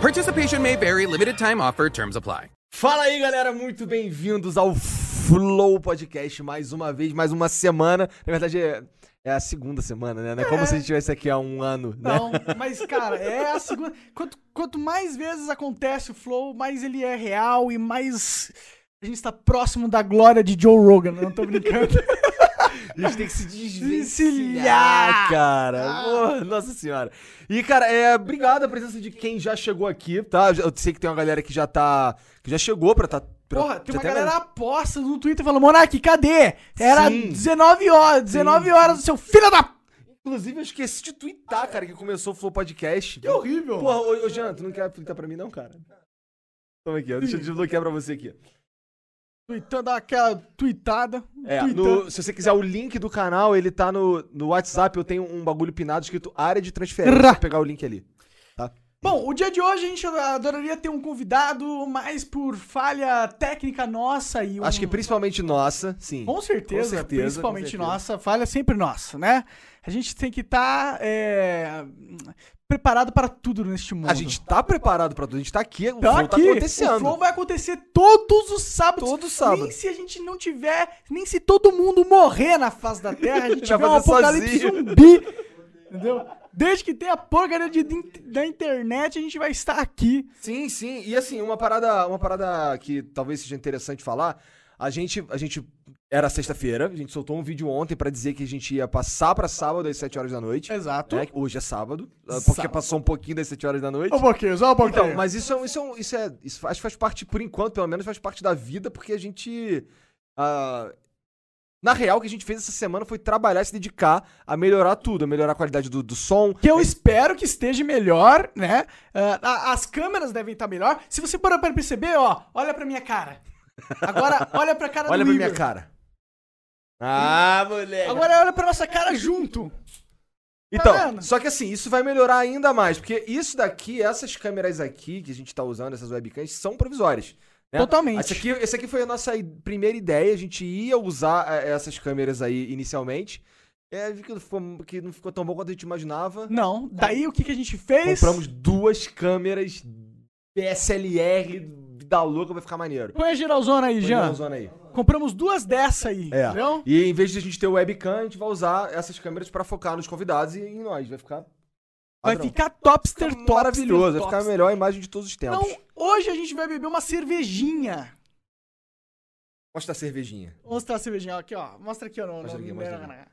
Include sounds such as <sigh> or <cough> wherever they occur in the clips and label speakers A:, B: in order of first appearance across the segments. A: Participation may vary, limited time offer, terms apply.
B: Fala aí, galera, muito bem-vindos ao Flow Podcast mais uma vez, mais uma semana. Na verdade, é, é a segunda semana, né? Não é como se a gente estivesse aqui há um ano, né?
C: Não, Então, mas, cara, é a segunda. Quanto, quanto mais vezes acontece o flow, mais ele é real e mais. A gente está próximo da glória de Joe Rogan. Não
B: <laughs>
C: tô brincando.
B: A gente tem que se desvencilhar,
C: Desvencilhar!
B: cara. Porra, nossa senhora. E, cara, é, obrigado a presença de quem já chegou aqui, tá? Eu sei que tem uma galera que já tá. que já chegou pra tá. pra-
C: Porra, tem
B: já
C: uma galera aposta no Twitter falando: Monark, cadê? Era
B: Sim.
C: 19 horas, 19 horas, seu filho da.
B: Inclusive, eu esqueci de twittar, cara, que começou o Flow Podcast. Que
C: horrível.
B: Porra, ô, ô Jean, tu não quer twittar pra mim, não, cara? Toma aqui, ó. Deixa eu desbloquear pra você aqui.
C: Tweetando, dá aquela tweetada.
B: É,
C: tweetando.
B: no- se você quiser o link do canal, ele tá no, no WhatsApp. Eu tenho um bagulho pinado escrito área de transferência.
C: Rá.
B: Vou pegar o link ali.
C: Bom, o dia de hoje a gente adoraria ter um convidado, mas por falha técnica nossa e um...
B: Acho que principalmente nossa, sim.
C: Com certeza,
B: Com certeza,
C: principalmente
B: com certeza.
C: nossa, falha sempre nossa, né? A gente tem que estar preparado para tudo neste mundo.
B: A gente tá preparado pra tudo. A gente tá aqui. o
C: tá
B: flow
C: aqui.
B: tá
C: O
B: acontecendo.
C: flow vai acontecer todos os sábados.
B: Todo sábado.
C: Nem se a gente não tiver, nem se todo mundo morrer na face da Terra, <laughs> a gente
B: Vai
C: tiver um
B: fazer
C: apocalipse
B: sozinho.
C: zumbi. <laughs> Entendeu? Desde que tenha a porcaria de- da internet, a gente vai estar aqui.
B: Sim, sim. E assim, uma parada, uma parada que talvez seja interessante falar. A gente, a gente era sexta-feira, a gente soltou um vídeo ontem pra dizer que a gente ia passar pra sábado às 7 horas da noite.
C: Exato.
B: né? Hoje é sábado, porque
C: Sábado.
B: passou um pouquinho das 7 horas da noite.
C: Só um pouquinho, só um pouquinho.
B: Então, mas isso é, um- isso é, um- isso é isso faz, faz parte, por enquanto, pelo menos, faz parte da vida, porque a gente. ah, na real, o que a gente fez essa semana foi trabalhar, e se dedicar a melhorar tudo, a melhorar a qualidade do, do som. É,
C: Que é eu espero que esteja melhor, né? Ah, a- as câmeras devem estar melhor. Se você parar pra perceber, ó, olha pra minha cara. Agora olha pra
B: <laughs>
C: cara
B: Olha
C: do
B: pra
C: Igor.
B: minha cara. Ah, moleque.
C: Agora olha pra nossa cara junto.
B: Então,
C: vendo?
B: só que assim, isso vai melhorar ainda mais, porque isso daqui, essas câmeras aqui que a gente tá usando, essas webcams, são provisórias. né?
C: Totalmente.
B: Esse aqui, esse aqui foi a nossa i- primeira ideia, a gente ia usar eh, essas câmeras aí inicialmente. É, vi que não ficou, que não ficou tão bom quanto a gente imaginava.
C: Não, daí o que, que a gente fez?
B: Compramos duas câmeras DSLR da louca, vai ficar maneiro.
C: Põe a geralzona aí,
B: Põe
C: Jean.
B: uma zona aí.
C: Compramos duas dessa aí,
B: É.
C: entendeu?
B: E em vez de a gente ter webcam, a gente vai usar essas câmeras pra focar nos convidados e em nós. Vai ficar.
C: Vai
B: padrão.
C: ficar topster,
B: Fica
C: topster,
B: maravilhoso, vai
C: topster.
B: ficar a melhor imagem de todos os tempos.
C: Então, hoje a gente vai beber uma cervejinha.
B: Mostra a cervejinha.
C: Mostra a cervejinha ó, aqui, ó. Mostra aqui, ó. no-
B: Mostra
C: no-
B: aqui, mostra aqui.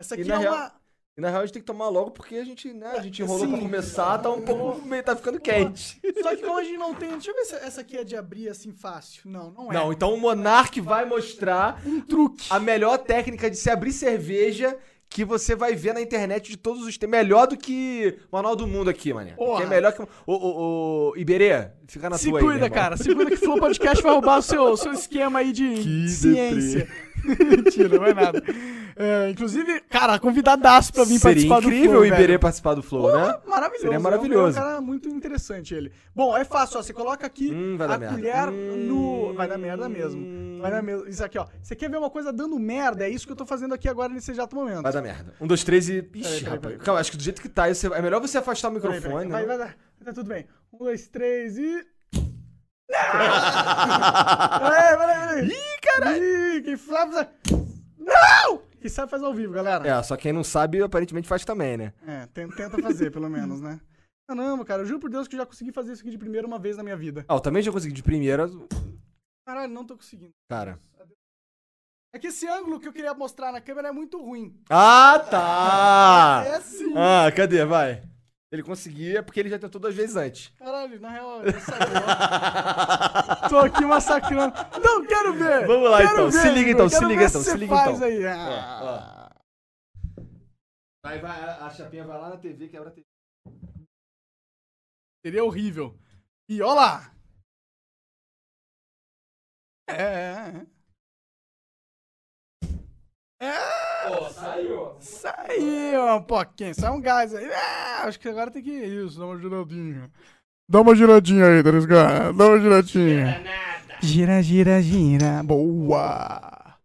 C: Essa
B: E
C: aqui
B: na
C: é
B: real-
C: uma...
B: E na real a gente tem que tomar logo porque a gente, né, a gente
C: É,
B: enrolou
C: sim.
B: pra começar, tá um pouco meio, tá ficando quente.
C: Só que como a gente não tem. Deixa eu ver se essa aqui é de abrir assim fácil. Não, não é.
B: Não, então o Monark vai mostrar
C: um truque.
B: a melhor técnica de se abrir cerveja que você vai ver na internet de todos os tempos. Melhor do que Manual do Mundo aqui, mané.
C: Porra.
B: Que é melhor que. Ô, ô, ô, Iberê, fica na
C: Se
B: tua aí, meu
C: cuida,
B: irmão.
C: cara. Se cuida que o Flow Podcast vai roubar o seu, seu esquema aí de
B: Que
C: ciência. <laughs> Mentira, não é nada. É, inclusive, cara, convidadaço pra vir
B: Seria
C: participar
B: incrível
C: do Flow.
B: o Iberê
C: velho.
B: participar do Flow, né?
C: Porra, Maravilhoso.
B: Seria
C: é um-
B: maravilhoso.
C: É um cara muito interessante ele. Bom, é fácil, ó. Você coloca aqui
B: Hum, vai dar
C: a
B: merda.
C: colher
B: Hum.
C: no. Vai dar merda mesmo. Vai dar merda. Isso aqui, ó. Você quer ver uma coisa dando merda? É isso que eu tô fazendo aqui agora nesse exato momento.
B: Vai dar merda. Um, dois, três e.
C: Peraí,
B: Ixi,
C: peraí,
B: rapaz.
C: peraí.
B: Calma, acho que do jeito que tá, você- é melhor você afastar o
C: Peraí, peraí.
B: microfone.
C: Vai,
B: né?
C: vai, vai. Tá tudo bem. Um, dois, três e. Peraí, peraí, peraí. Ih, caralho! Ih, quem sabe faz. Não! Quem sabe faz ao vivo, galera.
B: <laughs> É, só quem não sabe, aparentemente faz também, né?
C: É, ten- tenta fazer, pelo menos, né? Caramba, cara, eu juro por Deus que eu já consegui fazer isso aqui de primeira uma vez na minha vida.
B: Ah, eu também já consegui de primeira.
C: Caralho, não tô conseguindo.
B: Cara.
C: É que esse ângulo que eu queria mostrar na câmera é muito ruim.
B: Ah, tá!
C: É sim.
B: Ah, cadê? Vai. Ele conseguia porque ele já tentou duas vezes antes.
C: Caralho, na real, eu saquei.
B: <laughs>
C: Tô aqui massacrando. Não, quero ver!
B: Vamos lá,
C: Quero
B: então. Se
C: ver,
B: liga,
C: Igor,
B: então, se
C: quero
B: liga,
C: ver
B: então,
C: se
B: se
C: você
B: liga,
C: faz
B: então.
C: Aí. Ah.
B: Ó, Vai, vai, a chapinha vai lá na TV, quebra a TV.
C: Seria horrível. E ó lá! É. É. saiu. Saiu um pouquinho. Saiu um gás aí. Ah, acho que agora tem que. Isso, dá uma giradinha. Dá uma giradinha aí, Darisga. Dá uma giradinha. Gira, gira, gira. Boa.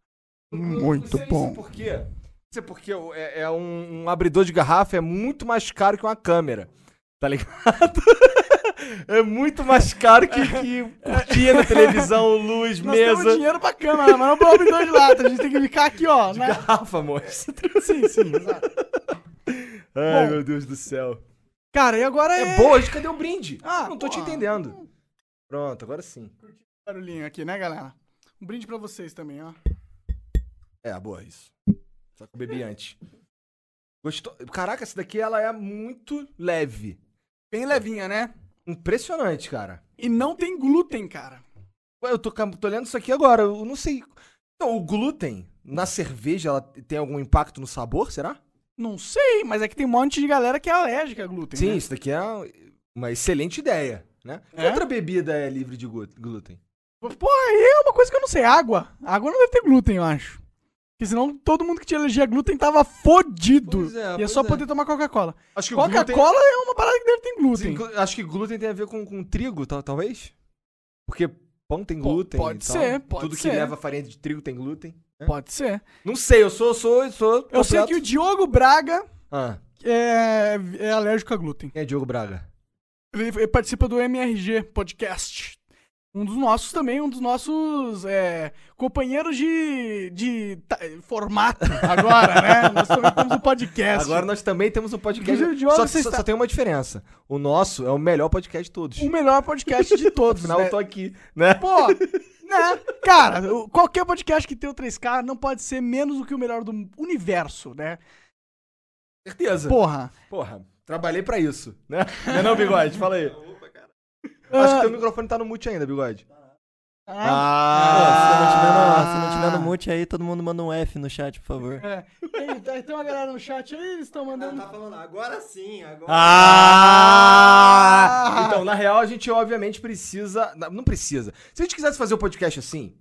C: Muito bom.
B: Por quê? Não sei por quê. É, é um, um abridor de garrafa é muito mais caro que uma câmera. Tá ligado? <laughs> É muito mais caro que, que curtir <laughs> na televisão, luz,
C: Nós temos
B: mesa.
C: dinheiro pra câmera, mas não pro abridor de lata. A gente tem que ficar aqui, ó.
B: <laughs>
C: né?
B: Garrafa, moço.
C: Sim, sim, exato.
B: <laughs> Ai,
C: Bom.
B: meu Deus do céu.
C: Cara, e agora é.
B: É boa, hoje cadê o brinde?
C: Ah,
B: não tô te
C: porra.
B: entendendo. Pronto, agora sim.
C: barulhinho aqui, né, galera? Um brinde pra vocês também, ó.
B: É, boa, isso. Só que eu bebi antes. Gostou? Caraca, essa daqui ela é muito leve.
C: Bem levinha, né?
B: Impressionante, cara.
C: E não tem glúten, cara.
B: Ué, eu tô, cam- tô olhando isso aqui agora, eu não sei. Então, o glúten na cerveja, ela tem algum impacto no sabor, será?
C: Não sei, mas é que tem um monte de galera que é alérgica a glúten.
B: Sim,
C: né?
B: isso daqui é uma excelente ideia, né? Que
C: É?
B: outra bebida é livre de glú- glúten?
C: Pô, aí é uma coisa que eu não sei. Água. Água não deve ter glúten, eu acho. Porque senão todo mundo que tinha alergia a glúten tava fodido.
B: Pois é,
C: Ia
B: pois
C: só
B: é.
C: poder tomar Coca-Cola.
B: Acho que o glúten-
C: Coca-Cola é uma parada que deve ter glúten.
B: Sim, glu- Acho que glúten tem a ver com, com trigo, tal- talvez? Porque pão tem glúten.
C: pode
B: e tal.
C: ser, pode
B: Tudo que
C: ser.
B: leva farinha de trigo tem glúten. né?
C: Pode ser.
B: Não sei, eu sou, sou, sou.
C: Eu sei que o Diogo Braga
B: Ah,
C: é, é alérgico a glúten.
B: quem é Diogo Braga?
C: Ele, ele participa do MRG Podcast. Um dos nossos também, um dos nossos é, companheiros de, de ta- formato agora,
D: <laughs>
C: né? Nós também temos um podcast.
B: Agora nós também temos um podcast.
C: Inclusive, o Diogo,
B: só,
C: você
B: só-
C: está-
B: só tem uma diferença. O nosso é o melhor podcast de todos.
C: O melhor podcast de todos,
B: Afinal,
C: né?
B: eu tô aqui, né?
C: Pô, né? Cara, o- qualquer podcast que tem o 3K não pode ser menos do que o melhor do universo, né?
B: Certeza.
C: Porra.
B: Porra, trabalhei pra isso, né? Não é não, Bigode? Fala aí. Acho que
C: Ah,
B: teu microfone tá no mute ainda, Bigode.
C: ah,
D: Ah,
C: Ah.
D: se não tiver no, se não tiver no mute aí, todo mundo manda um F no chat, por favor.
C: é. Ei, tá- tem uma galera no chat aí, eles estão mandando.
E: tá falando, agora sim, agora.
B: Ah! Então, na real, a gente obviamente precisa. na- Não precisa. Se a gente quisesse fazer o podcast assim,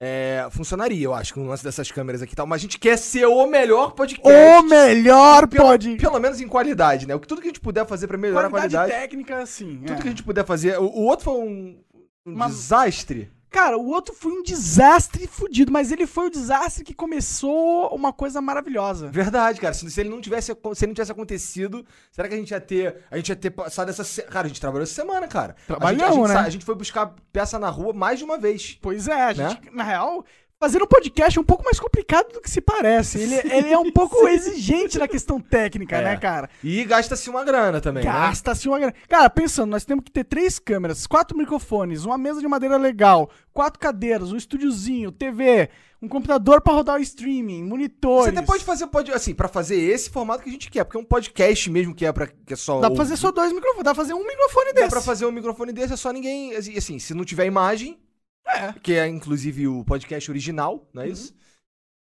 B: é, funcionaria, eu acho, com o lance dessas câmeras aqui e tal. Mas a gente quer ser o melhor podcast.
C: O melhor
B: pelo,
C: pod.
B: pelo menos em qualidade, né? O que- Tudo que a gente puder fazer pra melhorar
C: Qualidade,
B: a qualidade.
C: técnica, sim.
B: Tudo
C: é.
B: que a gente puder fazer. O, o outro foi um, um
C: Uma-
B: desastre.
C: Cara, o outro foi um desastre fudido, mas ele foi o desastre que começou uma coisa maravilhosa.
B: Verdade, cara. Se, se ele não tivesse, acon- se ele não tivesse acontecido, será que a gente ia ter, a gente ia ter passado essa, se- cara, a gente trabalhou essa semana, cara. a gente, a
C: Trabalhamos,
B: gente, sa-
C: né?
B: A gente foi buscar peça na rua mais de uma vez.
C: Pois é, a gente, na real, fazer um podcast é um pouco mais complicado do que se parece. Ele, ele <laughs> é um pouco exigente na questão técnica,
B: É.
C: né, cara?
B: E gasta-se uma grana também, né?
C: Gasta-se uma grana. Cara, pensando, nós temos que ter três câmeras, quatro microfones, uma mesa de madeira legal, quatro cadeiras, um estúdiozinho, TV, um computador pra rodar o streaming, monitores.
B: Você até pode fazer, pode, assim, pra fazer esse formato que a gente quer, porque um podcast mesmo que é, pra, que é só.
C: Dá pra
B: o-
C: fazer só dois microfones, dá pra fazer um microfone
B: Dá
C: desse.
B: pra fazer um microfone desse, é só ninguém. assim, Assim, se não tiver imagem, que é inclusive o podcast original,
C: Uhum.
B: não é isso?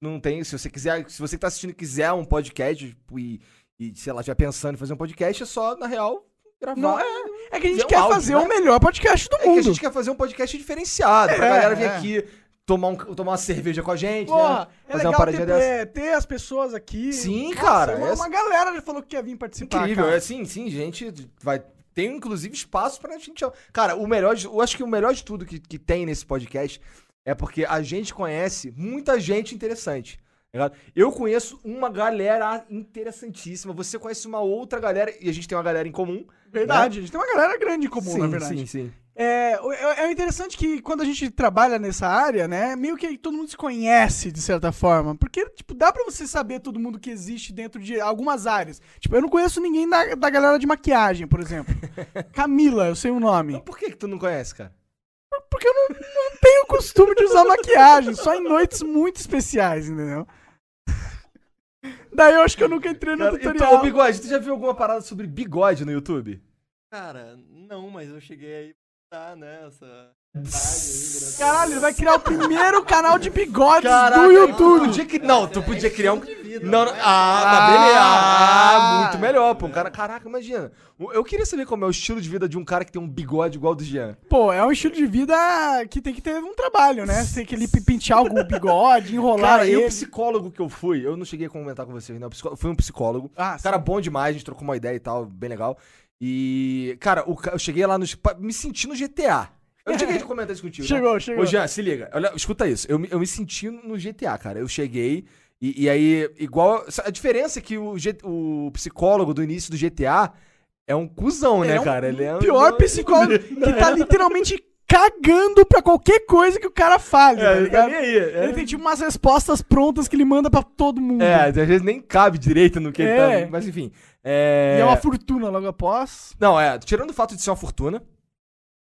B: Não tem. Se você quiser, se você que tá assistindo e quiser um podcast tipo, e, e, sei lá, já pensando em fazer um podcast, é só, na real, gravar.
C: Não, é, é que a gente
B: Fazer um
C: quer
B: áudio,
C: fazer
B: né?
C: o melhor podcast do
B: É que
C: mundo.
B: a gente quer fazer um podcast diferenciado, pra
C: É,
B: galera vir
C: é.
B: aqui tomar, um, tomar uma cerveja com a gente,
C: Porra,
B: né?
C: é
B: Fazer
C: legal
B: uma paradinha
C: ter,
B: dessa.
C: é, ter as pessoas aqui.
B: Sim, cara,
C: Uma,
B: é-
C: uma galera já falou que quer vir participar.
B: Incrível,
C: Tipo, ah, cara.
B: é sim, sim, gente. Vai, tem inclusive espaço pra gente. Cara, o melhor, de- eu acho que o melhor de tudo que, que tem nesse podcast é porque a gente conhece muita gente interessante. tá ligado? Eu conheço uma galera interessantíssima, você conhece uma outra galera e a gente tem uma galera em comum.
C: Verdade, a gente tem uma galera grande em comum,
B: sim,
C: na verdade.
B: Sim, sim.
C: É, o- é, é interessante que quando a gente trabalha nessa área, né, meio que todo mundo se conhece, de certa forma. Porque, tipo, dá pra você saber todo mundo que existe dentro de algumas áreas. Tipo, eu não conheço ninguém da, da galera de maquiagem, por <laughs> exemplo. Camila, eu sei o nome.
B: Mas Então, por que que tu não conhece, cara?
C: Porque eu não, não <laughs> tenho costume de usar maquiagem, só em noites muito especiais, entendeu? Daí eu acho que eu nunca entrei no
B: cara
C: tutorial.
B: ô, Bigode, tu já viu alguma parada sobre bigode no YouTube?
D: Cara, não, mas eu cheguei aí tá, né? Essa. verdade aí,
C: Caralho, ele vai criar o primeiro canal de bigodes
B: Caraca,
C: do YouTube.
B: tu podia cri- Não, tu podia criar um.
E: vida.
B: Não, não-
E: é?
B: ah,
C: Ah!
B: tá beleza. Ah, muito melhor, pô. Um cara, caraca, imagina. Eu queria saber como é o estilo de vida de um cara que tem um bigode igual ao do Jean.
C: Pô, é um estilo de vida que tem que ter um trabalho, né? Você tem que ele pentear algum bigode, enrolar
B: Cara, e
C: ele.
B: o psicólogo que eu fui, eu não cheguei a comentar com vocês, né? Eu psicó- fui um psicólogo.
C: Ah,
B: Um cara bom demais, a gente trocou uma ideia e tal, bem legal. E, cara, o ca- eu cheguei lá no. pa- Me senti no GTA. Eu não cheguei de comentar isso contigo. né?
C: chegou, chegou.
B: Ô, Jean, se liga. Olha, escuta isso. Eu, me- eu me senti no GTA, cara. Eu cheguei e, e aí, igual. A diferença é que o, G- o psicólogo do início do GTA é um cuzão, né,
C: é um
B: cara? Ele é um-
C: pior psicólogo que
B: <laughs>
C: tá
B: É.
C: literalmente cagando pra qualquer coisa que o cara fale. tá
B: É, ele tá
C: ligado?
B: nem aí. É,
C: Ele tem tipo umas respostas prontas que ele manda pra todo mundo.
B: É, às vezes nem cabe direito no que
C: É.
B: ele tá. Mas enfim.
C: E
B: É...
C: é uma fortuna logo após.
B: Não, é, tirando o fato de ser uma fortuna.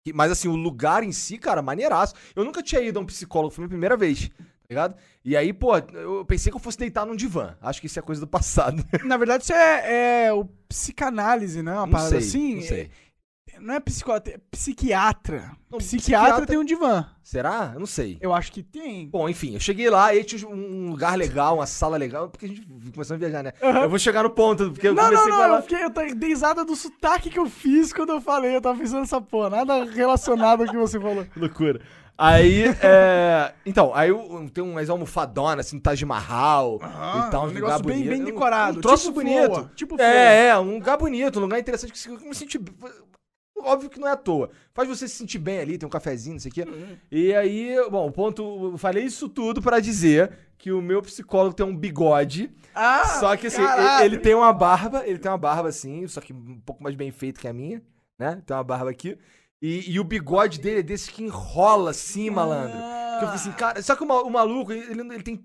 B: que- Mas assim, o lugar em si, cara, maneiraço. Eu nunca tinha ido a um psicólogo, foi a minha primeira vez, tá ligado? E aí, pô, eu pensei que eu fosse deitar num divã. Acho que isso é coisa do passado.
C: Na verdade, isso é, é o psicanálise, né? Uma
B: Não
C: parada
B: sei,
C: assim.
B: não sei.
C: é- Não é psicólogo, é psiquiatra.
B: Não,
C: psiquiatra.
B: psiquiatra-
C: tem um divã.
B: Será? Eu não sei.
C: Eu acho que tem.
B: Bom, enfim, eu cheguei lá, aí tinha um lugar legal, uma sala legal, porque a gente começou a viajar, né? Eu vou chegar no ponto, porque eu
C: Não,
B: comecei
C: não,
B: a
C: não,
B: falar.
C: eu fiquei, eu tô- dei risada do sotaque que eu fiz quando eu falei, eu tava pensando nessa porra, nada relacionado ao que você falou.
B: Que Loucura. Aí, é. Então, aí eu- tem umas almofadonas, assim, no Taj Mahal
C: Ah,
B: e tal,
C: um
B: um lugar
C: negócio bem-
B: bonito.
C: bem
B: Um-
C: decorado,
B: Um troço
C: tipo
B: bonito.
C: Floa, tipo
B: é, é, um lugar bonito, um lugar interessante que eu me senti. Óbvio que não é à toa. Faz você se sentir bem ali, tem um cafezinho, não sei o quê.
C: Uhum.
B: E aí, bom, o ponto. Eu falei isso tudo pra dizer que o meu psicólogo tem um bigode.
C: Ah,
B: Só que assim,
C: caralho.
B: ele, ele tem uma barba, ele tem uma barba assim, só que um pouco mais bem feita que a minha, né? Tem uma barba aqui. E, e o bigode dele é desse que enrola assim, malandro. Que
C: Ah.
B: eu falei assim, cara, só que o, ma- o maluco, ele, ele tem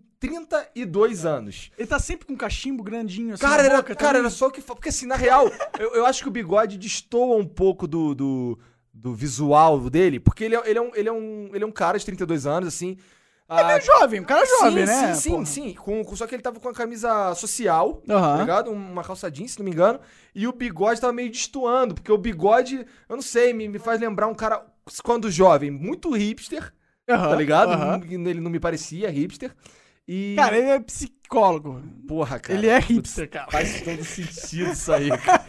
B: 32 anos.
C: Ele tá sempre com um cachimbo grandinho assim.
B: Cara,
C: na
B: era,
C: boca,
B: cara,
C: também.
B: era só o que. fa- Porque assim, na real, <laughs> eu, eu acho que o bigode destoa um pouco do, do, do visual dele, porque ele é, ele, é um, ele, é um, ele é um cara de 32 anos, assim. ah,
C: É jovem, um cara jovem,
B: sim,
C: né?
B: Sim, sim,
C: porra.
B: sim. Com, com- só que ele tava com a camisa social,
C: Aham.
B: tá ligado? Uma calça jeans, se não me engano. E o bigode tava meio destoando, porque o bigode, eu não sei, me, me faz lembrar um cara, quando jovem, muito hipster,
C: Aham,
B: tá ligado?
C: aham.
B: Hum, Ele não me parecia hipster. E.
C: Cara, ele é psicólogo.
B: porra, cara.
C: ele é hipster, cara.
B: Faz todo sentido isso aí, <laughs> cara.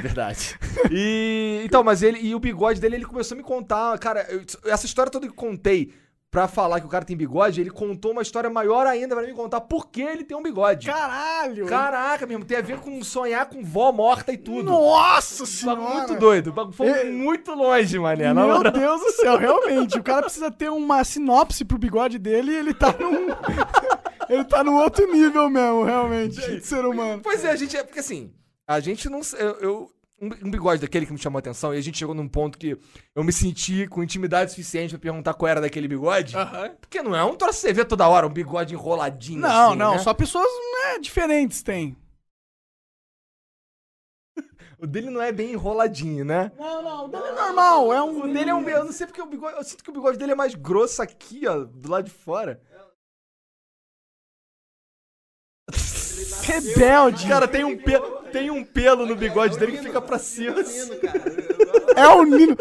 B: Verdade. E. Então, mas ele. E o bigode dele, ele começou a me contar. Cara, eu- essa história toda que eu contei pra falar que o cara tem bigode, ele contou uma história maior ainda pra me contar por que ele tem um bigode.
C: Caralho!
B: Caraca, mesmo, tem a ver com sonhar com vó morta e tudo.
C: Nossa senhora!
B: Bagulho muito doido. bagulho- Foi
C: É.
B: muito longe, mané. na
C: Meu
B: moral.
C: Deus do céu, realmente. O cara precisa ter uma sinopse pro bigode dele e ele tá num. <laughs> ele tá num outro nível mesmo, realmente, de ser humano.
B: Pois é, a gente é. Porque assim, a gente não. s- Eu, eu- um bi- um bigode daquele que me chamou a atenção, e a gente chegou num ponto que eu me senti com intimidade suficiente pra perguntar qual era daquele bigode. Porque não é um troço que você vê toda hora, um bigode enroladinho.
C: Não,
B: assim,
C: não,
B: né?
C: só pessoas né, diferentes têm.
B: O dele não é bem enroladinho, né?
C: Não, não, o dele é normal, é um.
B: O dele
C: <laughs>
B: é um. Eu não sei porque o bigode. Eu sinto que o bigode dele é mais grosso aqui, ó, do lado de fora. <laughs>
C: rebelde.
B: Cara, tem um, pe... tem um pelo no bigode dele que fica pra cima. assim.
E: Menino, cara. Eu- eu gosto-
C: É o Nino.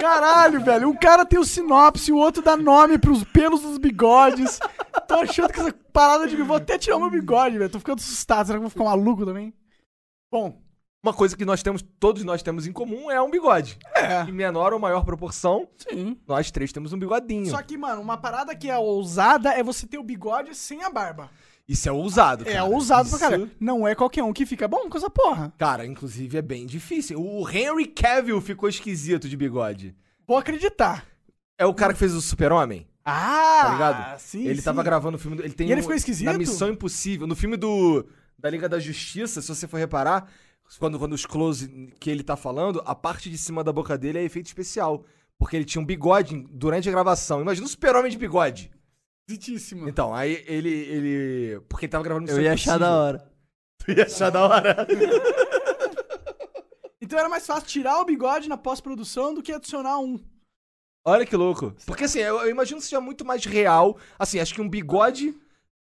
C: Caralho, velho. Um cara tem o sinopse, o outro dá nome pros pelos dos bigodes. Tô achando que essa parada de. Vou até tirar o meu bigode, velho. Tô ficando assustado. Será que eu vou ficar maluco também? Bom,
B: Uma coisa que nós temos, todos nós temos em comum é um bigode.
C: É.
B: Em menor ou maior proporção,
C: sim.
B: nós três temos um bigodinho.
C: Só que, mano, uma parada que é ousada é você ter o bigode sem a barba.
B: Isso é ousado, cara.
C: É ousado pra
B: Isso-
C: caralho. Não é qualquer um que fica bom com essa porra.
B: Cara, inclusive é bem difícil. O Henry Cavill ficou esquisito de bigode.
C: Vou acreditar.
B: É o cara que fez o Super-Homem,
C: Ah!
B: tá ligado?
C: Sim,
B: ele
C: sim.
B: tava gravando o filme. do- Ele tem
C: E ele
B: um-
C: ficou esquisito?
B: Na Missão Impossível. No filme do da Liga da Justiça, se você for reparar, quando, quando os close que ele tá falando, a parte de cima da boca dele é efeito especial. Porque ele tinha um bigode em- durante a gravação. Imagina o Super-Homem de bigode.
C: Esquisitíssimo.
B: Então, aí ele. ele porque ele tava gravando
D: Eu ia achar da hora.
B: Tu ia achar da
D: <laughs>
B: hora.
C: Então era mais fácil tirar o bigode na pós-produção do que adicionar um.
B: Olha que louco. Porque assim, eu, eu imagino que seja muito mais real. Assim, acho que um bigode.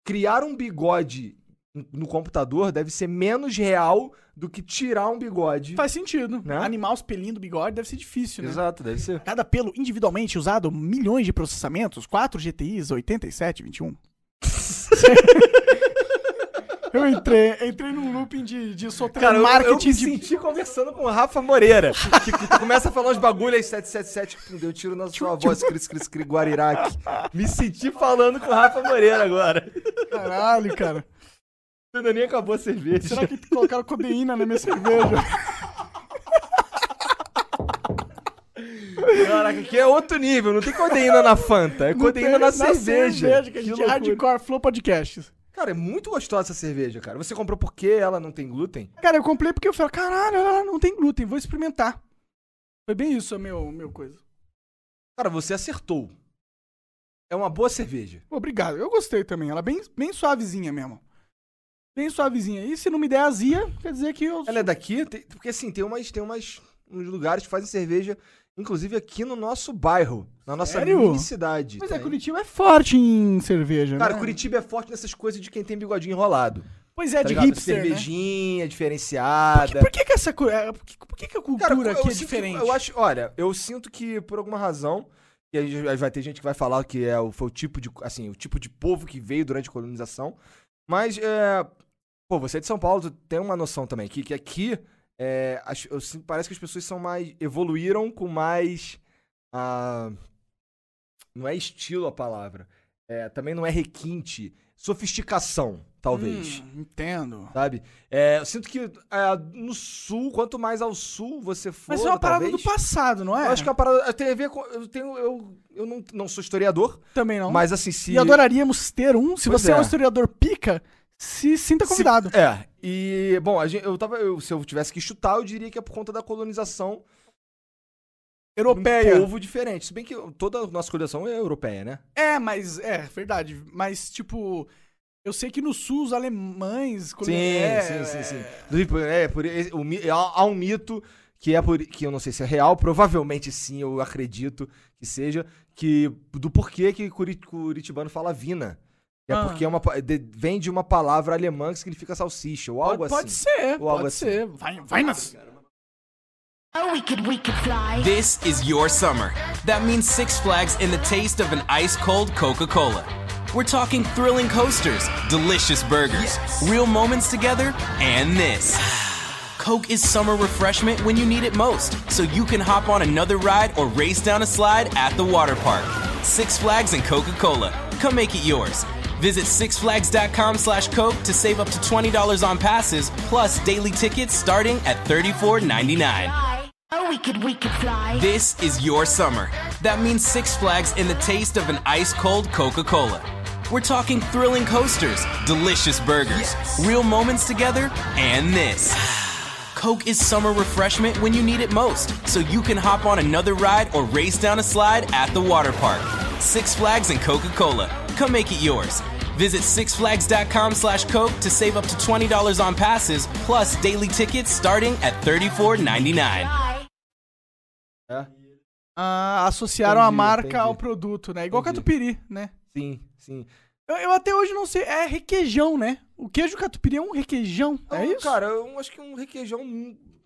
B: Criar um bigode no computador deve ser menos real do que tirar um bigode.
C: Faz sentido.
B: Né?
C: Animar os pelinhos do bigode deve ser difícil, né?
B: Exato, deve ser.
C: Cada pelo individualmente usado, milhões de um. <laughs> processamentos, 4 GTIs, 87, 21. Eu entrei, entrei num looping de, de soltar
B: Cara, eu, eu
C: marketing
B: me
C: de.
B: senti conversando com o Rafa Moreira, que, que começa a falar uns bagulho aí, 777, pum, deu um tiro na sua voz, cris, cris, cris, guariraque. Me senti falando com o Rafa Moreira agora.
C: Caralho, cara.
B: Ainda nem acabou a cerveja.
C: Será que colocaram codeína na minha cerveja?
B: Caraca, aqui é outro nível, não tem codeína na Fanta, é
C: Não
B: codeína
C: tem-
B: na, cerveja.
C: que a
B: <laughs> Que
C: gente
B: loucura.
C: hardcore flow podcasts.
B: Cara, é muito gostosa essa cerveja, cara. Você comprou porque ela não tem glúten?
C: Cara, eu comprei porque eu falei, caralho, ela não tem glúten, vou experimentar. Foi bem isso, meu, meu coisa.
B: Cara, você acertou. É uma boa cerveja.
C: Obrigado, eu gostei também. Ela é bem, bem suavezinha mesmo. Bem suavezinha. E se não me der azia, quer dizer que eu.
B: Ela é daqui, tem- porque assim, tem umas, tem umas uns lugares que fazem cerveja, inclusive aqui no nosso bairro, na nossa
C: Sério?
B: mini cidade.
C: Mas é,
B: Tem.
C: Curitiba é forte em cerveja,
B: Cara,
C: né?
B: Curitiba é forte nessas coisas de quem tem bigodinho enrolado.
C: Pois é,
B: tá
C: de
B: ligado?
C: hipster, né?
B: Cervejinha,
C: Que-
B: diferenciada.
C: Por que, que essa cu- é, por que, por que que a cultura
B: eu
C: aqui é
B: sinto que-
C: diferente?
B: eu acho, olha, eu sinto que por alguma razão, e aí já- vai ter gente que vai falar que é o, foi o tipo de, assim, o tipo de povo que veio durante a colonização, mas é, pô, você é de São Paulo, tu tem uma noção também que, que aqui é, as- eu sinto- parece que as pessoas são mais evoluíram com mais ah, não é estilo a palavra, é, também não é requinte, sofisticação, talvez
C: Hum, entendo.
B: sabe? É, eu sinto que é, no sul, quanto mais ao sul você for,
C: Mas é uma parada
B: talvez,
C: do passado, não é?
B: Eu acho que é uma parada tem a ver com eu tenho eu, eu não, não sou historiador,
C: também não.
B: mas assim se
C: E adoraríamos ter um. Se
B: Pois
C: você é. um
B: é.
C: historiador pica, se sinta
B: se-
C: convidado.
B: é. E bom, a gente, eu tava eu- se eu tivesse que chutar, eu diria que é por conta da colonização de um
C: Europeia.
B: povo diferente. Se bem que toda a nossa colonização é europeia, né?
C: É, mas é, verdade. Mas, tipo, eu sei que no sul os alemães. quando- é, é,
B: Inclusive, por- é, por, esse- o mi- há, há um mito que é por, que eu não sei se é real, provavelmente sim, eu acredito que seja, que do porquê que curi, curitibano fala vina. É
C: Ah.
B: porque é uma, pa- de- vem de uma palavra alemã que significa salsicha, ou algo
C: Pode, pode
B: assim.
C: ser,
B: Ou algo
C: pode
B: assim.
C: ser. Vai, vai nas.
F: Oh, we could, we could fly.
A: This is your summer. That means Six Flags and the taste of an ice cold Coca Cola. We're talking thrilling coasters, delicious burgers, real moments together, and this. <sighs> Coke is summer refreshment when you need it most, so you can hop on another ride or race down a slide at the water park. Six Flags and Coca Cola. Come make it yours. Visit sixflags.com slash Coke to save up to $20 on passes, plus daily tickets starting at $34.99.
F: Fly. Oh, we could, we could fly.
A: This is your summer. That means Six Flags and the taste of an ice cold Coca Cola. We're talking thrilling coasters, delicious burgers, real moments together, and this. <sighs> Coke is summer refreshment when you need it most, so you can hop on another ride or race down a slide at the water park. Six Flags and Coca Cola. Come make it yours. Visit sixflags.com slash Coke to save up to $20 on passes, plus daily tickets starting at $34.99.
F: Fly.
B: É?
C: Ah, associaram a
B: Entendi,
C: marca
B: entendi.
C: ao produto, né? Igual
B: Entendi.
C: catupiry, né?
B: Sim, sim.
C: Eu, eu até hoje não sei. É requeijão, né? O queijo catupiry é um requeijão.
B: Então,
C: é isso? Cara,
B: Cara, eu acho que um requeijão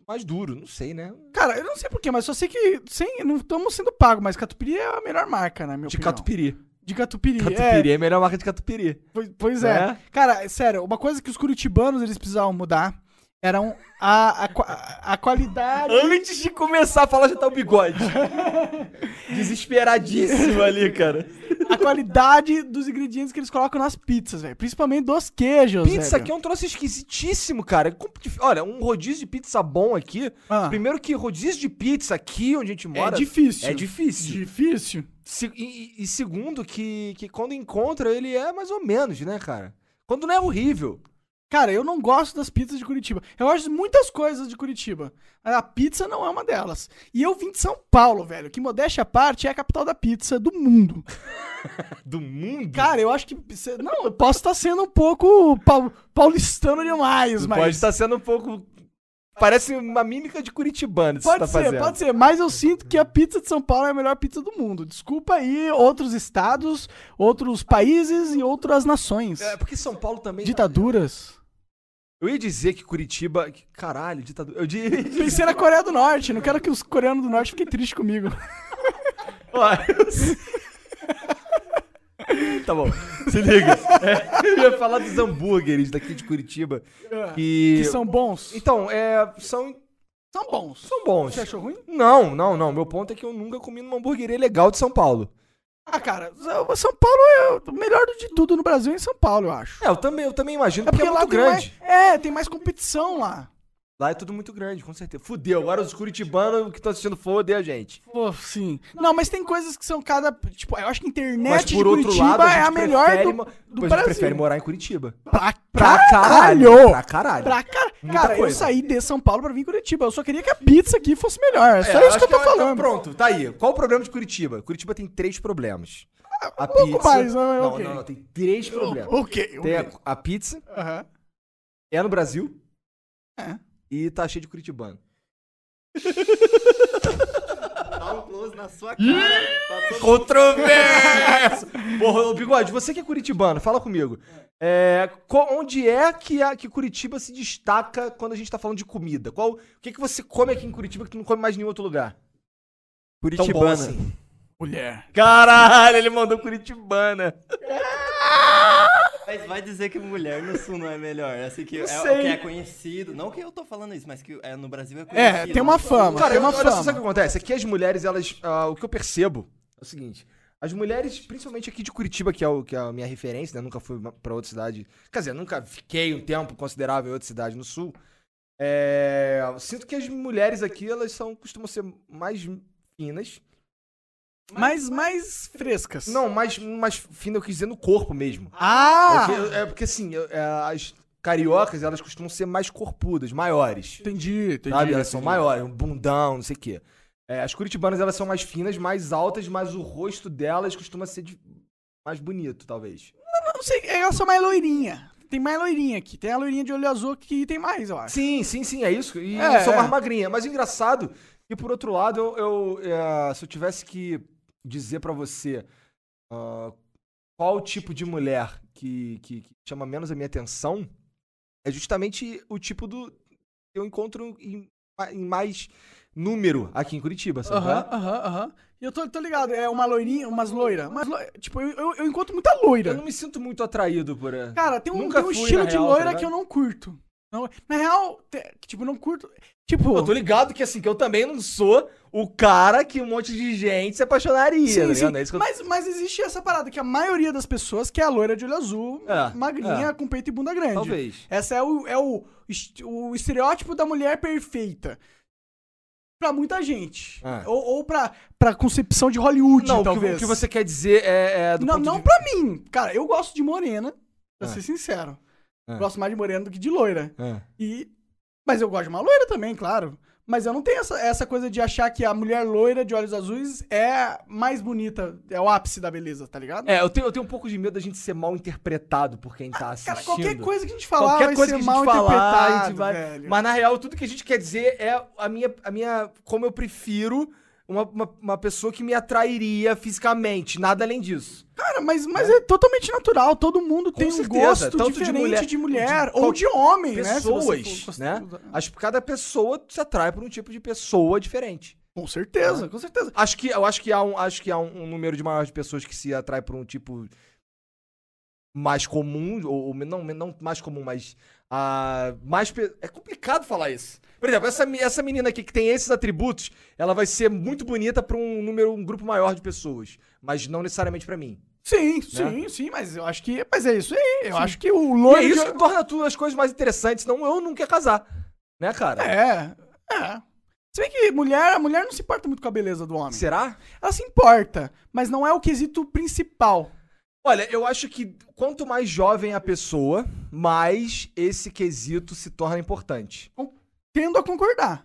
B: mais duro, não sei, né?
C: eu não sei porquê, mas só sei que sem, não estamos sendo pagos, mas catupiry é a melhor marca, né, meu
B: De catupiry.
C: De catupiry,
B: Catupiry
C: é.
B: é a melhor marca de catupiry.
C: Pois, pois é.
B: Né?
C: Cara, sério, uma coisa que os curitibanos eles precisavam mudar eram a, a, qua- a qualidade.
B: Antes de começar a falar, já tá o
C: <laughs>
B: bigode. Desesperadíssimo ali, cara.
C: A qualidade dos ingredientes que eles colocam nas pizzas, velho. Principalmente dos queijos.
B: Pizza aqui é um troço esquisitíssimo, cara. É compli- Olha, um rodízio de pizza bom aqui.
C: Ah.
B: Primeiro que rodízio de pizza aqui onde a gente
C: é
B: mora.
C: difícil.
B: É difícil.
C: Difícil.
B: Se- e, e- e segundo, que, que quando encontra, ele é mais ou menos, né, cara? Quando não é horrível.
C: Cara, eu não gosto das pizzas de Curitiba. Eu gosto de muitas coisas de Curitiba. Mas a pizza não é uma delas. E eu vim de São Paulo, velho. Que modéstia à parte é a capital da pizza do mundo.
B: Do mundo.
C: Cara, eu acho que. cê- Não, eu posso estar sendo um pouco pau- paulistano demais, mas.
B: Pode estar sendo um pouco. Parece uma mímica de curitibano. isso que
C: Pode
B: tá
C: ser,
B: fazendo.
C: pode ser, mas eu sinto que a pizza de São Paulo é a melhor pizza do mundo. Desculpa aí outros estados, outros países e outras nações.
B: É porque São Paulo também.
C: Ditaduras.
B: Eu ia dizer que Curitiba. que- Caralho, ditadura. Eu diria. <laughs>
C: Pensei na Coreia do Norte, não quero que os coreanos do Norte fiquem tristes comigo. <laughs>
B: Ó, eu sei. tá bom, se liga. Eu ia falar dos hambúrgueres daqui de Curitiba. Que,
C: É. Que são bons.
B: Então, é, são,
C: São bons.
B: são bons.
C: Você achou ruim?
B: Não, não, não. Meu ponto é que eu nunca comi numa hamburgueria legal de São Paulo.
C: Ah, cara, São São Paulo é o melhor de tudo no Brasil é em São Paulo, eu acho.
B: É, eu também, eu também imagino, porque, é muito
C: tem
B: grande.
C: mais- é, tem mais competição lá.
B: Lá é tudo muito grande, com certeza. Fudeu, agora os curitibanos que estão assistindo foder a gente.
C: Pô, sim. Não, mas tem coisas que são cada. Tipo, eu acho que a internet
B: Mas por
C: de
B: outro
C: Curitiba
B: lado, a gente
C: é a melhor
B: prefere, mo-
C: do, do
B: a gente
C: Brasil.
B: prefere morar em Curitiba.
C: Pra,
B: Pra caralho! Pra caralho.
C: Pra car-
B: Muita
C: Cara, eu
B: coisa.
C: saí de São Paulo pra vir em Curitiba. Eu só queria que a pizza aqui fosse melhor. É só
B: É,
C: isso
B: acho
C: que eu tô
B: é- então
C: falando.
B: pronto, tá aí. Qual o problema de Curitiba? Curitiba tem três problemas. A
C: Ah, pouco
B: pizza.
C: mais, mas
B: não,
C: ok.
B: não, não, tem três problemas.
C: Ok,
B: Tem
C: ok.
B: a, a pizza,
C: Aham.
B: é no Brasil
C: É.
B: e tá cheio de curitibano.
D: Dá um close na sua cara. pra todo mundo.
B: Controverso! <laughs> Porra, ô Bigode, você que é curitibano, fala comigo. É, co- onde é que, a, que Curitiba se destaca quando a gente tá falando de comida? Qual, o que, que você come aqui em Curitiba que tu não come mais em nenhum outro lugar? Tão bom
E: Curitibana.
B: assim.
C: Mulher.
B: Caralho, ele mandou curitibana.
D: Mas vai dizer que mulher no sul não é melhor. Assim que
B: Não
D: é,
B: sei.
D: o que é conhecido. Não que eu tô falando isso, mas que é, no Brasil é conhecido.
C: É, tem uma fama.
B: Cara,
C: tem
B: eu,
C: uma
B: olha só,
C: fama.
B: sabe o que acontece? Aqui as mulheres, elas. ah, o que eu percebo é o seguinte. As mulheres, principalmente aqui de Curitiba, que é, o, que é a minha referência, né? Nunca fui ma- pra outra cidade. Quer dizer, nunca fiquei um tempo considerável em outra cidade no sul. É, eu sinto que as mulheres aqui, elas são, costumam ser mais finas.
C: Mas mais frescas.
B: Não, mais, mais fina, eu quis dizer no corpo mesmo.
C: Ah!
B: É, porque, é porque, assim, eu- é, as cariocas, elas costumam ser mais corpudas, maiores.
C: Entendi, entendi.
B: sabe? Elas são
C: entendi.
B: maiores, um bundão, não sei o quê. É, as curitibanas, elas são mais finas, mais altas, mas o rosto delas costuma ser de- mais bonito, talvez.
C: Eu não sei, é, elas são mais loirinha. Tem mais loirinha aqui. Tem a loirinha de olho azul que tem mais, eu acho.
B: Sim, sim, sim, é isso. E
C: É,
B: são
C: é.
B: mais magrinhas. Mas engraçado, e por outro lado, eu, eu, é, se eu tivesse que dizer pra você ah, qual o tipo de mulher que, que- que chama menos a minha atenção, é justamente o tipo do que eu encontro em, em mais número aqui em Curitiba, sabe? é?
C: Aham, aham, aham. E eu tô, tô ligado, é uma loirinha, umas loiras. Mas, tipo, eu, eu, eu encontro muita
B: Eu
C: loira.
B: não me sinto muito atraído por. eh,
C: Cara, tem um,
B: Nunca
C: tem um
B: fui,
C: estilo
B: na
C: de
B: real, tá
C: loira
B: ligado?
C: que eu não curto. Não- na real, te- tipo, não curto. Tipo,
B: Eu tô ligado que assim, que eu também não sou o cara que um monte de gente se apaixonaria,
C: sim,
B: tá
C: sim.
B: ligado? É isso que eu-
C: mas, mas existe essa parada que a maioria das pessoas quer a loira de olho azul,
B: É,
C: magrinha,
B: é.
C: com peito e bunda grande.
B: Talvez.
C: Essa é o, é o, est- o estereótipo da mulher perfeita. Pra muita gente.
B: Ah.
C: Ou, ou pra, pra concepção de Hollywood,
B: Não, o que-
C: talvez.
B: o que você quer dizer é, é do
C: não,
B: ponto
C: não
B: de...
C: pra mim. Cara, eu gosto de morena,
B: Ah.
C: pra ser sincero.
B: Ah.
C: Gosto mais de morena do que de loira.
B: É.
C: E... Mas eu gosto de uma loira também, claro. Mas eu não tenho essa, essa coisa de achar que a mulher loira de olhos azuis é mais bonita, é o ápice da beleza, tá ligado?
B: É, eu tenho, eu tenho um pouco de medo da gente ser mal interpretado por quem tá assistindo.
C: Ah, Cara, qualquer coisa que a gente falar vai ser
B: que a gente
C: mal
B: falar, a
C: interpretado,
B: gente vai-
C: velho.
B: Mas na real, tudo que a gente quer dizer é a minha, a minha como eu prefiro uma, uma, uma pessoa que me atrairia fisicamente, nada além disso.
C: Cara, mas, mas é. totalmente natural. Todo mundo tem um
B: certeza,
C: gosto
B: tanto de
C: diferente de mulher,
B: mulher- de
C: ou de homem, né? Se você
B: pessoas,
C: for-
B: né? Acho que cada pessoa se atrai por um tipo de pessoa diferente.
C: Com
B: Né?
C: certeza, com certeza.
B: Acho que, eu acho que há, um, acho que há um, um número de maior de pessoas que se atrai por um tipo mais comum, ou, ou não, não mais comum, mas ah, mais... pe- É complicado falar isso. Por exemplo, essa, me- essa menina aqui que tem esses atributos, ela vai ser muito bonita pra um número, um grupo maior de pessoas, mas não necessariamente pra mim.
C: Sim,
B: Né?
C: sim, sim, mas eu acho que. Mas é isso aí. Eu acho que o loiro.
B: E é isso
C: de-
B: que torna tudo as coisas mais interessantes, senão eu não quero casar, né, cara?
C: É, é. Se bem que mulher, a mulher não se importa muito com a beleza do homem.
B: Será?
C: Ela se importa, mas não é o quesito principal.
B: Olha, eu acho que quanto mais jovem a pessoa, mais esse quesito se torna importante.
C: Tendo a concordar.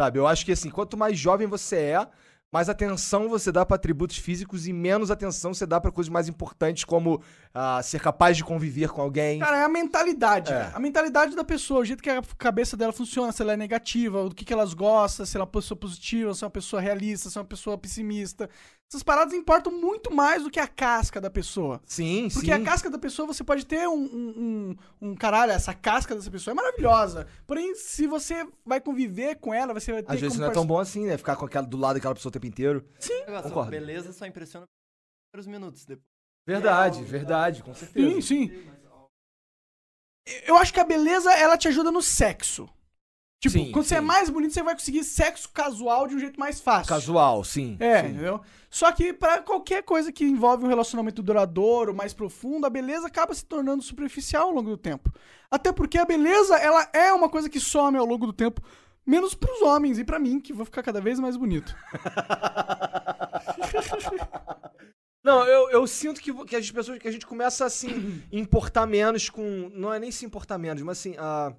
B: Sabe? Eu acho que assim, quanto mais jovem você é, mais atenção você dá pra atributos físicos e menos atenção você dá pra coisas mais importantes como ah, ser capaz de conviver com alguém.
C: Cara, é a mentalidade.
B: É.
C: né? A mentalidade da pessoa, o jeito que a cabeça dela funciona, se ela é negativa, do que, que elas gostam, se ela é uma pessoa positiva, se é uma pessoa realista, se é uma pessoa pessimista. Essas paradas importam muito mais do que a casca da pessoa.
B: Sim,
C: Porque
B: sim.
C: a casca da pessoa, você pode ter um, um, um, um caralho, essa casca dessa pessoa é maravilhosa. Porém, se você vai conviver com ela, você vai ter
B: Às vezes
C: como
B: não é tão
C: parce-
B: bom assim, né? Ficar com aquela, do lado daquela pessoa o tempo inteiro.
D: Negócio,
B: Concordo.
E: <laughs>
D: Beleza só impressiona os primeiros minutos. Depois
B: Verdade,
C: É,
B: verdade, com certeza.
C: Sim, sim. Eu acho que a beleza, ela te ajuda no sexo. Tipo,
B: Sim,
C: quando você é
B: sim.
C: mais bonito, você vai conseguir sexo casual de um jeito mais fácil.
B: Casual, sim.
C: É,
B: sim.
C: entendeu? Só que pra qualquer coisa que envolve um relacionamento duradouro, mais profundo, a beleza acaba se tornando superficial ao longo do tempo. Até porque a beleza, ela é uma coisa que some ao longo do tempo, menos pros homens e pra mim, que vou ficar cada vez mais bonito.
B: Não, eu, eu sinto que, vo- que as pessoas que a gente começa assim <clears throat> importar menos com, não é nem se importar menos, mas assim, a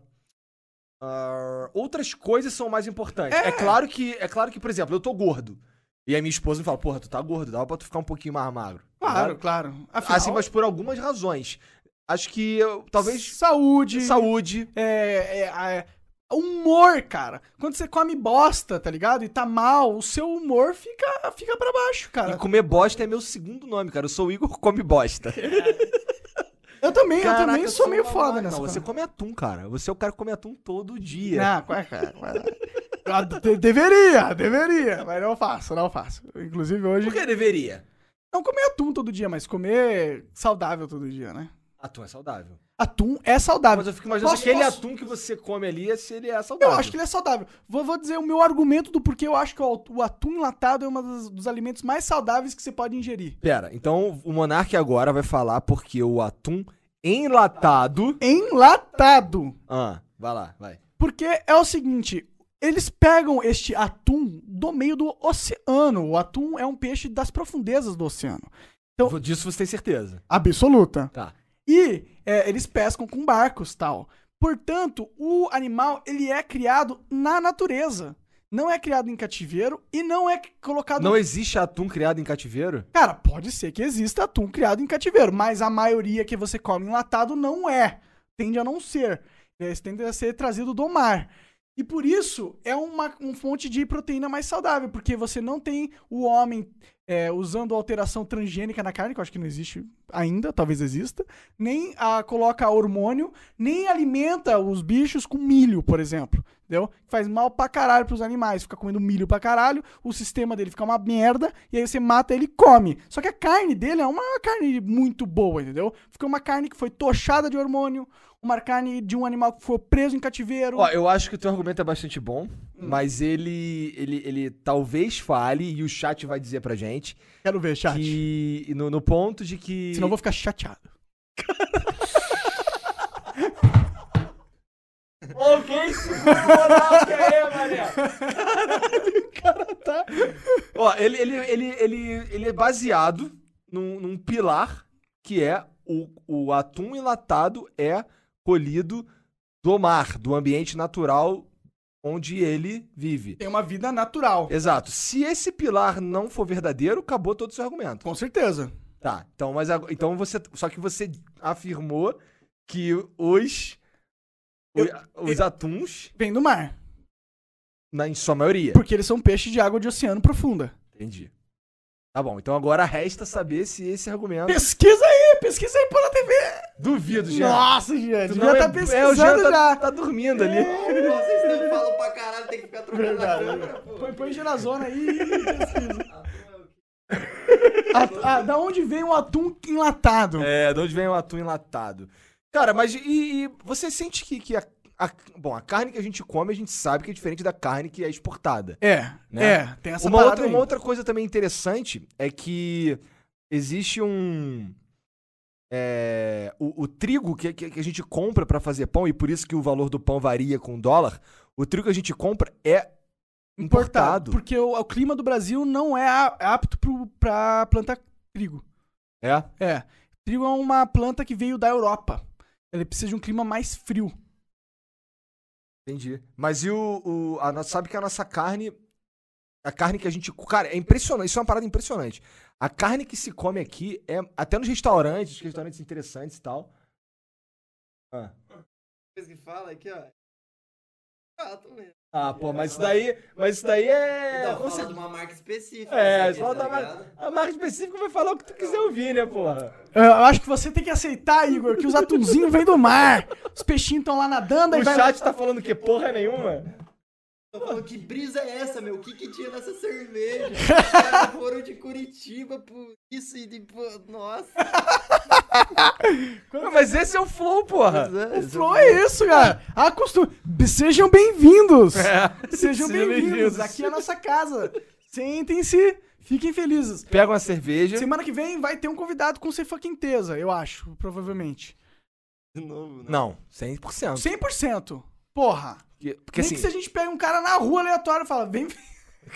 B: a- outras coisas são mais importantes. É. claro que é claro que, por exemplo, eu tô gordo. E a minha esposa me fala: "Porra, tu tá gordo, dava pra tu ficar um pouquinho mais magro".
C: Claro,
B: Tá?
C: claro. Afinal,
B: Assim, mas por algumas razões. Acho que eu, talvez
C: saúde,
B: saúde,
C: é, é, a- é, humor, cara. Quando você come bosta, tá ligado? E tá mal, o seu humor fica, fica pra baixo,
B: e
C: cara.
B: comer bosta é meu segundo nome, cara. Eu sou o Igor come
C: <laughs>
B: bosta.
C: Eu também, eu
B: Caraca,
C: também sou meio
B: uma
C: foda
B: máquina.
C: nessa.
B: Não,
C: parada.
B: você come atum, cara. Você é o cara que come atum todo dia.
C: Não, qual é, cara? Qual é? Ah, de- deveria, deveria, mas não faço, não faço. Inclusive hoje.
B: Por que deveria?
C: Não comer atum todo dia, mas comer saudável todo dia, né?
B: Atum é saudável.
C: Atum é saudável.
B: Mas eu fico imaginando
C: Posso-
B: se aquele
C: posso-
B: atum que você come ali, é se ele é
C: Eu
B: saudável.
C: acho que ele é saudável. Vou, vou dizer o meu argumento do porquê eu acho que o o atum enlatado é um dos, dos alimentos mais saudáveis que você pode ingerir.
B: Pera, então o Monark agora vai falar porque o atum enlatado...
C: Enlatado!
B: Ah, vai lá, vai.
C: Porque é o seguinte, eles pegam este atum do meio do oceano. O atum é um peixe das profundezas do oceano. Eu-
B: Disso você tem certeza.
C: Absoluta.
B: Tá.
C: E é, eles pescam com barcos tal. Portanto, o animal ele é criado na natureza. Não é criado em cativeiro e não é colocado.
B: Não existe atum criado em cativeiro?
C: Cara, pode ser que exista atum criado em cativeiro, mas a maioria que você come enlatado não é. Tende a não ser. É, Isso tende a ser trazido do mar. E por isso é uma, uma fonte de proteína mais saudável, porque você não tem o homem é, usando alteração transgênica na carne, que eu acho que não existe ainda, talvez exista, nem a, coloca hormônio, nem alimenta os bichos com milho, por exemplo. Entendeu? Faz mal pra caralho pros animais. Fica comendo milho pra caralho, o sistema dele fica uma merda, e aí você mata ele e come. Só que a carne dele é uma carne muito boa, entendeu? Fica uma carne que foi tochada de hormônio, uma carne de um animal que foi preso em cativeiro.
B: Ó, eu acho que o teu argumento é bastante
C: Hum.
B: bom, mas ele, ele, ele talvez fale, e o chat vai dizer pra gente,
C: Quero ver, chat.
B: que no, no ponto de que...
C: Senão eu vou ficar chateado.
B: Ó, ele, ele, ele, ele, ele é baseado num, num pilar que é o, o atum enlatado é colhido do mar, do ambiente natural onde ele vive.
C: Tem uma vida natural.
B: Exato. Se esse pilar não for verdadeiro, acabou todo o seu argumento.
C: Com certeza.
B: Tá. Então, mas ag- então você, só que você afirmou que os o- os atuns
C: Vem do mar.
B: na em sua maioria.
C: Porque eles são peixes de água de oceano profunda.
B: Entendi. Tá bom. Então agora resta saber se esse argumento
C: Pesquisa aí, pesquisa aí pela TV.
B: Duvido, Jean.
C: Nossa, Jean,
B: Tu
C: devia
B: não
C: estar
B: é- é, o
C: pesquisando
B: Jean tá,
C: já.
B: tá dormindo ali.
E: Vocês não falam pra caralho, tem que ficar trocando a câmera, pô.
C: Põe, põe gerazona aí e pesquisa. <laughs> Ah, ah, da onde vem o atum enlatado?
B: É, de onde vem o atum enlatado? Cara, mas e, e você sente que, que a, a- Bom, a carne que a gente come, a gente sabe que é diferente da carne que é exportada.
C: É,
B: Né?
C: é, tem essa
B: Uma
C: parada
B: outra,
C: aí.
B: uma outra coisa também interessante é que existe um. é, o, o trigo que, que- que a gente compra pra fazer pão, e por isso que o valor do pão varia com o dólar, o trigo que a gente compra é importado.
C: Porque o, o clima do Brasil não é a- apto pro, pra plantar trigo.
B: É.
C: É. Trigo é uma planta que veio da Europa. Ele precisa de um clima mais frio.
B: Entendi. Mas e o. o- a, no- sabe que a nossa carne. A carne que a gente. co- Cara, é impressionante. Isso é uma parada impressionante. A carne que se come aqui é. Até nos restaurantes, restaurantes interessantes e tal. Ah,
E: Vocês que falam aqui, ó. Ah, tô lendo.
B: Ah, pô, mas isso daí. Mas isso daí é.
E: Então,
B: com
E: fala
B: cer-
E: de uma marca específica.
B: É,
E: isso
B: fala
E: aqui,
B: da
E: tá
B: marca.
E: ligado?
B: A marca específica vai falar o que tu quiser ouvir, né, porra?
C: Ah, Eu acho que você tem que aceitar, Igor, que os atunzinhos vêm do mar. Os peixinhos estão lá nadando e
B: O
C: vai.
B: chat tá falando que porra nenhuma.
E: Eu falo, que brisa é essa, meu? O que que tinha nessa cerveja? Os caras foram de Curitiba por isso e de... pô, Nossa.
B: Não, mas esse é o flow, porra.
C: O flow é isso, cara. Acostum... Sejam bem-vindos.
B: É.
C: Sejam bem-vindos. Aqui é a nossa casa. Sentem-se, fiquem felizes.
B: Pega uma cerveja.
C: Semana que vem vai ter um convidado com sem fucking teza, eu acho, provavelmente.
D: De novo, né?
B: Não, 100%.
C: 100%. Porra.
B: Porque, porque
C: Nem
B: assim.
C: que se a gente pega um cara na rua aleatório e fala, vem... <laughs>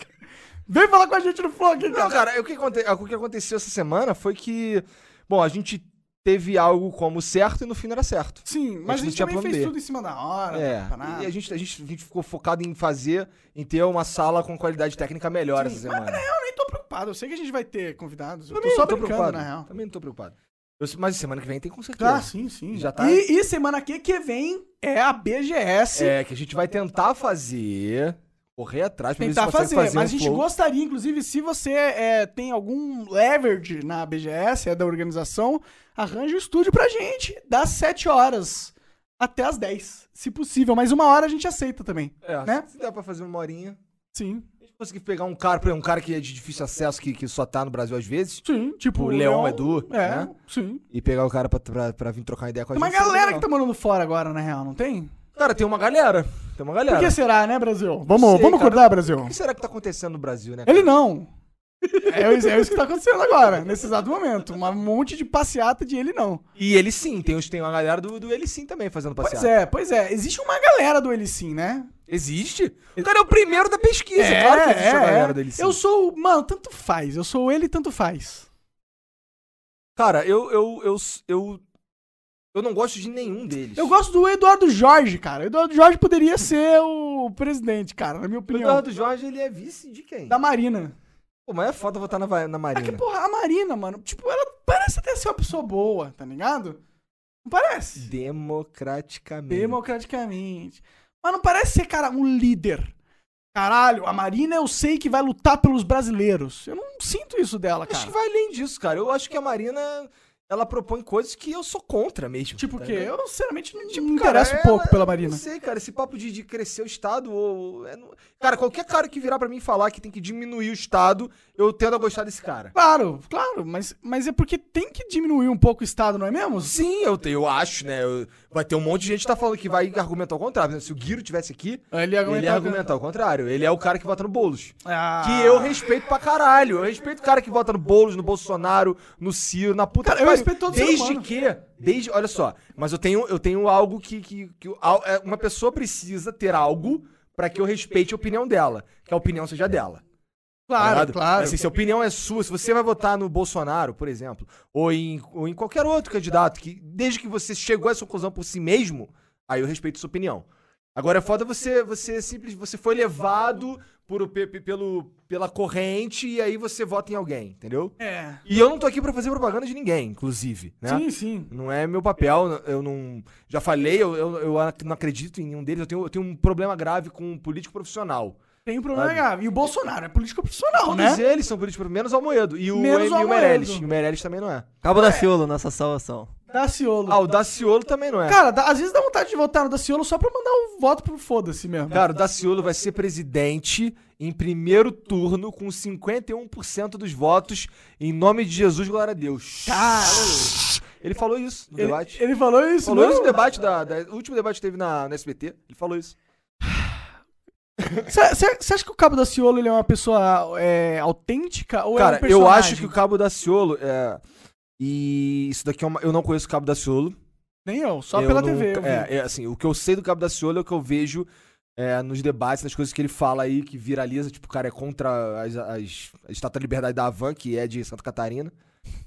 C: vem falar com a gente no flow aqui,
B: Não,
C: cara.
B: cara, é o que, aconte- o que aconteceu essa semana foi que. Bom, a gente teve algo como certo e no fim não era certo.
C: Sim,
B: não
C: mas a gente
B: tinha
C: também
B: plano
C: fez
B: B.
C: tudo em cima da hora.
B: É,
C: não parava.
B: e a gente, a, gente, a gente ficou focado em fazer, em ter uma sala com qualidade técnica melhor
C: Sim,
B: essa
C: mas,
B: semana.
C: na real, eu nem tô preocupado. Eu sei que a gente vai ter convidados. Eu
B: Também
C: tô só
B: não tô
C: brincando,
B: preocupado.
C: na real.
B: Também não tô preocupado. Eu sei- mas semana que vem tem com certeza.
C: Ah, sim, sim.
B: Já tá-
C: E, e semana que, que vem é a BGS.
B: É, que a gente vai tentar fazer, correr atrás pra ver se
C: Tentar
B: consegue
C: fazer,
B: fazer
C: mas
B: um
C: a gente
B: flow.
C: gostaria, inclusive, se você é, tem algum leverage na BGS, é da organização, arranje o estúdio pra gente, das 7 horas até as 10, se possível. Mas uma hora a gente aceita também.
B: É,
C: né?
B: se dá pra fazer uma horinha.
C: Sim.
B: A gente conseguir pegar um cara, por exemplo, um cara que é de difícil acesso, que, que só tá no Brasil às vezes,
C: Sim, tipo.
B: o Leon Edu,
C: É,
B: né?
C: sim.
B: e pegar o cara pra, pra, pra vir trocar uma ideia com a
C: Tem uma
B: gente. seria
C: galera que
B: legal.
C: tá morando fora agora, na real, não tem?
B: Cara, tem uma galera. Tem uma galera.
C: Por que será, né, Brasil? Vamos,
B: sei,
C: vamos
B: cara.
C: acordar, Brasil.
B: assim, O que será que tá acontecendo no Brasil, né?
C: Ele não. É isso, é isso que tá acontecendo agora, nesse exato momento. Um monte de passeata de ele não.
B: E ele sim, tem, os- tem uma galera do, do ele sim também fazendo
C: Pois
B: passeada.
C: é, pois é. Existe uma galera do ele sim, né?
B: Existe? O cara é o primeiro da pesquisa, claro que existe a galera do ele sim.
C: É, Eu sou, o- mano, tanto faz. Eu sou ele, tanto faz.
B: Cara, eu, eu, eu, eu, eu não gosto de nenhum deles.
C: Eu gosto do Eduardo Jorge, cara. O Eduardo Jorge poderia ser o presidente, cara, na minha
B: O
C: opinião.
B: Eduardo Jorge, ele é vice de quem?
C: Da Marina.
B: Pô, mas é foda votar na, Va- na
C: É que,
B: Marina.
C: porra, a Marina, mano, tipo, ela parece até ser uma pessoa boa, tá ligado? Não parece?
B: Democraticamente.
C: Democraticamente. Mas não parece ser, cara, um líder. Caralho, a Marina eu sei que vai lutar pelos brasileiros. Eu não sinto isso dela,
B: Acho que
C: cara.
B: vai além disso, cara. Eu acho que a Marina, ela propõe coisas que eu sou contra mesmo.
C: Tipo o
B: tá
C: quê?
B: ligado?
C: Eu, sinceramente, não
B: Tipo,
C: me
B: cara,
C: interesso um
B: ela-
C: pouco pela Marina.
B: Não sei, cara, esse papo de, de crescer o Estado. Ou, é não- Cara, qualquer cara que virar pra mim e falar que tem que diminuir o Estado, eu tendo a gostar desse cara.
C: Claro, claro, mas, mas é porque tem que diminuir um pouco o Estado, não é mesmo?
B: Sim, eu, te- eu acho, né? Eu- vai ter um monte de gente que tá falando que vai argumentar o contrário. Por exemplo, Se o Guiro tivesse aqui,
C: Ele
B: ele ia argumentar o contrário. Ele é o cara que vota no Boulos.
C: Ah.
B: Que eu respeito pra caralho. Eu respeito o cara que vota no Boulos, no Bolsonaro, no Ciro, na puta.
C: Cara,
B: que
C: eu
B: pariu.
C: respeito todo ser
B: Desde
C: humano.
B: que. Desde. Olha só. Mas eu tenho, eu tenho algo que. que, que al- é, uma pessoa precisa ter algo pra que eu respeite a opinião dela. Que a opinião seja dela. tá
C: Claro,
B: ligado?
C: claro.
B: Assim, se a opinião é sua, se você vai votar no Bolsonaro, por exemplo, ou em, ou em qualquer outro candidato, que desde que você chegou a essa conclusão por si mesmo, aí eu respeito sua opinião. Agora é foda você, você simples, você foi levado por, o pe- pe- pelo, pela corrente e aí você vota em alguém, entendeu?
C: É.
B: E eu não tô aqui pra fazer propaganda de ninguém, inclusive, né?
C: Sim, sim.
B: Não é meu papel, eu não. Já falei, eu, eu, eu ac- não acredito em nenhum deles. Eu tenho, eu tenho um problema grave com um político profissional.
C: Tem um problema
B: Sabe?
C: grave. E o Bolsonaro é político profissional, né?
B: Todos eles são políticos, menos o Almoedo. E o,
C: Menos o
B: e o
C: Almoedo.
B: Meirelles. E o Meirelles também não é.
D: Cabo da Ciolo, nossa salvação.
C: Daciolo.
B: Ah, o Daciolo também não é.
C: Cara, dá- às vezes dá vontade de votar no Daciolo só pra mandar um voto pro foda-se mesmo.
B: Cara, o Daciolo vai ser presidente em primeiro turno com 51% dos votos. Em nome de Jesus, glória a Deus. Ele falou isso no
C: Ele,
B: debate.
C: ele falou isso,
B: falou isso
C: mesmo?
B: no debate, da, da- o último debate que teve na, na SBT. Ele falou isso.
C: Você acha que o Cabo da Ciolo ele é uma pessoa é, autêntica ou é
B: Cara,
C: um
B: eu
C: personagem?
B: acho que o Cabo Daciolo é. E isso daqui é uma. Eu não conheço o Cabo Daciolo.
C: Nem eu, só
B: Eu
C: pela
B: nunca-
C: TV. eu vi.
B: é, é, assim, o que eu sei do Cabo da Ciolo é o que eu vejo é, nos debates, nas coisas que ele fala aí, que viraliza, tipo, o cara é contra as, as, a Estátua da Liberdade da Havan, que é de Santa Catarina,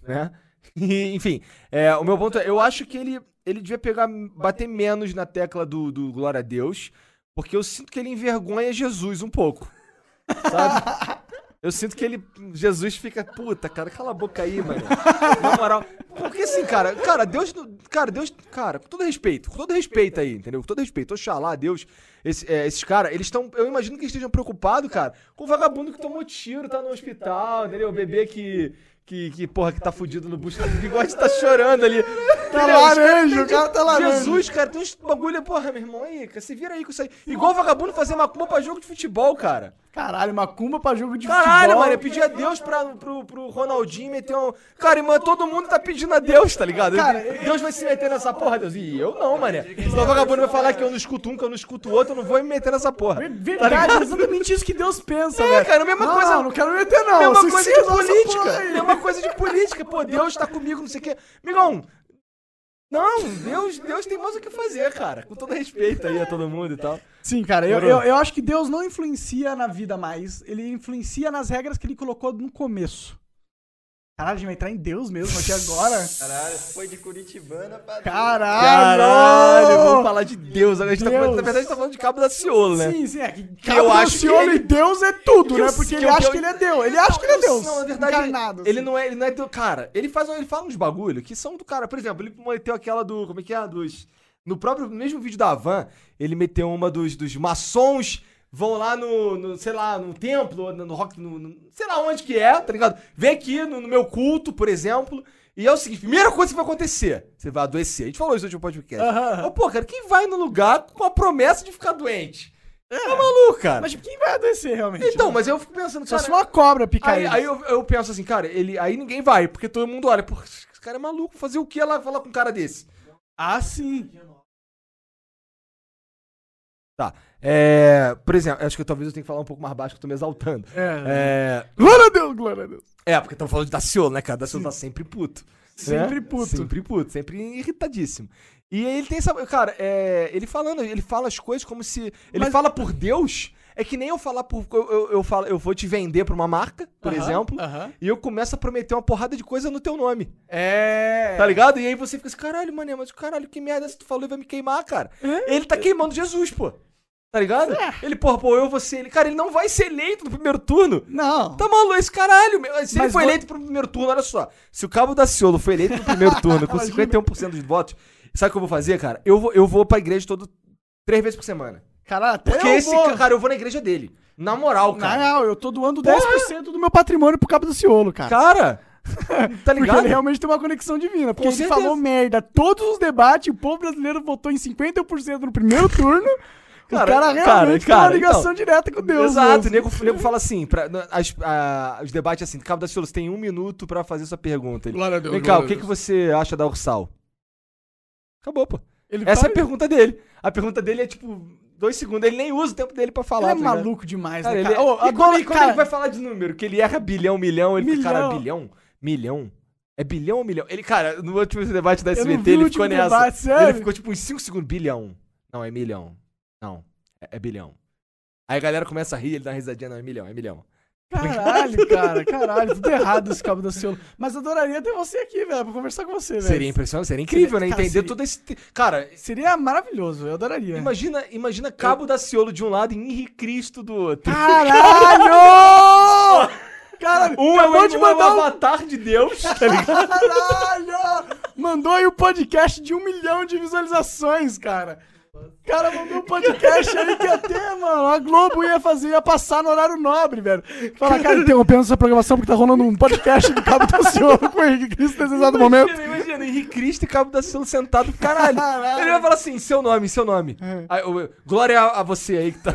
B: né? <laughs> E, enfim, é, o meu ponto é, eu acho que ele, ele devia pegar, bater menos na tecla do, do Glória a Deus, porque eu sinto que ele envergonha Jesus um pouco, sabe? Eu sinto que ele. Jesus fica. Puta, cara, cala a boca aí, mano. Na moral. Porque assim, cara, cara, Deus. não- Cara, Deus. Cara, com todo respeito, com todo respeito aí, entendeu? Com todo respeito. Oxalá, Deus. esse- é, esses caras, eles estão. Eu imagino que eles estejam preocupados, cara, com o vagabundo que tomou tiro, tá no hospital, entendeu? O bebê que. que, que, porra, que tá fudido no bucho, o bigode tá chorando ali.
C: Tá
B: Entendeu? Os caras
C: laranja, o cara tá laranja.
B: Jesus, cara, tem uns bagulho, porra, meu irmão, aí, cara, se vira aí com isso aí. Igual vagabundo fazer macumba pra jogo de futebol, cara.
C: Caralho, macumba pra jogo de
B: Caralho,
C: futebol.
B: mano, eu pedi a Deus pra, pro, pro Ronaldinho meter um. Cara, irmão, todo mundo tá pedindo a Deus, tá ligado?
C: Cara,
B: Deus vai se meter nessa porra, Deus. E eu não, mané. Senão o vagabundo vai falar que eu não escuto um, que eu não escuto o outro, eu não vou me meter nessa porra.
C: Ver-
B: Tá
C: Verdade,
B: ligado?
C: é exatamente isso que Deus pensa,
B: É,
C: velho.
B: cara, a mesma
C: não,
B: coisa-
C: Não, não quero meter, não.
B: Mesma
C: Se
B: coisa de
C: senta nessa porra
B: política.
C: aí.
B: Mesma coisa de política. Pô, Deus tá comigo, não sei o quê. Migão, não, Deus, Deus tem mais o que fazer, cara. Com todo respeito aí a todo mundo e tal.
C: Sim, cara, eu,
B: Morou.
C: eu, eu acho que Deus não influencia na vida mais. Ele influencia nas regras que ele colocou no começo. Caralho, a gente vai entrar em Deus mesmo aqui agora.
D: Caralho,
E: Foi de Curitibana pra.
C: Caralho!
B: Caralho, vamos falar de Deus. Agora a gente tá falando,
C: Deus.
B: na verdade, a gente tá falando de Cabo da Ciolo, né?
C: Sim, sim, é que,
B: Que eu acho que
C: senhor
B: ele-
C: e Deus é tudo,
B: que
C: né?
B: eu-
C: Porque
B: que
C: ele
B: eu-
C: acha
B: que eu-
C: que ele é Deus. Ele acha que ele é Deus.
B: Não, na verdade,
C: encarnado,
B: ele, ele
C: assim.
B: não é, ele não é teu. Cara, ele faz, ele fala uns bagulho que são do cara. Por exemplo, ele meteu aquela do. Como é que é? Dos. No próprio no mesmo vídeo da Havan, ele meteu uma dos, dos maçons vão lá no, no, sei lá, no templo, no, no rock, no, no- sei lá onde que é, tá ligado? Vem aqui no, no meu culto, por exemplo, e é o seguinte, primeira coisa que vai acontecer, você vai adoecer. A gente falou isso no último podcast.
C: Aham.
B: Ô, pô, cara, quem vai no lugar com a promessa de ficar doente? Tá maluco, cara?
C: É. Mas quem vai adoecer realmente?
B: então,
C: né?
B: mas eu fico pensando,
C: só
B: cara,
C: se uma cobra picar
B: Aí,
C: ele.
B: aí eu, eu penso assim, cara, ele, aí ninguém vai, porque todo mundo olha, pô, esse cara é maluco, fazer o que ela falar com um cara desse?
C: Ah, sim.
B: Tá. É, por exemplo, acho que talvez eu tenha que falar um pouco mais baixo, que eu tô me exaltando.
C: É.
B: É,
C: Glória a Deus, glória a Deus.
B: é porque estão falando de Daciolo, né, cara? Daciolo tá sempre puto. É?
C: Sempre puto.
B: Sempre puto, sempre irritadíssimo. E aí ele tem essa. Cara, é, ele falando, ele fala as coisas como se. Ele
C: Mas-
B: fala por Deus. É que nem eu falar por. Eu, eu, eu falo, eu vou te vender pra uma marca, por
C: Aham,
B: exemplo.
C: aham.
B: E eu começo a prometer uma porrada de coisa no teu nome.
C: É.
B: Tá ligado? E aí você fica assim, caralho, mané, mas caralho, que merda essa que tu falou e vai me queimar, cara. Ele tá queimando Jesus, pô. Tá ligado?
C: É.
B: Ele, porra, pô, eu vou ser ele. Cara, ele não vai ser eleito no primeiro turno.
C: Não.
B: Tá maluco, esse caralho, meu. Se ele
C: Mas
B: foi
C: vo-
B: eleito pro primeiro turno, olha só. Se o Cabo da Ciolo foi eleito no
C: <laughs>
B: primeiro turno com
C: Imagina.
B: 51% dos votos, sabe o que eu vou fazer, cara? Eu vou, eu vou pra igreja todo três vezes por semana.
C: Caralho, até
B: Porque
C: eu
B: esse
C: vou.
B: ca- cara, eu vou na igreja dele. Na moral,
C: Na
B: cara.
C: real, eu tô doando
B: Porra!
C: 10% do meu patrimônio pro Cabo do Ciolo, cara. <laughs>
B: Cara, tá
C: Porque ele é
B: ligado?
C: realmente tem uma conexão divina. Porque
B: Com
C: ele
B: certeza.
C: falou merda. Todos os debates, o povo brasileiro votou em 50% no primeiro turno.
B: Cara,
C: o cara
B: cara,
C: realmente tem uma
B: cara,
C: ligação
B: então.
C: direta com Deus.
B: Exato,
C: mesmo.
B: o nego, o nego fala assim, pra, na- as- a- os debates assim, Cabo da Ciolo, você tem um minuto pra fazer sua pergunta. Ele,
C: Glória a Deus,
B: Vem cá,
C: glória
B: o que,
C: a
B: que
C: Deus.
B: você acha da Ursal? Acabou, pô.
C: Ele
B: Essa é a
C: fala-
B: pergunta dele. A pergunta dele é tipo, dois segundos, ele nem usa o tempo dele pra falar.
C: Ele é
B: tá ligado?
C: maluco demais,
B: Cara,
C: né,
B: ele
C: cara?
B: é-
C: Ô,
B: e quando,
C: agora,
B: e quando
C: cara,
B: <laughs> ele vai falar de número, que ele erra bilhão, milhão, ele fica, cara,
C: Milhão.
B: bilhão, milhão. É bilhão ou milhão? Ele, cara, no último debate da
C: não
B: SBT,
C: vi o
B: ele
C: último
B: ficou nessa.
C: debate, sério?
B: Ele ficou tipo uns 5 segundos. Bilhão. Não, é milhão. Não, é, é bilhão. Aí a galera começa a rir, ele dá uma risadinha, não, é milhão, é milhão.
C: Caralho, cara, caralho. Tudo errado esse Cabo do Ciolo. Mas adoraria ter você aqui, velho, pra conversar com você, velho.
B: Seria impressionante, seria incrível, né?
C: Cara,
B: Entender
C: seria-
B: todo esse. te- Cara,
C: Seria maravilhoso, eu adoraria.
B: Imagina, imagina Cabo da Ciolo de um lado e Henri Cristo do outro. <laughs>
C: Caralho! Cara,
B: Um é, o,
C: acabou de
B: um é o
C: mandar um-
B: avatar de Deus, tá ligado?
C: Caralho! Mandou aí o podcast de um milhão de visualizações, cara. O cara mandou um podcast aí que até, mano, a Globo ia fazer, ia passar no horário nobre, velho. Fala, cara, interrompendo essa programação porque tá rolando um podcast do Cabo do Senhor com o Henrique Cristo nesse exato momento.
B: Imagina, imagina, Henri Cristo e Cabo da Ciolo sentado, caralho. Ele vai falar assim, seu nome, seu nome.
C: É.
B: Aí, o- glória a, a você aí que
C: <laughs>
B: tá...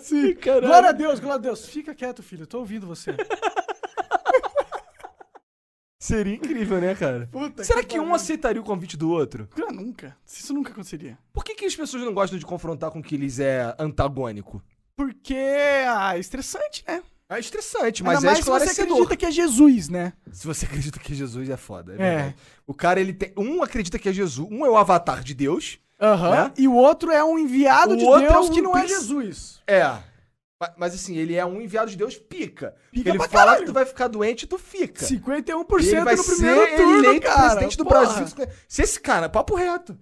C: Sim, caralho. Glória a Deus, glória a Deus. Fica quieto, filho, eu tô ouvindo você.
B: Seria incrível, né, cara?
C: Puta
B: Será que um
C: pariu.
B: aceitaria o convite do outro?
C: Cara, Nunca. Isso nunca aconteceria.
B: Por que, que as pessoas não gostam de confrontar com o que eles é antagônico?
C: Porque ah, é estressante, né?
B: É estressante,
C: Mas
B: mas
C: Ainda
B: é
C: mais se você
B: esclarecedor.
C: acredita que é Jesus, né?
B: Se você acredita que Jesus é foda, é,
C: É.
B: verdade. O cara, ele tem... Um acredita que é Jesus, um é o avatar de Deus...
C: Aham.
B: Né?
C: E o outro é um enviado
B: O
C: de
B: outro é
C: Deus
B: um
C: que não é
B: princ-
C: Jesus.
B: É. Ma- Mas assim, ele é um enviado de Deus, pica.
C: Pica
B: ele
C: pra
B: fala
C: caralho.
B: que tu vai ficar doente, tu fica.
C: 51%
B: ele vai
C: no
B: ser
C: primeiro turno,
B: eleito
C: cara.
B: presidente do
C: Porra.
B: Brasil. Se esse cara, papo reto.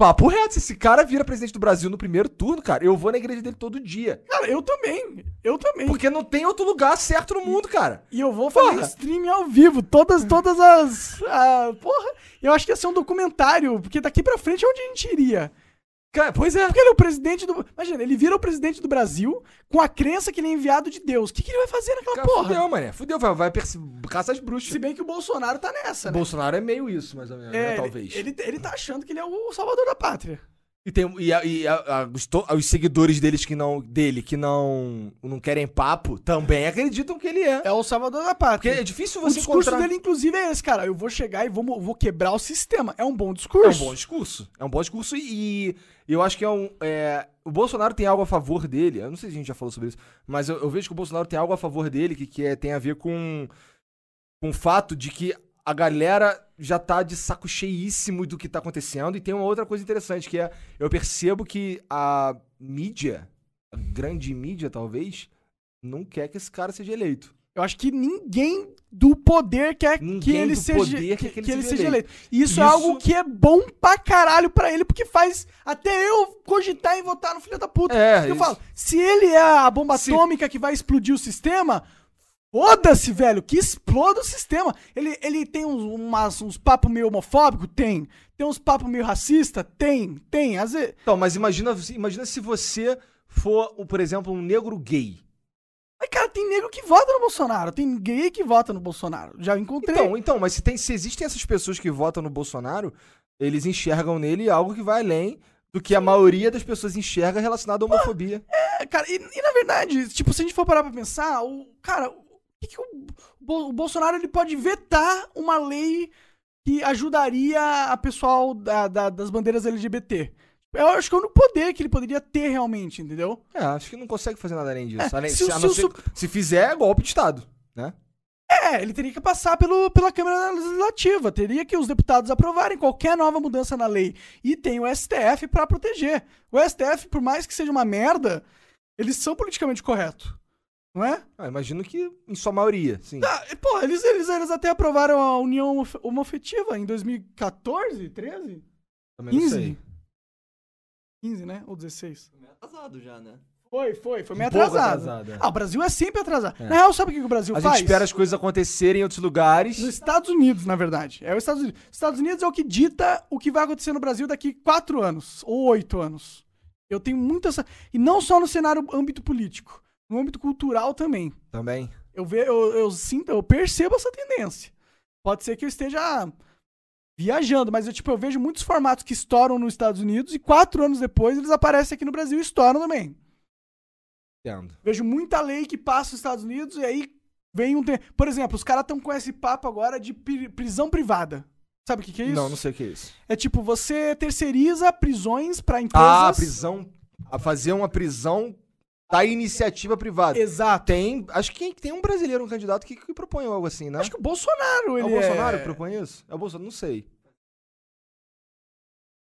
B: Papo reto, se esse cara vira presidente do Brasil no primeiro turno, cara, eu vou na igreja dele todo dia.
C: Cara, eu também. Eu também.
B: Porque não tem outro lugar certo no mundo, cara.
C: E eu vou fazer
B: Porra.
C: streaming ao vivo, todas, todas as. ah, porra, eu acho que ia ser um documentário, porque daqui pra frente é onde a gente iria.
B: Cara, pois é.
C: Porque ele é o presidente do. Imagina, ele vira o presidente do Brasil com a crença que ele é enviado de Deus. O que, que ele vai fazer naquela
B: Cara,
C: porra?
B: Fudeu, mané. Fudeu, vai, vai perse- caça as bruxas.
C: Se bem que o Bolsonaro tá nessa, né?
B: Bolsonaro é meio isso, mais ou menos, né,
C: ele-
B: talvez.
C: Ele, ele tá achando que ele é o salvador da pátria.
B: E, tem, e, a- e a- a- os, to- os seguidores deles que não, dele que não, não querem papo também acreditam que ele é.
C: É o salvador da
B: Porque
C: pátria.
B: é difícil
C: o
B: você
C: discurso
B: encontrar...
C: dele, inclusive, é esse, cara. Eu vou chegar e vou, mo- vou quebrar o sistema. É um bom
B: É um
C: discurso.
B: bom discurso. É um bom discurso e, e eu acho que é um. é, o Bolsonaro tem algo a favor dele. Eu não sei se a gente já falou sobre isso, mas eu, eu vejo que o Bolsonaro tem algo a favor dele que, que é- tem a ver com, com o fato de que a galera já tá de saco cheíssimo do que tá acontecendo. E tem uma outra coisa interessante que é: eu percebo que a mídia, a grande mídia talvez, não quer que esse cara seja eleito.
C: Eu acho que ninguém do poder quer que
B: Ninguém
C: ele,
B: do
C: seja,
B: poder
C: que,
B: quer que ele
C: que ele
B: seja
C: seja eleito. E isso, é
B: Isso-
C: algo que é bom pra caralho pra ele, porque faz até eu cogitar em votar no filho da puta.
B: É,
C: eu
B: isso.
C: falo, se ele é a bomba
B: Se-
C: atômica que vai explodir o sistema, foda-se, velho, que exploda o sistema. Ele, ele tem uns, umas- uns papos meio homofóbico? Tem. Tem uns papos meio racista? Tem, tem. Às vezes,
B: Então, mas imagina, imagina se você for, o- por exemplo, um negro gay.
C: mas, cara, tem negro que vota no Bolsonaro, tem gay que vota no Bolsonaro. Já encontrei.
B: Então, então, mas se, tem- se existem essas pessoas que votam no Bolsonaro, eles enxergam nele algo que vai além do que a maioria das pessoas enxerga relacionado à homofobia.
C: É, cara, e, e na verdade, tipo, se a gente for parar pra pensar, o cara, o que, que o, Bo- o Bolsonaro ele pode vetar uma lei que ajudaria a pessoal da- da- das bandeiras LGBT? Eu acho que é o único poder que ele poderia ter realmente, entendeu?
B: É, acho que não consegue fazer nada além disso. Além-
C: É,
B: se,
C: se o-
B: a
C: se
B: não
C: o
B: ser-
C: Sup-
B: se fizer, é golpe de Estado, né?
C: É, ele teria que passar pelo, pela Câmara Legislativa, teria que os deputados aprovarem qualquer nova mudança na lei. E tem o STF pra proteger. O STF, por mais que seja uma merda, eles são politicamente corretos, não é?
B: Ah, imagino que em sua maioria, sim.
C: Ah, e, pô, eles, eles, eles até aprovaram a união homof- homoafetiva em 2014, 13?
B: Também não
C: 15?
B: sei.
C: 15, né? Ou 16.
E: Meio atrasado já, né?
C: Foi, foi, foi meio
B: pouco
C: atrasado.
B: atrasado, é.
C: Ah, o Brasil é sempre atrasado.
B: É.
C: Na real, sabe o que que o Brasil
B: A gente
C: faz?
B: espera as coisas acontecerem em outros lugares.
C: Nos Estados Unidos, na verdade. É os Estados Unidos. Os Estados Unidos é o que dita o que vai acontecer no Brasil daqui quatro anos ou oito anos. Eu tenho muita. essa- E não só no cenário âmbito político, no âmbito cultural também.
B: Também.
C: Eu, ve, eu, eu sinto, eu percebo essa tendência. Pode ser que eu esteja viajando, mas eu, tipo, eu vejo muitos formatos que estouram nos Estados Unidos e quatro anos depois eles aparecem aqui no Brasil e estouram também.
B: Entendo.
C: Vejo muita lei que passa nos Estados Unidos e aí vem um. te- Por exemplo, os caras estão com esse papo agora de pri- prisão privada. Sabe o que, que é isso?
B: Não, não sei o que é isso.
C: É tipo, você terceiriza prisões pra empresas.
B: Ah, prisão. A fazer uma prisão da iniciativa privada.
C: Exato.
B: Tem. Acho que tem um brasileiro, um candidato que, que propõe algo assim, né?
C: Acho que o Bolsonaro,
B: É
C: ele
B: o Bolsonaro
C: é...
B: que propõe isso? É o Bolsonaro, não sei.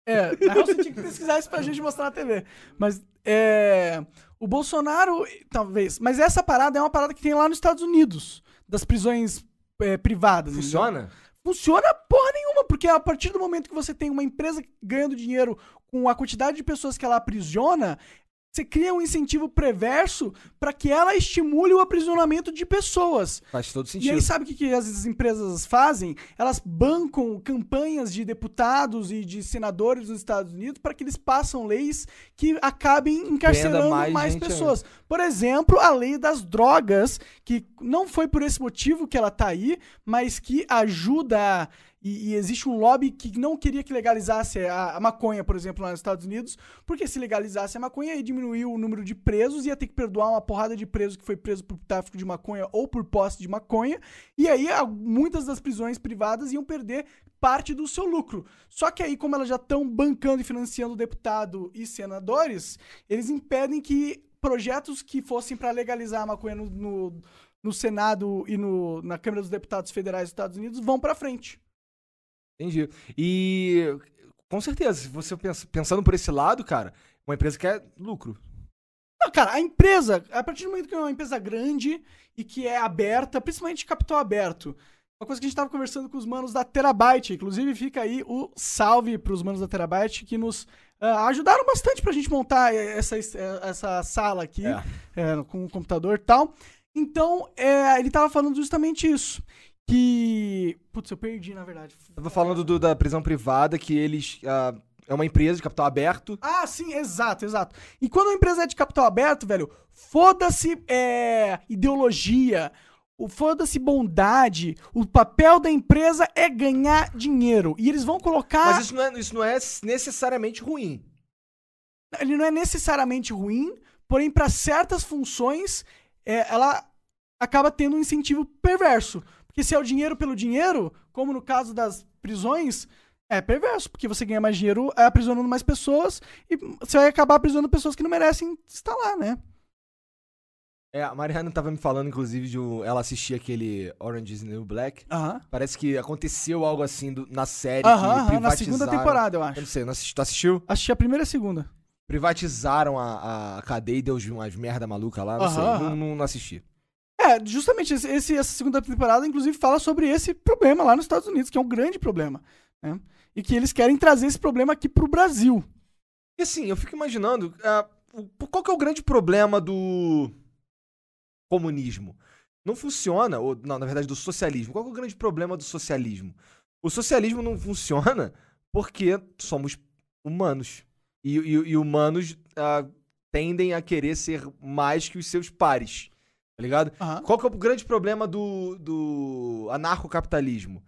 C: É, na real você tinha que pesquisar isso pra gente mostrar na TV. Mas é. O Bolsonaro, talvez. Mas essa parada é uma parada que tem lá nos Estados Unidos das prisões é, privadas. entendeu?
B: Funciona?
C: Funciona porra nenhuma, porque a partir do momento que você tem uma empresa ganhando dinheiro com a quantidade de pessoas que ela aprisiona, você cria um incentivo perverso pra que ela estimule o aprisionamento de pessoas.
B: Faz todo
C: E
B: sentido.
C: aí, sabe o que, que as empresas fazem? Elas bancam campanhas de deputados e de senadores nos Estados Unidos para que eles passam leis que acabem encarcerando mais,
B: mais gente
C: pessoas. Por exemplo, a lei das drogas, que não foi por esse motivo que ela tá aí, mas que ajuda. E, e existe um lobby que não queria que legalizasse a, a maconha, por exemplo, lá nos Estados Unidos, porque se legalizasse a maconha, ia diminuir o número de presos, ia ter que perdoar uma porrada de presos que foi preso por tráfico de maconha ou por posse de maconha, e aí a- muitas das prisões privadas iam perder parte do seu lucro. Só que aí, como elas já estão bancando e financiando deputado e senadores, eles impedem que projetos que fossem para legalizar a maconha no, no, no Senado e no, na Câmara dos Deputados Federais dos Estados Unidos vão para frente.
B: Entendi. E com certeza, se você pensa- pensando por esse lado, cara, uma empresa quer lucro.
C: Não, cara, a empresa, a partir do momento que é uma empresa grande e que é aberta, principalmente capital aberto, uma coisa que a gente tava conversando com os manos da Terabyte, inclusive fica aí o salve pros manos da Terabyte que nos ah, ajudaram bastante pra gente montar eh, essa, es- eh, essa sala aqui
B: É.
C: eh, com o computador e tal. Então, eh, ele tava falando justamente isso. Que. Putz, eu perdi, na verdade.
B: Tava falando do- da prisão privada que eles. ah, é uma empresa de capital aberto.
C: Ah, sim, exato, exato. E quando a empresa é de capital aberto, velho, foda-se é, ideologia, o foda-se bondade, o papel da empresa é ganhar dinheiro. E eles vão colocar.
B: Mas isso não, é, isso não é necessariamente ruim.
C: Ele não é necessariamente ruim, porém, para certas funções, é, ela acaba tendo um incentivo perverso. Porque se é o dinheiro pelo dinheiro, como no caso das prisões, é perverso, porque você ganha mais dinheiro é, aprisionando mais pessoas e você vai acabar aprisionando pessoas que não merecem estar lá, né?
B: É, a Mariana tava me falando, inclusive, de um, ela assistir aquele Orange is the New Black.
C: Aham.
B: Parece que aconteceu algo assim do- na série que
C: Aham, aham,
B: privatizaram.
C: na segunda temporada, eu
B: Eu não
C: acho.
B: sei, não assisti, tu assistiu?
C: Achei a primeira e a segunda.
B: Privatizaram a, a cadeia e deu umas merda maluca lá, não sei,
C: Aham,
B: não,
C: aham.
B: não- não assisti.
C: É, justamente esse- esse- essa segunda temporada, inclusive, fala sobre esse problema lá nos Estados Unidos, que é um grande problema. né? E que eles querem trazer esse problema aqui pro Brasil.
B: E assim, eu fico imaginando, ah, o- qual que é o grande problema do comunismo? Não funciona, ou não, na verdade, do socialismo. Qual que é o grande problema do socialismo? O socialismo não funciona porque somos humanos. E, e- e humanos ah, tendem a querer ser mais que os seus pares. Tá ligado?
C: Aham.
B: Qual que é o grande problema do, do anarcocapitalismo?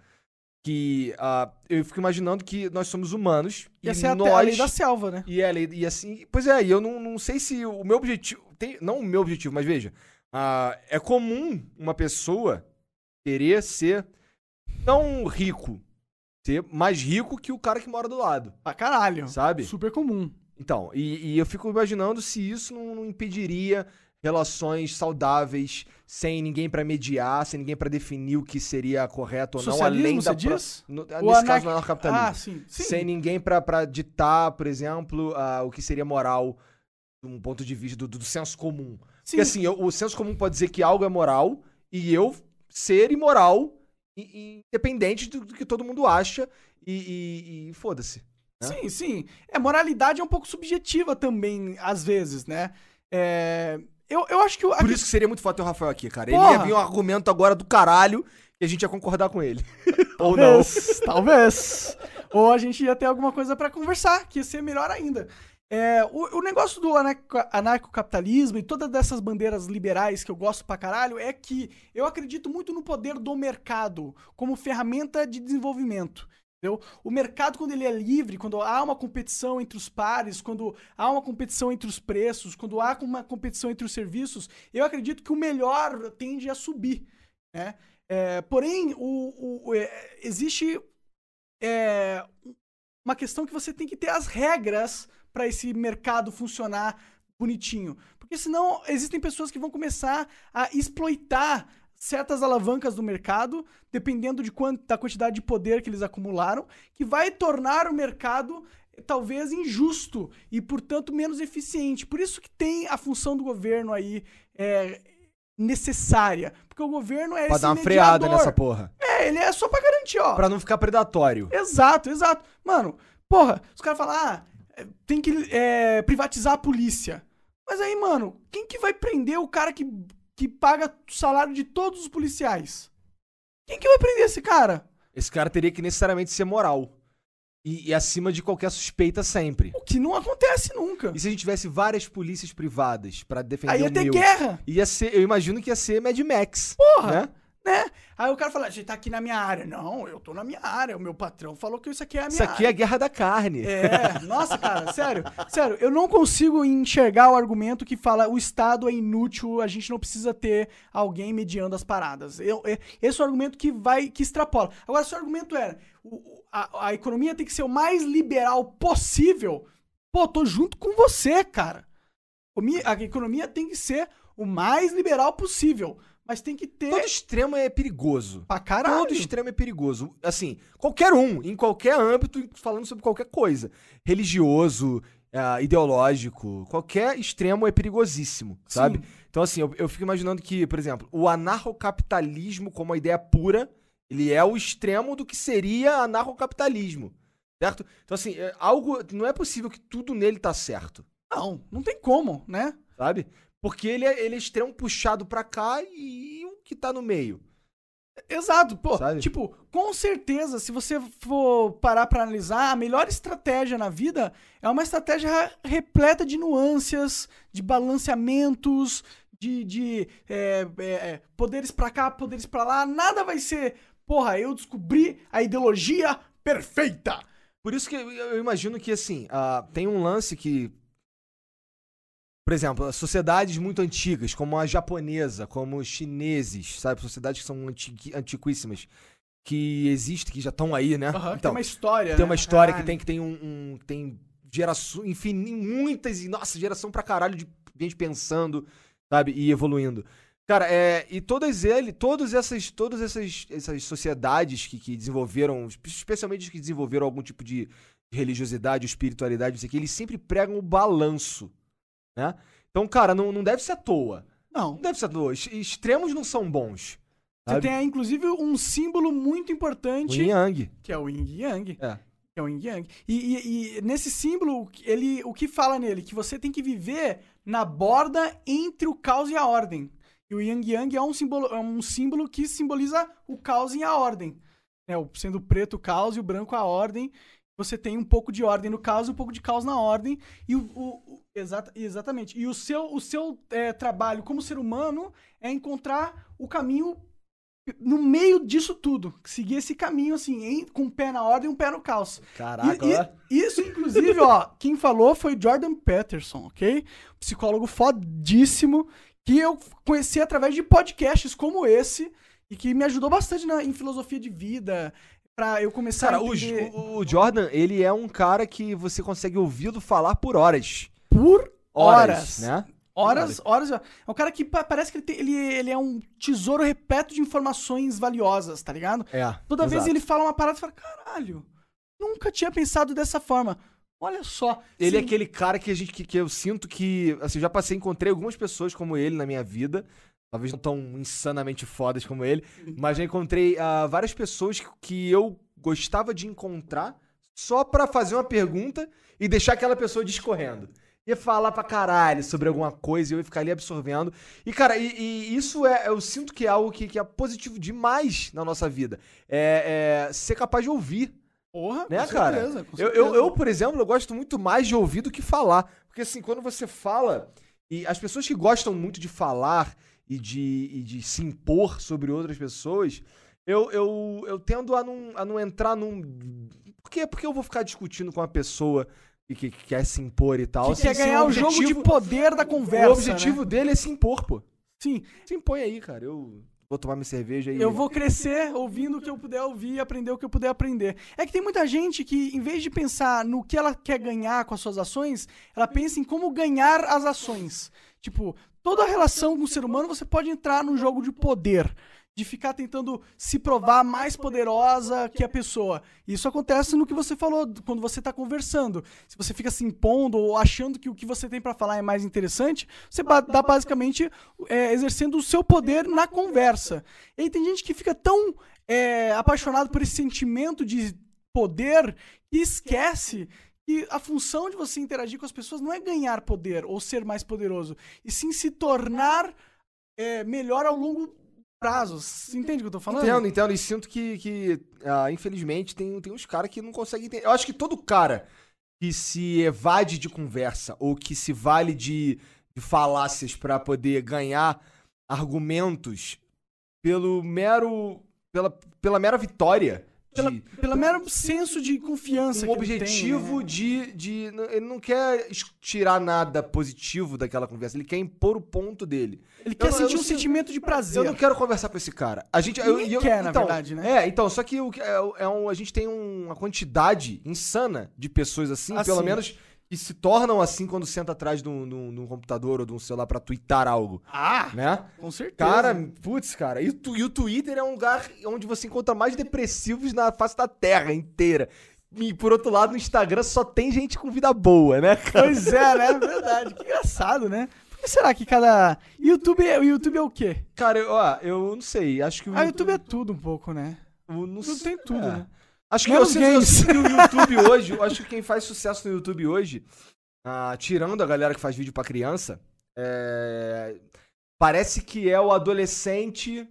B: Que ah, eu fico imaginando que nós somos humanos
C: E
B: e
C: essa é a, te-
B: nós...
C: a lei da selva, né?
B: E ela, e assim, pois é, e eu não, não sei se o meu objetivo. Tem, não o meu objetivo, mas veja. ah, é comum uma pessoa querer ser não rico, ser mais rico que o cara que mora do lado,
C: Pra caralho.
B: sabe?
C: Super comum.
B: Então, e, e eu fico imaginando se isso não, não impediria relações saudáveis, sem ninguém pra mediar, sem ninguém pra definir o que seria correto ou não,
C: Socialismo,
B: além da.
C: você
B: pro-
C: diz?
B: no- nesse
C: anar-
B: caso, não é capitalismo
C: Ah, sim. sim.
B: sem ninguém pra pra ditar, por exemplo, ah, o que seria moral de um ponto de vista do, do senso comum.
C: sim.
B: Porque assim, eu- o senso comum pode dizer que algo é moral e eu ser imoral, e- e independente do, do que todo mundo acha, e, e- e foda-se. né?
C: Sim, sim. É, moralidade é um pouco subjetiva também, às vezes, né? É, eu, eu acho que... o- a
B: Por isso que seria muito foda ter o Rafael aqui, cara. Ele
C: Porra!
B: ia vir um argumento agora do caralho e a gente ia concordar com ele. <laughs> Ou não.
C: Talvez, talvez. <laughs> Ou a gente ia ter alguma coisa pra conversar, que ia ser melhor ainda. É, o, o negócio do anarco- anarcocapitalismo e todas essas bandeiras liberais que eu gosto pra caralho é que eu acredito muito no poder do mercado como ferramenta de desenvolvimento. Entendeu? O mercado, quando ele é livre, quando há uma competição entre os pares, quando há uma competição entre os preços, quando há uma competição entre os serviços, eu acredito que o melhor tende a subir. Né? É, porém, o- o- é, existe é, uma questão que você tem que ter as regras para esse mercado funcionar bonitinho. Porque senão existem pessoas que vão começar a exploitar certas alavancas do mercado, dependendo de quanto, da quantidade de poder que eles acumularam, que vai tornar o mercado eh, talvez injusto e, portanto, menos eficiente. Por isso que tem a função do governo aí é, necessária. Porque o governo é
B: pra
C: esse
B: dar uma freada
C: mediador.
B: nessa porra.
C: É, ele é só pra garantir, ó.
B: Pra não ficar predatório.
C: Exato, exato. Mano, porra, os caras falam, ah, é, tem que é, privatizar a polícia. Mas aí, mano, quem que vai prender o cara que, que paga o salário de todos os policiais? Quem que vai prender esse cara?
B: Esse cara teria que necessariamente ser moral. E, e acima de qualquer suspeita sempre.
C: O que não acontece nunca.
B: E se a gente tivesse várias polícias privadas pra defender
C: Aí
B: o
C: ia ter
B: meu?
C: guerra,
B: Ia ser, eu imagino que ia ser Mad Max.
C: Porra!
B: né?
C: né? Aí o cara fala, a gente tá aqui na minha área. Não, eu tô na minha área. O meu patrão falou que isso aqui é a minha
B: Isso aqui é a guerra da carne.
C: É, nossa, cara, sério, sério, eu não consigo enxergar o argumento que fala o Estado é inútil, a gente não precisa ter alguém mediando as paradas. Eu- é- esse é o argumento que vai, que extrapola. Agora, se o argumento era o- o- a, a economia tem que ser o mais liberal possível, pô, tô junto com você, cara. Economia- A economia tem que ser o mais liberal possível, mas tem que ter
B: Todo extremo é perigoso.
C: pra caralho.
B: Todo extremo é perigoso. Assim, qualquer um, em qualquer âmbito, falando sobre qualquer coisa. Religioso, ah, ideológico, qualquer extremo é perigosíssimo, sabe? Então, assim, eu, eu fico imaginando que, por exemplo, o anarrocapitalismo como a ideia pura, ele é o extremo do que seria anarrocapitalismo, certo? Então, assim, é algo... Não é possível que tudo nele tá certo,
C: Não, não tem como, né?
B: sabe? Porque ele é, ele é extremo puxado pra cá e o que tá no meio?
C: Exato, pô.
B: Sabe?
C: Tipo, com certeza, se você for parar pra analisar, a melhor estratégia na vida é uma estratégia repleta de nuances, de balanceamentos, de, de é, é, é, poderes pra cá, poderes pra lá. Nada vai ser, porra, eu descobri a ideologia perfeita.
B: Por isso que eu- eu imagino que, assim, ah, tem um lance que. Por exemplo, sociedades muito antigas, como a japonesa, como os chineses, sabe? Sociedades que são antiqui- antiquíssimas, que existem, que já estão aí, né?
C: Aham, tem
B: então,
C: uma história.
B: tem uma
C: né?
B: história que
C: Caralho.
B: tem que tem um, um- que tem gerações infinitas, muitas e nossa geração pra caralho de gente pensando, sabe, e evoluindo. Cara, é, e todas ele, todas essas, todas essas, essas sociedades que, que desenvolveram, especialmente as que desenvolveram algum tipo de religiosidade, espiritualidade, não sei o que, eles sempre pregam o balanço, né? Então, cara, não, não deve ser à toa.
C: Não.
B: Não deve ser à toa. Ex- Extremos não são bons.
C: Você
B: Sabe?
C: tem aí, inclusive, um símbolo muito importante.
B: O yin e Yang.
C: Que é o Yin e Yang.
B: É.
C: Que é o Yin e Yang. E, e- e nesse símbolo, o que- ele, o que fala nele? Que você tem que viver na borda entre o caos e a ordem. E o Yang Yang é um símbolo, é um símbolo que simboliza o caos e a ordem. né? O- sendo o preto o caos e o branco a ordem. Você tem um pouco de ordem no caos e um pouco de caos na ordem. E o, o- o- exata- exatamente. E o seu, o seu é, trabalho como ser humano é encontrar o caminho no meio disso tudo, seguir esse caminho assim, em- com um pé na ordem e um pé no caos.
B: Caraca,
C: E- e-
B: ó.
C: isso,
B: <laughs>
C: inclusive, ó, quem falou foi Jordan Peterson, ok? Psicólogo fodíssimo, que eu conheci através de podcasts como esse e que me ajudou bastante na, em filosofia de vida, pra eu começar
B: Cara,
C: a
B: o,
C: entender
B: Jo- o- o Jordan, ele é um cara que você consegue ouvi-lo falar por horas.
C: por
B: Horas,
C: horas,
B: né?
C: Horas, horas. É um cara que pa- parece que ele, tem- ele, ele é um tesouro repleto de informações valiosas, tá ligado?
B: É.
C: Toda vez
B: exato.
C: ele fala uma parada e fala: caralho, nunca tinha pensado dessa forma. Olha só.
B: Ele é
C: Sim,
B: aquele cara que a gente que, que eu sinto que, assim, eu já passei, encontrei algumas pessoas como ele na minha vida. Talvez não tão insanamente fodas como ele, mas já encontrei ah, várias pessoas que, que eu gostava de encontrar só pra fazer uma pergunta e deixar aquela pessoa discorrendo. Ia falar pra caralho sobre alguma coisa e eu ia ficar ali absorvendo. E, cara, e, e isso é. Eu sinto que é algo que, que é positivo demais na nossa vida. É- é ser capaz de ouvir.
C: Porra,
B: Né,
C: com
B: cara?
C: certeza, com
B: Eu,
C: certeza.
B: eu, eu, por exemplo, eu gosto muito mais de ouvir do que falar. Porque assim, quando você fala, e as pessoas que gostam muito de falar e de, e de se impor sobre outras pessoas, eu, eu, eu tendo a não, a não entrar num. Por quê? Porque eu vou ficar discutindo com uma pessoa que, que, que quer se impor e tal.
C: Que
B: Assim,
C: quer
B: assim,
C: ganhar o jogo de
B: objetivo-
C: poder da conversa.
B: O
C: né?
B: objetivo dele é se impor, pô.
C: Sim,
B: Se impõe aí, cara. Eu vou tomar minha cerveja e.
C: eu vou crescer ouvindo o que eu puder ouvir e aprender o que eu puder aprender. É que tem muita gente que, em vez de pensar no que ela quer ganhar com as suas ações, ela pensa em como ganhar as ações. Tipo, toda relação com o ser humano você pode entrar num jogo de poder. De ficar tentando se provar mais poderosa que a pessoa. Isso acontece no que você falou, d- quando você tá conversando. Se você fica se impondo ou achando que o que você tem pra falar é mais interessante, você ba- tá basicamente é, exercendo o seu poder na conversa. E aí tem gente que fica tão é, apaixonado por esse sentimento de poder que esquece que a função de você interagir com as pessoas não é ganhar poder ou ser mais poderoso, e sim se tornar é, melhor ao longo prazo. Você entende o que eu tô falando?
B: Entendo, entendo. E sinto que, que ah, infelizmente, tem, tem uns caras que não conseguem entender. Eu acho que todo cara que se evade de conversa ou que se vale de, de falácias pra poder ganhar argumentos pelo mero. pela, pela mera vitória.
C: Pela,
B: de
C: pelo mero senso de confiança.
B: um
C: que ele tem,
B: objetivo
C: né?
B: de, de. n- Ele não quer es- tirar nada positivo daquela conversa, ele quer impor o ponto dele.
C: Ele
B: Eu não-
C: quer
B: eu
C: sentir
B: não
C: um
B: sei-
C: sentimento de prazer.
B: Eu não quero conversar com esse cara. A gente eu,
C: Ninguém
B: eu-
C: quer, na
B: então,
C: verdade, né?
B: É, então, só que o que é, é um, a gente tem uma quantidade insana de pessoas assim,
C: Assim.
B: pelo menos, que se tornam assim quando senta atrás de um, de um- de um computador ou de um celular pra twittar algo,
C: Ah,
B: né?
C: com certeza.
B: Cara, putz, cara, e, tu- e o Twitter é um lugar onde você encontra mais depressivos na face da terra inteira. E por outro lado, no Instagram só tem gente com vida boa, né, cara?
C: Pois é, né? Verdade. Que engraçado, né? Por que será que cada. YouTube é, o YouTube é o quê?
B: Cara, eu, ó, eu não sei, acho que o
C: Ah, YouTube é tudo um pouco, né?
B: Eu não
C: Tudo
B: sei-
C: tem tudo,
B: é.
C: né?
B: Acho que eu
C: Menos
B: sinto, eu
C: gays.
B: sinto que o YouTube hoje, eu acho que quem faz sucesso no YouTube hoje, ah, tirando a galera que faz vídeo pra criança, é, parece que é o adolescente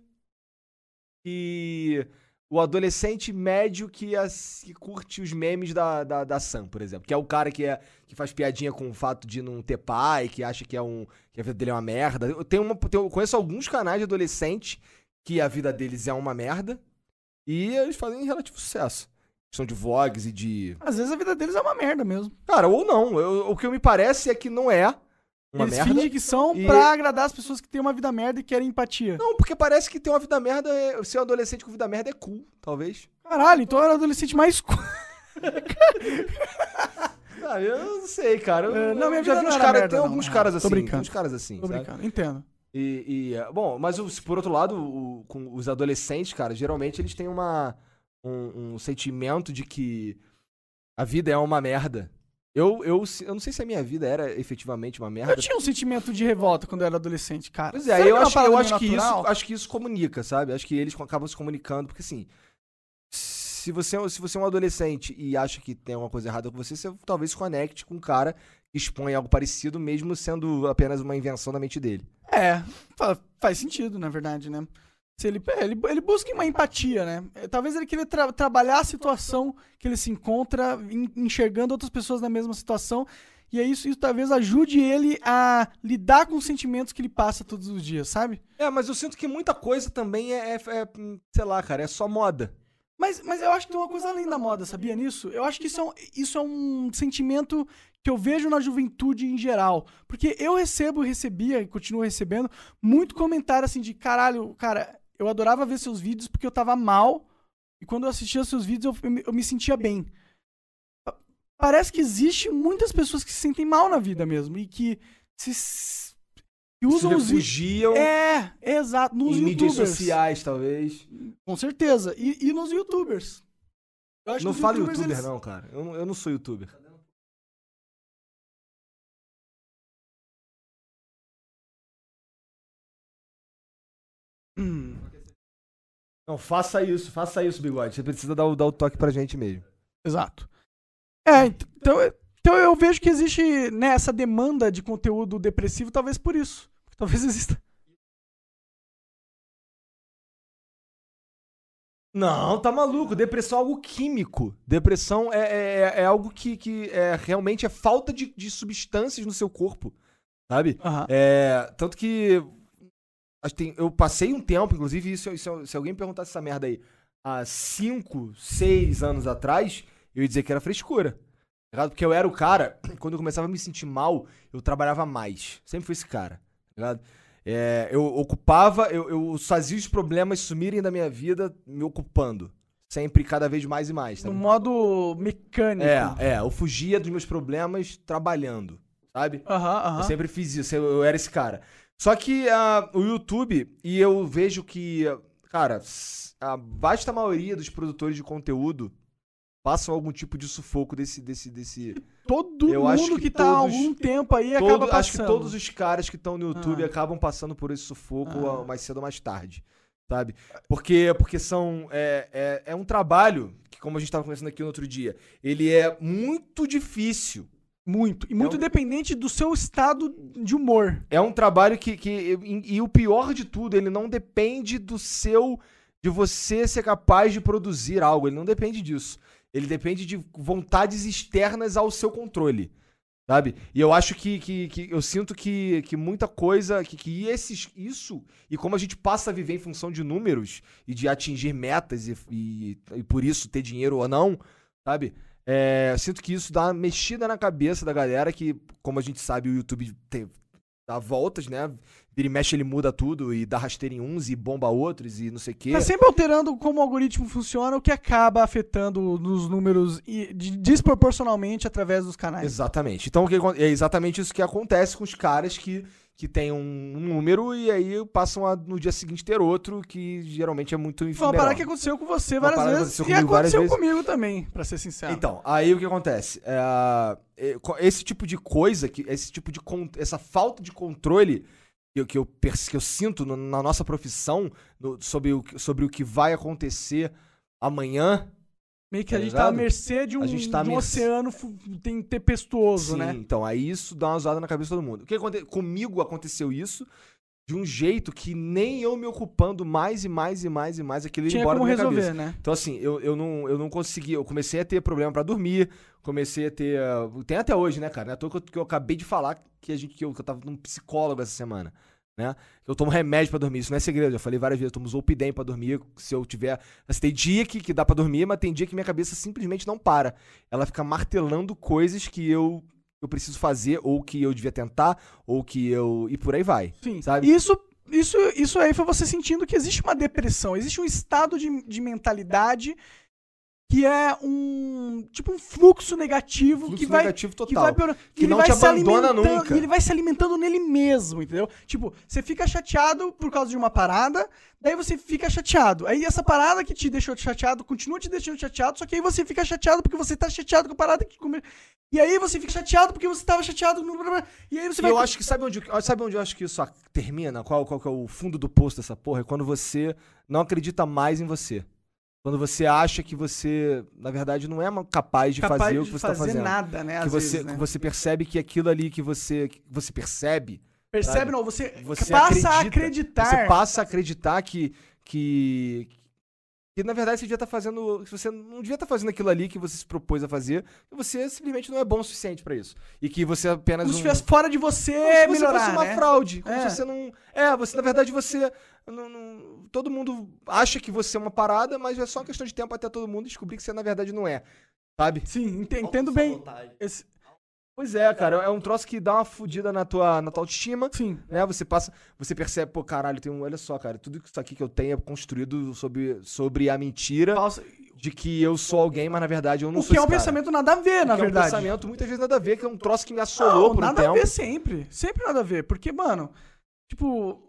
B: e o adolescente médio que, as- que curte os memes da, da, da Sam, por exemplo. Que é o cara que, é, que faz piadinha com o fato de não ter pai, que acha que, é um, que a vida dele é uma merda. Eu, tenho uma, tenho- eu conheço alguns canais de adolescente que a vida deles é uma merda e eles fazem relativo sucesso. São de vlogs e de.
C: Às vezes a vida deles é uma merda mesmo.
B: Cara, ou não. Eu- o que me parece é que não é uma
C: Eles
B: merda.
C: fingem que são
B: E-
C: pra agradar as pessoas que têm uma vida merda e querem empatia.
B: Não, porque parece que ter uma vida merda. é- Ser um adolescente com vida merda é cool, talvez.
C: Caralho, então eu era o adolescente mais. <laughs> cu-
B: Ah, eu não sei, cara. Eu,
C: É, não, minha
B: eu já
C: vida
B: vi
C: não
B: uns
C: era
B: caras.
C: merda,
B: Tem
C: não.
B: alguns
C: Ah,
B: caras
C: tô
B: assim.
C: brincando.
B: Uns caras assim.
C: Tô
B: sabe?
C: brincando, entendo.
B: E, e, é, bom, mas o- se por outro lado, o- com os adolescentes, cara, geralmente eles têm uma, um, um sentimento de que a vida é uma merda. Eu, eu, se- eu não sei se a minha vida era efetivamente uma merda.
C: Eu tinha um sentimento de revolta quando eu era adolescente, cara.
B: Pois
C: Será
B: é, eu
C: uma
B: acho,
C: parada
B: eu
C: meio
B: acho que isso,
C: natural?
B: acho que isso comunica, sabe? Acho que eles acabam se comunicando, porque assim, se você, é um- se você é um adolescente e acha que tem alguma coisa errada com você, você talvez se conecte com um cara que expõe algo parecido, mesmo sendo apenas uma invenção da mente dele.
C: É, fa- faz sentido, na verdade, né? Se ele, é, ele, ele busca uma empatia, né? É, Talvez ele queira tra- trabalhar a situação que ele se encontra, en- enxergando outras pessoas na mesma situação. E é isso, isso talvez ajude ele a lidar com os sentimentos que ele passa todos os dias, sabe?
B: É, mas eu sinto que muita coisa também é, é- é, hum, sei lá, cara, é só moda.
C: Mas, mas eu acho que tem uma coisa além da moda, sabia nisso? Eu acho que isso é, um, isso é um sentimento que eu vejo na juventude em geral. Porque eu recebo, recebia e continuo recebendo muito comentário assim de caralho, cara, eu adorava ver seus vídeos porque eu tava mal e quando eu assistia seus vídeos eu, eu me- eu me sentia bem. Pa- Parece que existe muitas pessoas que se sentem mal na vida mesmo e que se... s- que usam
B: se
C: os vídeos...
B: refugiam
C: É, é, exato, nos
B: em mídias
C: youtubers.
B: sociais, talvez.
C: Com certeza. E, e nos youtubers. Eu acho
B: Não
C: que os
B: fala
C: youtubers,
B: youtuber,
C: eles-
B: não, cara. Eu, não- eu não sou youtuber.
C: Hum.
B: Não, faça isso, faça isso, bigode. Você precisa dar, o- dar o toque pra gente mesmo.
C: Exato. É, ent- então, eu- então eu vejo que existe né, essa demanda de conteúdo depressivo, talvez por isso. Talvez <laughs> exista.
B: Não, tá maluco. Depressão é algo químico. Depressão é, é, é- é algo que, que é, realmente é falta de, de substâncias no seu corpo, sabe? É, tanto que acho que tem- eu passei um tempo, inclusive, isso, isso- se alguém me perguntasse essa merda aí há 5, 6 anos atrás, eu ia dizer que era frescura. tá ligado? Porque eu era o cara, <clears throat> quando eu começava a me sentir mal, eu trabalhava mais. Sempre fui esse cara. tá ligado? É, eu ocupava, eu, eu fazia os problemas sumirem da minha vida me ocupando. Sempre, cada vez mais e mais. tá
C: No
B: ligado?
C: modo mecânico.
B: É, é, eu fugia dos meus problemas trabalhando, sabe?
C: Aham,
B: Eu
C: aham.
B: sempre fiz isso, eu, eu era esse cara. Só que ah, o YouTube, e eu vejo que, cara, s- a vasta maioria dos produtores de conteúdo passam algum tipo de sufoco desse. desse, desse
C: Todo
B: Eu
C: mundo
B: acho
C: que,
B: que
C: tá há
B: todos-
C: algum tempo aí acaba
B: Todo-
C: passando.
B: acho que todos os caras que estão no YouTube
C: Ah.
B: acabam passando por esse sufoco
C: Ah.
B: ah, mais cedo ou mais tarde. Sabe? Porque, porque são. É, é, é um trabalho que, como a gente tava conversando aqui no outro dia, ele é muito difícil.
C: Muito. E muito
B: É um-
C: dependente do seu estado de humor.
B: É um trabalho que, que e, e o pior de tudo, ele não depende do seu de você ser capaz de produzir algo, ele não depende disso. Ele depende de vontades externas ao seu controle. Sabe? E eu acho que, que, que eu sinto que, que muita coisa, que, que esses, isso, e como a gente passa a viver em função de números e de atingir metas e, e, e por isso ter dinheiro ou não, sabe? É, eu sinto que isso dá uma mexida na cabeça da galera que, como a gente sabe, o YouTube tem, dá voltas, né? Vira e mexe, ele muda tudo e dá rasteira em uns e bomba outros e é- não sei o quê.
C: Tá sempre alterando como o algoritmo funciona, o que acaba afetando nos números e de- desproporcionalmente através dos canais.
B: Exatamente. Então o que acon- é exatamente isso que acontece com os caras que, que têm um, um número e aí passam a, no dia seguinte ter outro, que geralmente é muito
C: Foi uma parada que
B: infernal.
C: aconteceu com você
B: Uma
C: várias
B: parada que
C: vezes
B: aconteceu
C: e
B: comigo várias
C: aconteceu
B: vezes.
C: comigo também, pra ser sincero.
B: Então, aí o que acontece? É, é, co- esse tipo de coisa, que, esse tipo de con- essa falta de controle que eu, que eu, perce- que eu sinto no- na nossa profissão no- sobre, o, que- sobre o que vai acontecer amanhã,
C: Meio que a
B: tá
C: gente
B: ligado?
C: tá à mercê de um,
B: A gente tá à
C: de um
B: mercê-
C: oceano fu- tem- tempestuoso,
B: Sim,
C: né?
B: então aí isso dá uma zoada na cabeça de todo mundo. O que aconte... Comigo aconteceu isso de um jeito que nem eu me ocupando mais e mais e mais e mais aquilo ia
C: Tinha
B: embora
C: como
B: da minha
C: resolver,
B: cabeça.
C: né?
B: Então, assim, eu, eu, não, eu não consegui. Eu comecei a ter problema pra dormir, comecei a ter. ah, Tem até hoje, né, cara? Não é à toa que eu, que eu acabei de falar que, a gente, que, eu, que eu tava num psicólogo essa semana. Né? Eu tomo remédio pra dormir, isso não é segredo. Eu já falei várias vezes, eu tomo Zolpidem pra dormir. Se eu tiver. Assim, tem dia que, que dá pra dormir, mas tem dia que minha cabeça simplesmente não para. Ela fica martelando coisas que eu, eu preciso fazer, ou que eu devia tentar, ou que eu. E por aí vai.
C: Enfim,
B: Sabe?
C: Isso, isso, isso aí foi você sentindo que existe uma depressão, existe um estado de, de mentalidade que é um tipo um fluxo negativo
B: Um Fluxo
C: que vai
B: negativo total.
C: que vai piorando.
B: Que não te abandona
C: alimentando-
B: nunca.
C: E ele vai se alimentando nele mesmo, entendeu? Tipo, você fica chateado por causa de uma parada, daí você fica chateado. Aí essa parada que te deixou chateado continua te deixando chateado, só que aí você fica chateado porque você tá chateado com a parada que. come- E aí você fica chateado porque você tava chateado. blá, blá, blá. E aí
B: E
C: você vai.
B: eu acho que sabe onde, sabe onde eu acho que isso ac- termina? Qual, qual que é o fundo do poço dessa porra? É quando você não acredita mais em você. Quando você acha que você, na verdade, não é ma- capaz de
C: capaz
B: fazer o
C: de
B: que você tá fazendo.
C: nada, né?
B: Que
C: às
B: você,
C: vezes, né?
B: você percebe que aquilo ali que você, que você percebe,
C: Percebe,
B: sabe?
C: não, você,
B: você
C: passa
B: acredita.
C: a acreditar.
B: Você passa a acreditar que. que que na verdade você devia estar fazendo. que Você não devia estar fazendo aquilo ali que você se propôs a fazer, e você simplesmente não é bom o suficiente pra isso. E que você é apenas.
C: como se
B: um-
C: estivesse fora de você
B: como se você
C: melhorar,
B: fosse uma
C: né?
B: fraude. Como
C: É.
B: se você não. É, você, na verdade, você. não- não- todo mundo acha que você é uma parada, mas é só uma questão de tempo até todo mundo descobrir que você, na verdade, não é. Sabe?
C: Sim, ente- entendo bem.
E: Autossabotagem.
C: Esse-
B: Pois é, cara. É um troço que dá uma fudida na tua, na tua autoestima.
C: Sim.
B: Né? Você passa. Você percebe, pô, caralho, tem um. Olha só, cara, tudo isso aqui que eu tenho é construído sobre, sobre a mentira
C: Falsa-
B: de que eu sou alguém, mas na verdade eu não
C: O
B: sou.
C: que é um
B: esse cara.
C: pensamento nada a ver, na
B: Que
C: verdade.
B: É um pensamento muitas vezes nada a ver, que é um troço que me assolou
C: Não,
B: por um
C: nada
B: tempo.
C: a ver sempre. Sempre nada a ver. Porque, mano, tipo.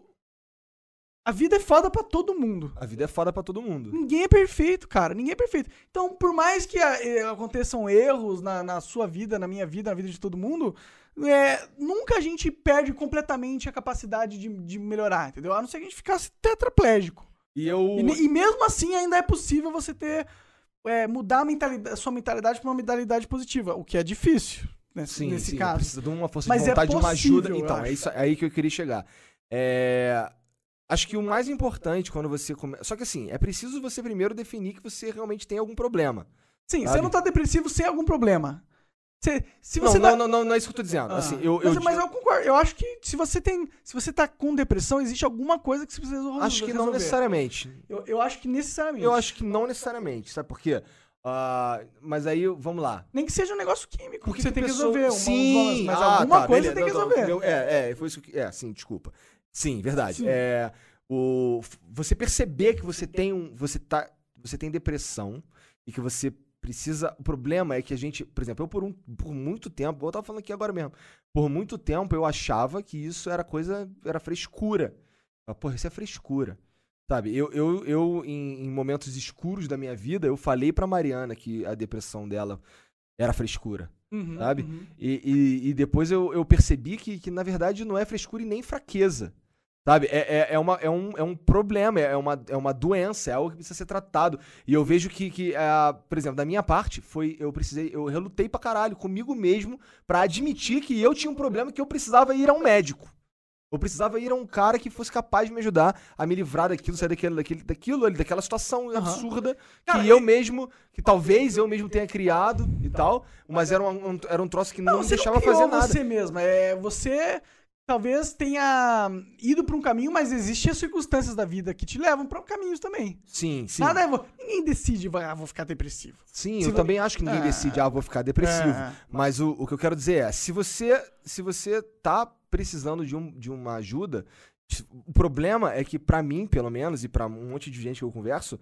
C: A vida é foda pra todo mundo.
B: A vida é foda pra todo mundo.
C: Ninguém é perfeito, cara. Ninguém é perfeito. Então, por mais que ah, eh, aconteçam erros na, na sua vida, na minha vida, na vida de todo mundo, é, nunca a gente perde completamente a capacidade de, de melhorar, entendeu? A não ser que a gente ficasse tetraplégico.
B: E eu.
C: E, ne- e mesmo assim, ainda é possível você ter. é, mudar a, mentalidade, a sua mentalidade pra uma mentalidade positiva, o que é difícil, né, nesse caso.
B: Precisa de uma força
C: Mas
B: de
C: é
B: vontade, de uma ajuda.
C: possível, eu
B: Então, é
C: acho.
B: isso aí que eu queria chegar. É, Acho que o mais importante quando você começa. Só que assim, é preciso você primeiro definir que você realmente tem algum problema.
C: Sim,
B: Sabe?
C: você não tá depressivo sem algum problema. Você, se
B: Não,
C: você
B: não,
C: dá-
B: não, não, não é isso que eu tô dizendo.
C: Ah,
B: assim, eu,
C: mas,
B: eu,
C: mas eu concordo. Eu acho que se você tem. Se você tá com depressão, existe alguma coisa que você precisa resolver.
B: acho que não
C: resolver.
B: necessariamente.
C: Eu, eu acho que necessariamente.
B: Eu acho que não necessariamente, sabe por quê? Ah, mas aí, vamos lá.
C: Nem que seja um negócio químico.
B: Porque
C: Porque você tem que
B: pessoa-
C: resolver. uma-
B: Sim,
C: uns dólares, mas
B: ah,
C: alguma
B: tá,
C: coisa
B: beleza,
C: tem que
B: não, não,
C: resolver.
B: entendeu? É, é, foi isso que. É, sim, desculpa. Sim, verdade.
C: Sim.
B: É, o, f- você perceber que você tem um. Você, tá, você tem depressão e que você precisa. O problema é que a gente. Por exemplo, eu por, um, por muito tempo, eu tava falando aqui agora mesmo. Por muito tempo eu achava que isso era coisa. Era frescura. Ah, Porra, isso é frescura. Sabe, eu, eu, eu em, em momentos escuros da minha vida, eu falei pra Mariana que a depressão dela era frescura.
C: Uhum,
B: Sabe?
C: uhum.
B: E, e- e depois eu, eu percebi que, que, na verdade, não é frescura e nem fraqueza. Sabe? É, é, é, uma- é um, é um problema, é uma, é uma doença, é algo que precisa ser tratado. E eu vejo que, que ah, por exemplo, da minha parte, foi eu precisei, eu relutei pra caralho comigo mesmo pra admitir que eu tinha um problema que eu precisava ir a um médico. Eu precisava ir a um cara que fosse capaz de me ajudar a me livrar daquilo, sair daquele, daquele, daquilo, ali, daquela situação absurda que eu mesmo, que talvez eu mesmo tenha criado e tal, mas era um, um- era um troço que não,
C: Não,
B: me
C: você
B: deixava
C: não criou
B: fazer nada.
C: você mesma. É, você talvez tenha ido pra um caminho, mas existem as circunstâncias da vida que te levam pra caminhos também.
B: Sim, sim.
C: Nada é. vo- Ninguém decide, vai, ah, vou ficar depressivo.
B: Sim,
C: Se
B: eu
C: vo-
B: também acho que ninguém
C: Ah.
B: decide, ah, vou ficar depressivo.
C: É.
B: Mas o, o que eu quero dizer é, se você, se você tá precisando de, um, de uma ajuda, o problema é que pra mim, pelo menos, e pra um monte de gente que eu converso,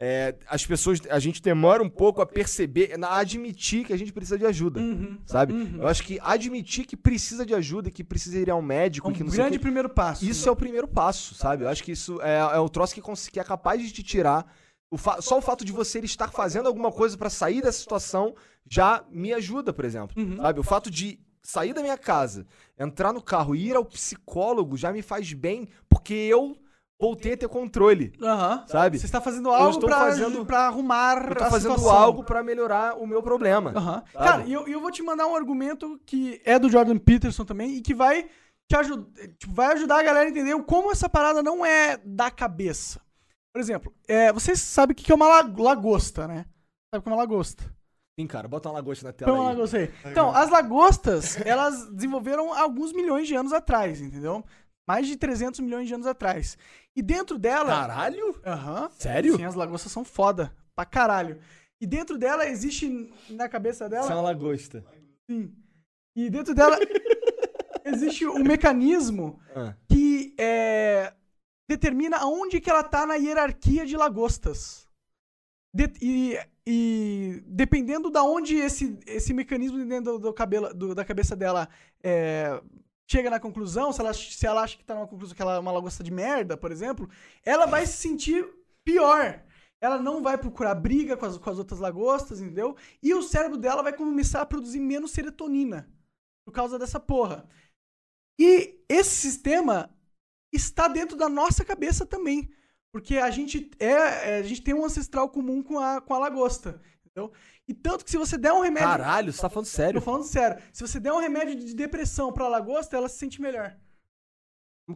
B: é, as pessoas, a gente demora um pouco a perceber, a admitir que a gente precisa de ajuda,
C: Uhum.
B: sabe?
C: Uhum.
B: Eu acho que admitir que precisa de ajuda, e que precisa ir a um médico,
C: É um
B: que não sei o
C: grande
B: quê,
C: primeiro passo.
B: isso é o primeiro passo, sabe? Eu acho que isso é, é um troço que, cons- que é capaz de te tirar. O fa- só o fato de você estar fazendo alguma coisa pra sair dessa situação já me ajuda, por exemplo.
C: Uhum.
B: Sabe? O fato de sair da minha casa, entrar no carro e ir ao psicólogo já me faz bem, porque eu voltei a ter controle.
C: Aham.
B: Sabe?
C: Você está fazendo
B: Eu
C: algo
B: estou
C: pra,
B: fazendo-
C: pra arrumar
B: Eu
C: a
B: tô fazendo
C: situação.
B: algo pra melhorar o meu problema.
C: Aham. Cara, e eu, e eu vou te mandar um argumento que é do Jordan Peterson também e que vai te ajud... tipo, vai ajudar a galera a entender o como essa parada não é da cabeça. Por exemplo, é, vocês sabem o que que é uma la- lagosta, né? Sabe o que é uma lagosta?
B: Sim, cara, bota uma lagosta na tela
C: Põe uma
B: aí.
C: lagosta aí. Então, as lagostas, elas desenvolveram alguns milhões de anos atrás, entendeu? Mais de 300 milhões de anos atrás. E dentro dela...
B: Caralho?
C: Aham.
B: Sério?
C: Sim, as lagostas são foda. Pra caralho. E dentro dela existe, na cabeça dela...
B: Isso é uma lagosta.
C: Sim. E dentro dela existe um mecanismo
B: Ah.
C: que é, determina aonde que ela tá na hierarquia de lagostas. De- e, e dependendo da onde esse, esse mecanismo dentro do, do cabelo, do- da cabeça dela é, chega na conclusão, se ela, se ela acha que tá numa conclusão que ela é uma lagosta de merda, por exemplo, ela vai se sentir pior. Ela não vai procurar briga com as, com as outras lagostas, entendeu? E o cérebro dela vai começar a produzir menos serotonina por causa dessa porra. E esse sistema está dentro da nossa cabeça também. Porque a gente, é, é, a gente tem um ancestral comum com a, com a lagosta. Entendeu? E tanto que se você der um remédio.
B: Caralho, você tá falando
C: Tô
B: sério?
C: falando sério. Se você der um remédio de depressão pra lagosta, ela se sente melhor.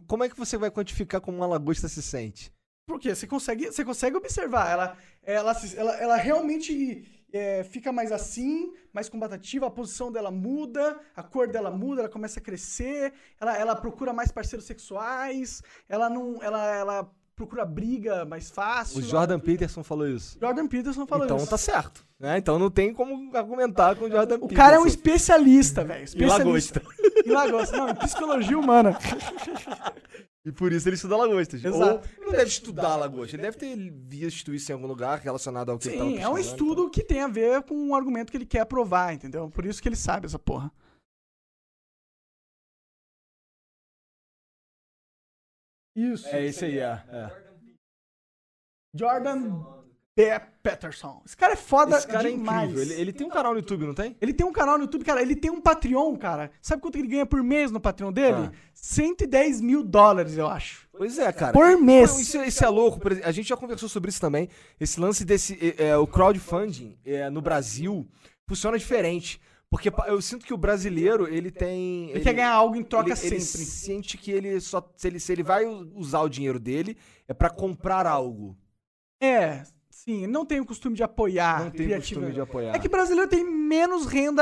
B: Como é que você vai quantificar como uma lagosta se sente?
C: Por quê? Você consegue, você consegue observar. Ela, ela, se- ela, ela realmente é, fica mais assim, mais combativa, a posição dela muda, a cor dela muda, ela começa a crescer, ela, ela procura mais parceiros sexuais, ela não. Ela, ela procura briga mais fácil.
B: O Jordan Peterson falou isso.
C: Jordan Peterson falou
B: então
C: isso.
B: tá certo. né? Então não tem como argumentar com o Jordan
C: O
B: Peterson.
C: cara é um especialista, velho.
B: E
C: Especialista. Em lagosta. Não, em psicologia
B: <laughs>
C: humana.
B: E por isso ele estuda lagosta. gente.
C: Exato.
B: Ou ele não deve estudar lagosta. Ele deve ter visto isso em algum lugar relacionado ao que ele tava
C: Sim, é um
B: pesquisando.
C: estudo que tem a ver com um argumento que ele quer provar, entendeu? Por isso que ele sabe essa porra. Isso.
B: É esse aí, é. é.
C: Jordan P. Peterson. Esse cara é foda
B: Esse cara é
C: demais.
B: incrível. Ele, ele tem um canal no YouTube, não tem?
C: Ele tem um canal no YouTube, cara. Ele tem um Patreon, cara. Sabe quanto que ele ganha por mês no Patreon dele?
B: Ah.
C: 110 mil dólares, eu acho.
B: Pois é, cara.
C: Por mês.
B: Não, isso, é- isso é louco. por exemplo, A gente já conversou sobre isso também. Esse lance desse. é, é, o crowdfunding é, no Brasil funciona diferente. Porque pa- eu sinto que o brasileiro, ele tem.
C: Ele, quer ganhar algo em troca
B: ele,
C: sempre.
B: ele sente que ele só. Se ele, se ele vai u- usar o dinheiro dele, é pra comprar algo.
C: É, sim. Não tem o costume de apoiar
B: não tem
C: criativa-
B: costume de apoiar.
C: É que brasileiro tem menos renda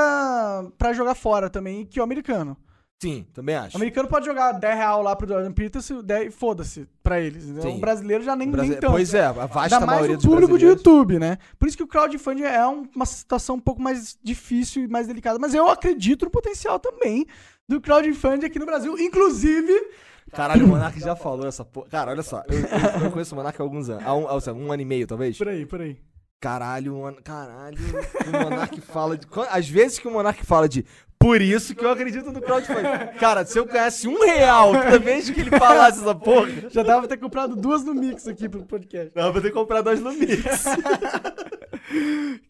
C: pra jogar fora também que o americano.
B: Sim, também acho.
C: O americano pode jogar 10 real lá pro Jordan Peterson 10 e foda-se pra eles. entendeu?
B: Sim.
C: O brasileiro já nem,
B: O Brasi-
C: nem tanto.
B: Pois é, a vasta
C: Ainda mais
B: maioria
C: o
B: dos
C: público de
B: brasileiros-
C: YouTube, né? Por isso que o crowdfunding é um- uma situação um pouco mais difícil e mais delicada. Mas eu acredito no potencial também do crowdfunding aqui no Brasil. Inclusive,
B: Caralho, o Monark já falou essa porra. Cara, olha só. Eu, eu- eu conheço o Monark há alguns anos. Há um, há, sei lá, um ano e meio, talvez.
C: por aí, por aí.
B: Caralho, o Mon- caralho. O Monark <laughs> fala de. quan- Às vezes que o Monark fala de. Por isso que eu acredito no crowdfunding. Cara, se eu ganhasse um real toda vez que ele falasse essa porra,
C: Já dava pra ter comprado duas no mix aqui pro podcast.
B: eu vou ter que comprar dois no Mix.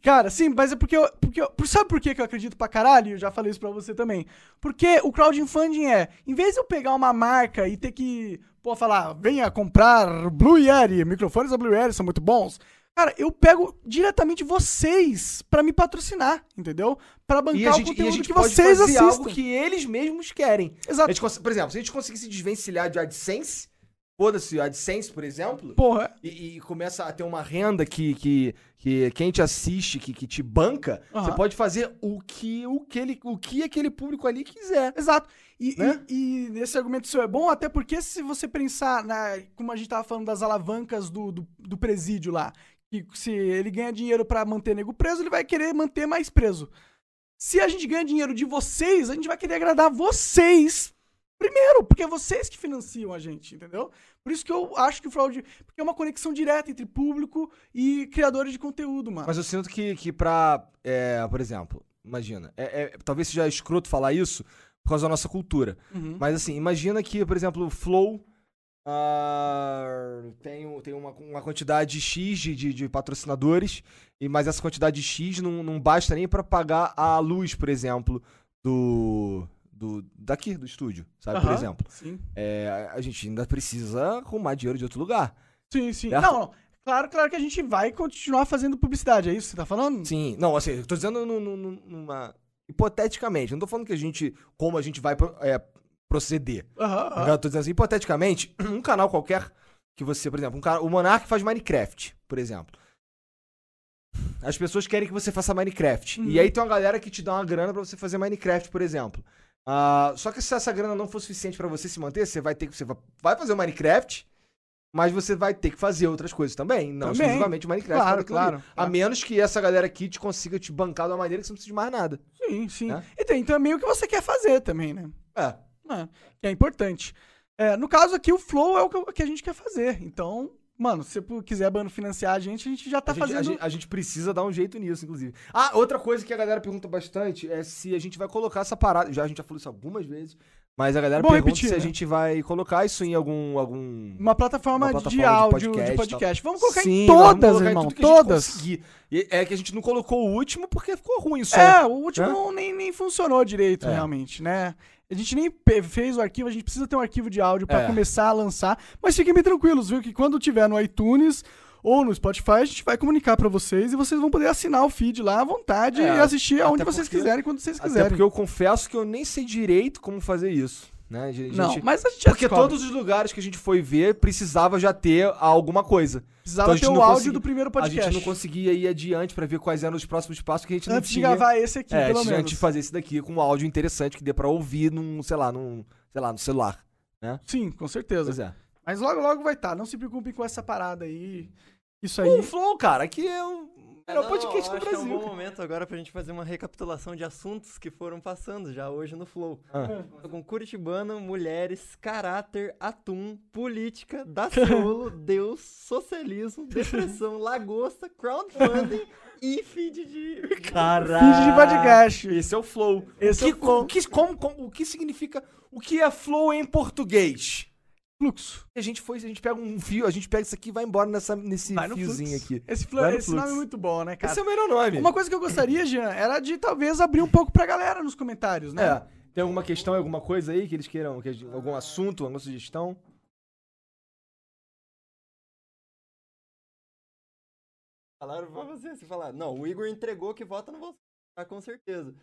C: Cara, sim, mas é porque eu. Porque eu- por- sabe por que que eu acredito pra caralho? Eu já falei isso pra você também. Porque o crowdfunding é, em vez de eu pegar uma marca e ter que, pô, falar, venha comprar Blue Yeti, microfones da Blue Yeti são muito bons. Cara, eu pego diretamente vocês pra me patrocinar, entendeu? Pra bancar
B: E a
C: o
B: gente, e
C: conteúdo
B: a gente
C: que
B: pode
C: vocês
B: fazer
C: assistem.
B: algo que é eles mesmos querem. A
C: Exato.
B: gente cons- por exemplo, se a gente conseguir se desvencilhar de AdSense, foda-se o AdSense, por exemplo,
C: Porra,
B: e, e começa a ter uma renda que, que, que quem te assiste, que, que te banca,
C: Aham.
B: você pode fazer o que, o, que ele, o que aquele público ali quiser.
C: Exato. E,
B: Né?
C: e- e esse argumento seu é bom, até porque se você pensar, na, como a gente tava falando das alavancas do, do, do presídio lá, que se ele ganha dinheiro pra manter nego preso, ele vai querer manter mais preso. Se a gente ganha dinheiro de vocês, a gente vai querer agradar vocês primeiro, porque é vocês que financiam a gente, entendeu? Por isso que eu acho que o fraude. Porque é uma conexão direta entre público e criadores de conteúdo, mano.
B: Mas eu sinto que, que pra. é, por exemplo, imagina. é- é- talvez seja escroto falar isso por causa da nossa cultura.
C: Uhum.
B: Mas assim, imagina que, por exemplo, o Flow. ah, tem um- tem uma, uma quantidade X de, de, de patrocinadores, e mas essa quantidade X não, não basta nem pra pagar a luz, por exemplo, do. do daqui, do estúdio, sabe? Por
C: Aham.
B: exemplo.
C: Sim.
B: É, a gente ainda precisa arrumar dinheiro de outro lugar.
C: Sim, sim.
B: Certo?
C: Não, não. Claro, claro que a gente vai continuar fazendo publicidade, é isso que você tá falando?
B: Sim, não, assim, eu tô dizendo nu- nu- nu- numa. Hipoteticamente, não tô falando que a gente. Como a gente vai pro- é, proceder.
C: Aham,
B: Tá
C: aham.
B: ligado? Tô dizendo assim, hipoteticamente, <clears throat> um canal qualquer que você, por exemplo, um cara, o Monark faz Minecraft, por exemplo. As pessoas querem que você faça Minecraft. E
C: Uhum.
B: aí tem uma galera que te dá uma grana pra você fazer Minecraft, por exemplo. Ah, só que se essa grana não for suficiente pra você se manter, você vai ter que você va- vai fazer o Minecraft, mas você vai ter que fazer outras coisas também, não
C: Também.
B: exclusivamente o Minecraft.
C: Claro,
B: pra aquilo ali.
C: claro, claro.
B: A menos que essa galera aqui te consiga te bancar de uma maneira que você não precisa de mais nada.
C: Sim, sim.
B: Né?
C: E tem também o que você quer fazer também, né?
B: É.
C: É, que é importante. É, no caso aqui, o flow é o que- o que a gente quer fazer. Então, mano, se você quiser bando financiar a gente, a gente já tá
B: a, gente,
C: fazendo.
B: a, gente, a gente precisa dar um jeito nisso, inclusive. Ah, outra coisa que a galera pergunta bastante é se a gente vai colocar essa parada. Já a gente já falou isso algumas vezes, mas a galera
C: Bom
B: pergunta
C: repetir,
B: se a
C: né?
B: gente vai colocar isso em algum. algum...
C: Uma
B: Uma
C: plataforma, de
B: plataforma de
C: áudio, de
B: podcast e
C: podcast.
B: tal.
C: Vamos colocar
B: Sim,
C: em
B: nós vamos
C: todas,
B: colocar em
C: irmão.
B: tudo que a gente
C: todas.
B: conseguir. E- É que a gente não colocou o último porque ficou ruim só.
C: É, o último
B: né?
C: não- nem, nem funcionou direito,
B: É.
C: realmente, né? A gente nem pe- fez o arquivo, a gente precisa ter um arquivo de áudio pra
B: É.
C: começar a lançar. Mas fiquem bem tranquilos, viu? Que quando tiver no iTunes ou no Spotify, a gente vai comunicar pra vocês e vocês vão poder assinar o feed lá à vontade
B: É,
C: e assistir aonde
B: até
C: vocês
B: porque-
C: quiserem, quando vocês
B: Até
C: quiserem.
B: porque eu confesso que eu nem sei direito como fazer isso. Né? A gente-
C: Não, mas a gente já
B: Porque
C: descobre.
B: todos os lugares que a gente foi ver precisava já ter alguma coisa.
C: precisava
B: então a
C: ter
B: gente
C: o
B: não
C: áudio
B: consegui-
C: do primeiro
B: A
C: podcast.
B: gente não conseguia ir adiante pra ver quais eram os próximos passos que a gente não
C: Antes de
B: tinha.
C: gravar esse aqui,
B: É,
C: pelo
B: antes
C: menos.
B: de fazer esse daqui com um áudio interessante que dê pra ouvir num, sei lá, num, sei lá, no celular.
C: Sim, com certeza.
B: Pois é.
C: Mas logo, logo vai estar. Não se preocupem com essa parada aí. Isso aí.
B: O É um Flow, cara, aqui é o melhor
D: Não,
B: podcast do
D: acho Que é
B: Brasil.
D: um bom momento agora pra gente fazer uma recapitulação de assuntos que foram passando já hoje no Flow.
B: Ah.
D: Com Curitibano, mulheres, caráter, atum, política, <laughs> Daciolo, Deus, socialismo, depressão, lagosta, crowdfunding e feed de.
C: Feed de podcast.
B: Esse é o Flow.
C: Esse
B: que,
C: é o Flow.
B: o que- como- como- o que significa. O que é Flow em português?
C: Fluxo.
B: A gente foi, a gente pega um fio, a gente pega isso aqui e vai embora nessa, nesse
C: Vai no
B: fiozinho
C: fluxo.
B: aqui.
C: Esse, flu-
B: Vai no
C: esse
B: fluxo.
C: nome é muito bom, né, cara?
B: Esse é o melhor nome.
C: Uma coisa que eu gostaria, Jean, era de talvez abrir um pouco pra galera nos comentários, né?
B: É. Tem alguma questão, alguma coisa aí que eles queiram? que a gente- algum assunto, alguma sugestão?
D: Falaram pra você, se falar. Não, o Igor entregou que vota no Bolsonaro, tá, com certeza.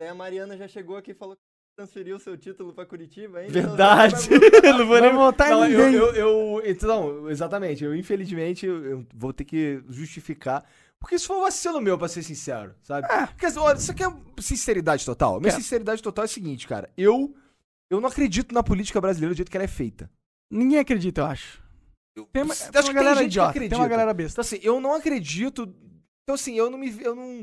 D: Daí a Mariana já chegou aqui e falou que transferiu seu título pra Curitiba ainda. então
B: Verdade.
D: você vai votar.
B: <laughs> não vou
C: Não votar em
B: Não, eu,
C: ninguém.
B: eu, eu- Então, exatamente. Eu, infelizmente, eu, eu vou ter que justificar. Porque isso foi um vacilo meu, pra ser sincero, sabe? Porque, assim, olha, isso aqui é sinceridade total. Minha
C: É.
B: sinceridade total é o seguinte, cara. Eu, eu não acredito na política brasileira do jeito que ela é feita.
C: Ninguém acredita, eu acho. Tem uma,
B: Acho
C: tem uma
B: que tem
C: galera
B: gente que
C: idiota, tem
B: acredita.
C: uma galera besta.
B: Então, assim, eu não acredito... Então, assim, eu não me... Eu não...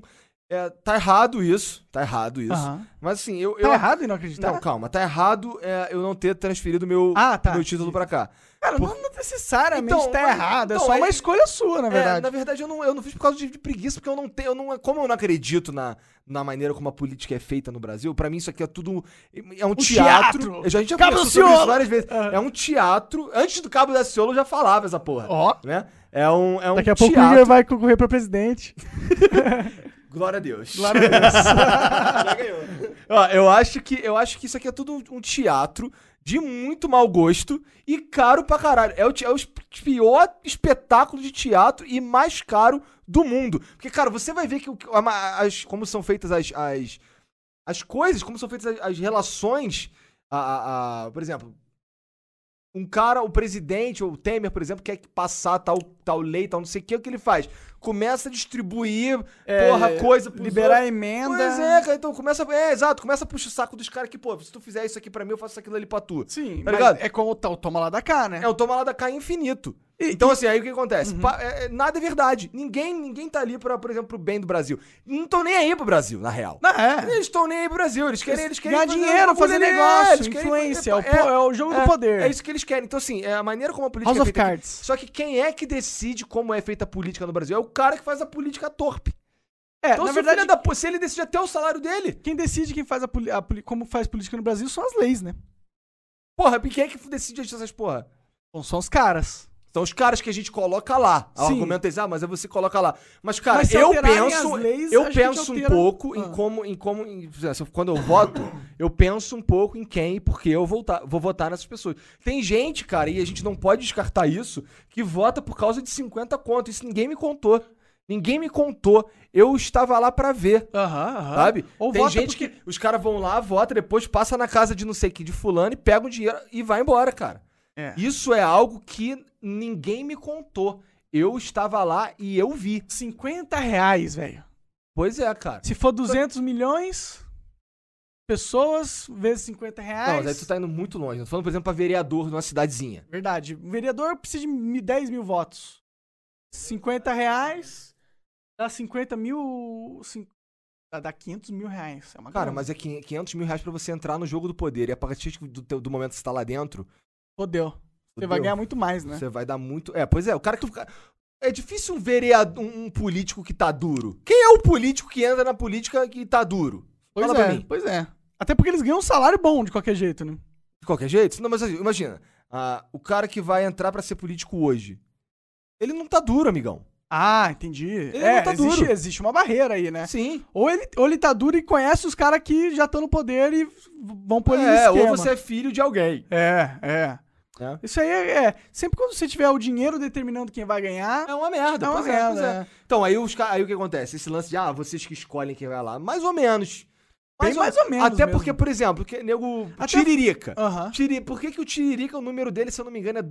B: é, tá errado isso. Tá errado isso.
C: Aham.
B: Mas, assim, eu... eu
C: Tá errado em não acreditar?
B: Não, calma. Tá errado é, eu não ter transferido meu,
C: Ah, tá.
B: meu título pra cá.
C: Cara, não não necessariamente
B: Então,
C: tá
B: mas-
C: errado. é
B: então,
C: só
B: é-
C: uma escolha sua, na
B: É,
C: verdade.
B: na verdade, eu não, eu não fiz por causa de, de preguiça, porque eu não tenho. Eu não, como eu não acredito na, na maneira como a política é feita no Brasil, pra mim isso aqui é tudo. É um teatro.
C: teatro!
B: Eu já- a gente já
C: Cabo Ah.
B: conversou sobre isso
C: Daciolo!
B: várias vezes.
C: Aham.
B: É um teatro. Antes do Cabo da Ciolo eu já falava essa porra.
C: Ó.
B: Né? É um, é um
C: Daqui a pouco o
B: teatro.
C: Igor vai concorrer
B: <laughs>
C: pra presidente.
B: Glória a Deus.
C: Glória a Deus.
B: <laughs>
D: Já ganhou.
B: Ó, eu acho que eu acho que isso aqui é tudo um teatro de muito mau gosto e caro pra caralho. É o, te- é o es- pior espetáculo de teatro e mais caro do mundo. Porque, cara, você vai ver que o- que a ma- as- como são feitas as, as, as coisas, como são feitas as, as relações. A, a- a- por exemplo, um cara, o presidente, ou o Temer, por exemplo, quer que passar tal, tal lei, tal não sei o que, o que ele faz? Começa a distribuir, É, porra, coisa, pros
C: É, Liberar emenda.
B: Pois é, cara, então começa. É, exato, começa a puxar o saco dos caras que, pô, se tu fizer isso aqui pra mim, eu faço aquilo ali pra tu.
C: Sim,
B: Tá
C: mas
B: ligado?
C: é como o tal toma lá da cá, né?
B: É o toma lá da cá infinito. então, assim, aí o que acontece?
C: Uhum.
B: Pa- é- é- nada é verdade. Ninguém, ninguém tá ali, pra, por exemplo, pro bem do Brasil. Não estão nem aí pro Brasil, na real.
C: Não, é.
B: Eles estão nem aí pro Brasil. Eles querem. Eles querem
C: Ganhar dinheiro, fazer
B: bagulho ali,
C: negócio,
B: é, eles querem-
C: influência, é o po- é o jogo do poder.
B: É isso que eles querem. Então, assim, é a maneira como a política
C: House
B: é
C: of
B: feita aqui-
C: Cards.
B: Só que quem é que decide como é feita a política no Brasil? É o cara que faz a política torpe.
C: É,
B: Então, se,
C: na
B: o
C: verdade,
B: filho da pu- se ele decide até o salário dele.
C: quem decide quem faz a poli- a poli- como faz política no Brasil são as leis, né?
B: Porra, quem é que decide essas porra?
C: Então são os caras.
B: São os caras que a gente coloca lá. O
C: Sim.
B: argumento é, esse, ah, mas aí você coloca lá. Mas, cara,
C: Mas se
B: eu
C: alterarem
B: penso.
C: as leis, a
B: eu
C: gente
B: penso
C: altera-
B: um pouco
C: Ah.
B: em como. Em como em- se eu- quando eu
C: <coughs>
B: voto, eu penso um pouco em quem e por que eu voltar, vou votar nessas pessoas. Tem gente, cara, e a gente não pode descartar isso, que vota por causa de 50 conto. Isso ninguém me contou. Ninguém me contou. Eu estava lá pra ver.
C: Aham, aham.
B: Sabe?
C: Ah, Ou
B: Tem
C: vota
B: gente
C: porque-
B: que os caras vão lá, vota, depois passa na casa de não sei que, de fulano, e pega o dinheiro e vai embora, cara.
C: É.
B: Isso é algo que ninguém me contou. Eu estava lá e eu vi.
C: 50 reais, velho.
B: Pois é, cara.
C: Se for 200 milhões, pessoas vezes 50
B: Não,
C: reais.
B: mas aí tu tá indo muito longe. Eu tô falando, por exemplo, pra vereador numa cidadezinha.
C: Verdade. Um vereador precisa de mi- 10 mil votos. 50 reais dá 50 mil. cin- dá- Dá 500 mil reais. É uma
B: Cara,
C: grana.
B: mas é quin- 500 mil reais pra você entrar no jogo do poder. E a partir do, teu- do momento que você tá lá dentro,
C: Fodeu. Você vai
B: Fudeu.
C: ganhar muito mais, né?
B: você vai dar muito. É, pois é, o cara que. fica- É difícil um vereador, um um político que tá duro. Quem é o político que entra na política que tá duro?
C: Pois
B: Fala pra
C: é,
B: mim.
C: pois é. Até porque eles ganham um salário bom de qualquer jeito, né?
B: De qualquer jeito? Não, mas assim, imagina. ah, o cara que vai entrar pra ser político hoje. Ele não tá duro, amigão.
C: Ah, entendi. é,
B: não tá
C: existe,
B: duro.
C: existe uma barreira aí, né?
B: Sim.
C: Ou ele, ou ele tá duro e conhece os caras que já estão no poder e v- vão pôr ele no
B: é,
C: esquema.
B: ou você é filho de alguém.
C: É, é.
B: É.
C: Isso aí é, é. Sempre quando você tiver o dinheiro determinando quem vai ganhar,
B: É uma merda,
C: É uma
B: pois é, pois
C: merda,
B: é. Então, aí, os, ca- aí o que acontece? Esse lance de, ah, vocês que escolhem quem vai lá. Mais ou menos.
C: Bem mais ou menos
B: Até
C: mesmo.
B: porque, por exemplo, que, nego.
C: Até-
B: Tiririca.
C: Aham.
B: Tiri- Por que, que o Tiririca, o número dele, se eu não me engano, é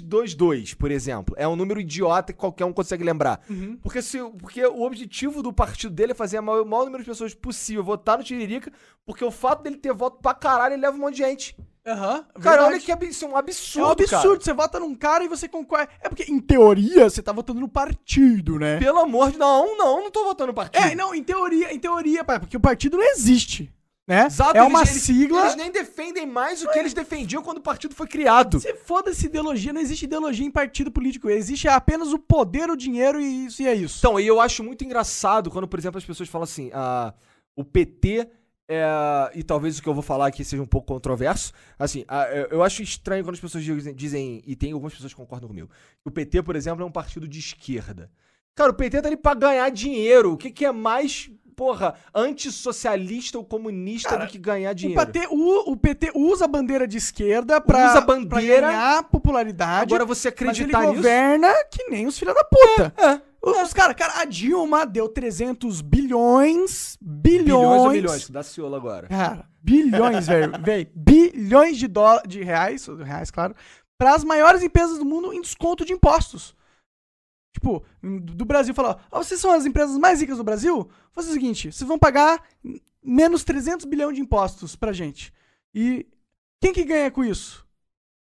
B: 2222, por exemplo? É um número idiota que qualquer um consegue lembrar.
C: Uhum.
B: Porque, se, porque o objetivo do partido dele é fazer o maior, o maior número de pessoas possível votar no Tiririca, porque o fato dele ter voto pra caralho, ele leva um monte de gente.
C: Aham.
B: Cara,
C: verdade.
B: olha que abs- isso é um
C: É
B: absurdo,
C: um absurdo,
B: cara.
C: você vota num cara e você concorda. É porque, em teoria, você tá votando no partido, né?
B: Pelo amor de... Não, não, não tô votando no partido.
C: É, não, em teoria, em teoria, pá, porque o partido não existe, né?
B: Exato,
C: é
B: eles-
C: uma
B: eles-
C: sigla.
B: Eles nem defendem mais o que eles defendiam quando o partido foi criado.
C: Você foda-se ideologia, não existe ideologia em partido político. Existe apenas o poder, o dinheiro e isso e é isso.
B: Então, e eu acho muito engraçado quando, por exemplo, as pessoas falam assim, ah, o PT é, e talvez o que eu vou falar aqui seja um pouco controverso, assim, ah, eu, eu acho estranho quando as pessoas dizem, dizem- e tem algumas pessoas que concordam comigo, que o PT, por exemplo, é um partido de esquerda. Cara, o PT tá ali pra ganhar dinheiro, o que que é mais, porra, antissocialista ou comunista do que ganhar
C: o, é
B: dinheiro?
C: PT, u- o PT usa a bandeira de esquerda pra,
B: Usa a bandeira.
C: pra ganhar popularidade.
B: Agora você acreditar
C: mas ele
B: nisso...
C: governa que nem os filha da puta.
B: É.
C: Os os cara, cara, a Dilma deu 300 bilhões, bilhões,
B: Bilhões ou milhões, dá ciolo agora.
C: Cara, bilhões, velho, velho, bilhões de dólares, de reais, reais, claro, para as maiores empresas do mundo em desconto de impostos. Tipo, do Brasil falar, ó, vocês são as empresas mais ricas do Brasil? Faz o seguinte, vocês vão pagar menos 300 bilhões de impostos pra gente. E quem que ganha com isso?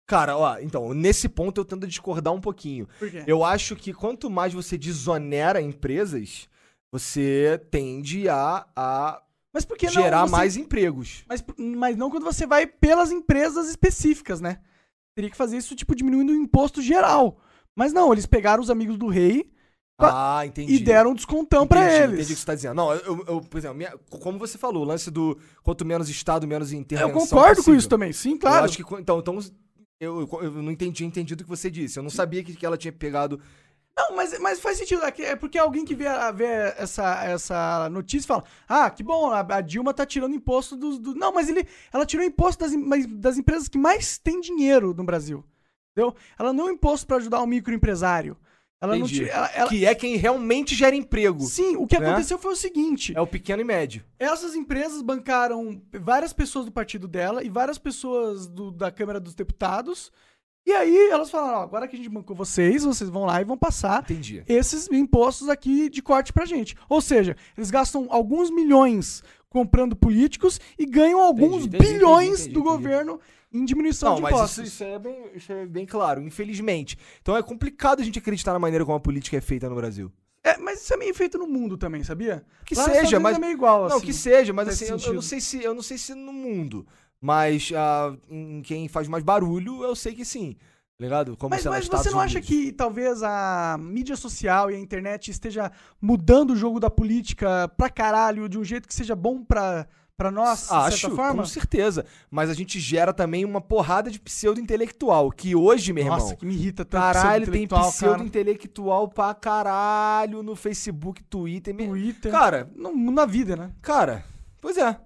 B: Cara, ó, então, nesse ponto eu tento discordar um pouquinho.
C: Por quê?
B: Eu acho que quanto mais você desonera empresas, você tende a, a
C: Mas por que não
B: gerar
C: você-
B: mais empregos.
C: Mas, mas não quando você vai pelas empresas específicas, né? Teria que fazer isso, tipo, diminuindo o imposto geral. Mas não, eles pegaram os amigos do rei
B: Ah, entendi.
C: e deram um descontão pra
B: Entendi,
C: eles.
B: Entendi o que você tá dizendo. Não, eu, eu- por exemplo, minha- como você falou, o lance do quanto menos Estado, menos
C: Eu
B: intervenção
C: concordo com
B: possível.
C: isso também, sim,
B: é Eu
C: claro.
B: acho que, co- então, então eu, eu- eu não entendi, entendi o que você disse. Eu não sabia que, que ela tinha pegado...
C: Não, mas, mas faz sentido. é que- É porque alguém que vê, a- vê essa, essa notícia fala: Ah, que bom, a, a Dilma tá tirando imposto dos. do-" Não, mas ele, ela tirou imposto das, em- mas das empresas que mais têm dinheiro no Brasil. Entendeu? Ela não é um imposto pra ajudar o microempresário. Ela
B: Entendi.
C: não tira, ela- ela-
B: Que é quem realmente gera emprego.
C: Sim, o que
B: né?
C: aconteceu foi o seguinte:
B: É o pequeno e médio.
C: Essas empresas bancaram várias pessoas do partido dela e várias pessoas do- da Câmara dos Deputados. E aí elas falaram: ó, agora que a gente bancou vocês, vocês vão lá e vão passar
B: Entendi.
C: esses impostos aqui de corte pra gente. Ou seja, eles gastam alguns milhões comprando políticos e ganham alguns
B: entendi, entendi,
C: bilhões
B: entendi,
C: do
B: entendi.
C: governo em diminuição
B: Não,
C: de
B: mas
C: impostos.
B: isso, isso é bem, isso é bem claro, infelizmente. Então é complicado a gente acreditar na maneira como a política é feita no Brasil.
C: É, mas isso é meio feito no mundo também, sabia?
B: Que
C: Lá nos Estados
B: seja,
C: Unidos
B: mas.
C: é meio igual,
B: não,
C: assim.
B: que seja, mas
C: nesse
B: assim, eu, eu não
C: sentido.
B: sei se, eu não sei se no mundo. Mas ah, em quem faz mais barulho, eu sei que sim. Tá ligado? Como
C: Mas,
B: sei lá,
C: mas você
B: Estados
C: não acha
B: Unidos.
C: que talvez a mídia social e a internet esteja mudando o jogo da política pra caralho de um jeito que seja bom pra, pra nós, de
B: Acho,
C: certa forma?
B: com certeza. Mas a gente gera também uma porrada de pseudo-intelectual. Que hoje, meu
C: Nossa,
B: irmão.
C: que me irrita tanto
B: Caralho, tem
C: pseudo-intelectual, cara.
B: pseudo-intelectual pra caralho no Facebook, Twitter. me-
C: Twitter.
B: Cara,
C: no, na vida, né?
B: Cara, pois é.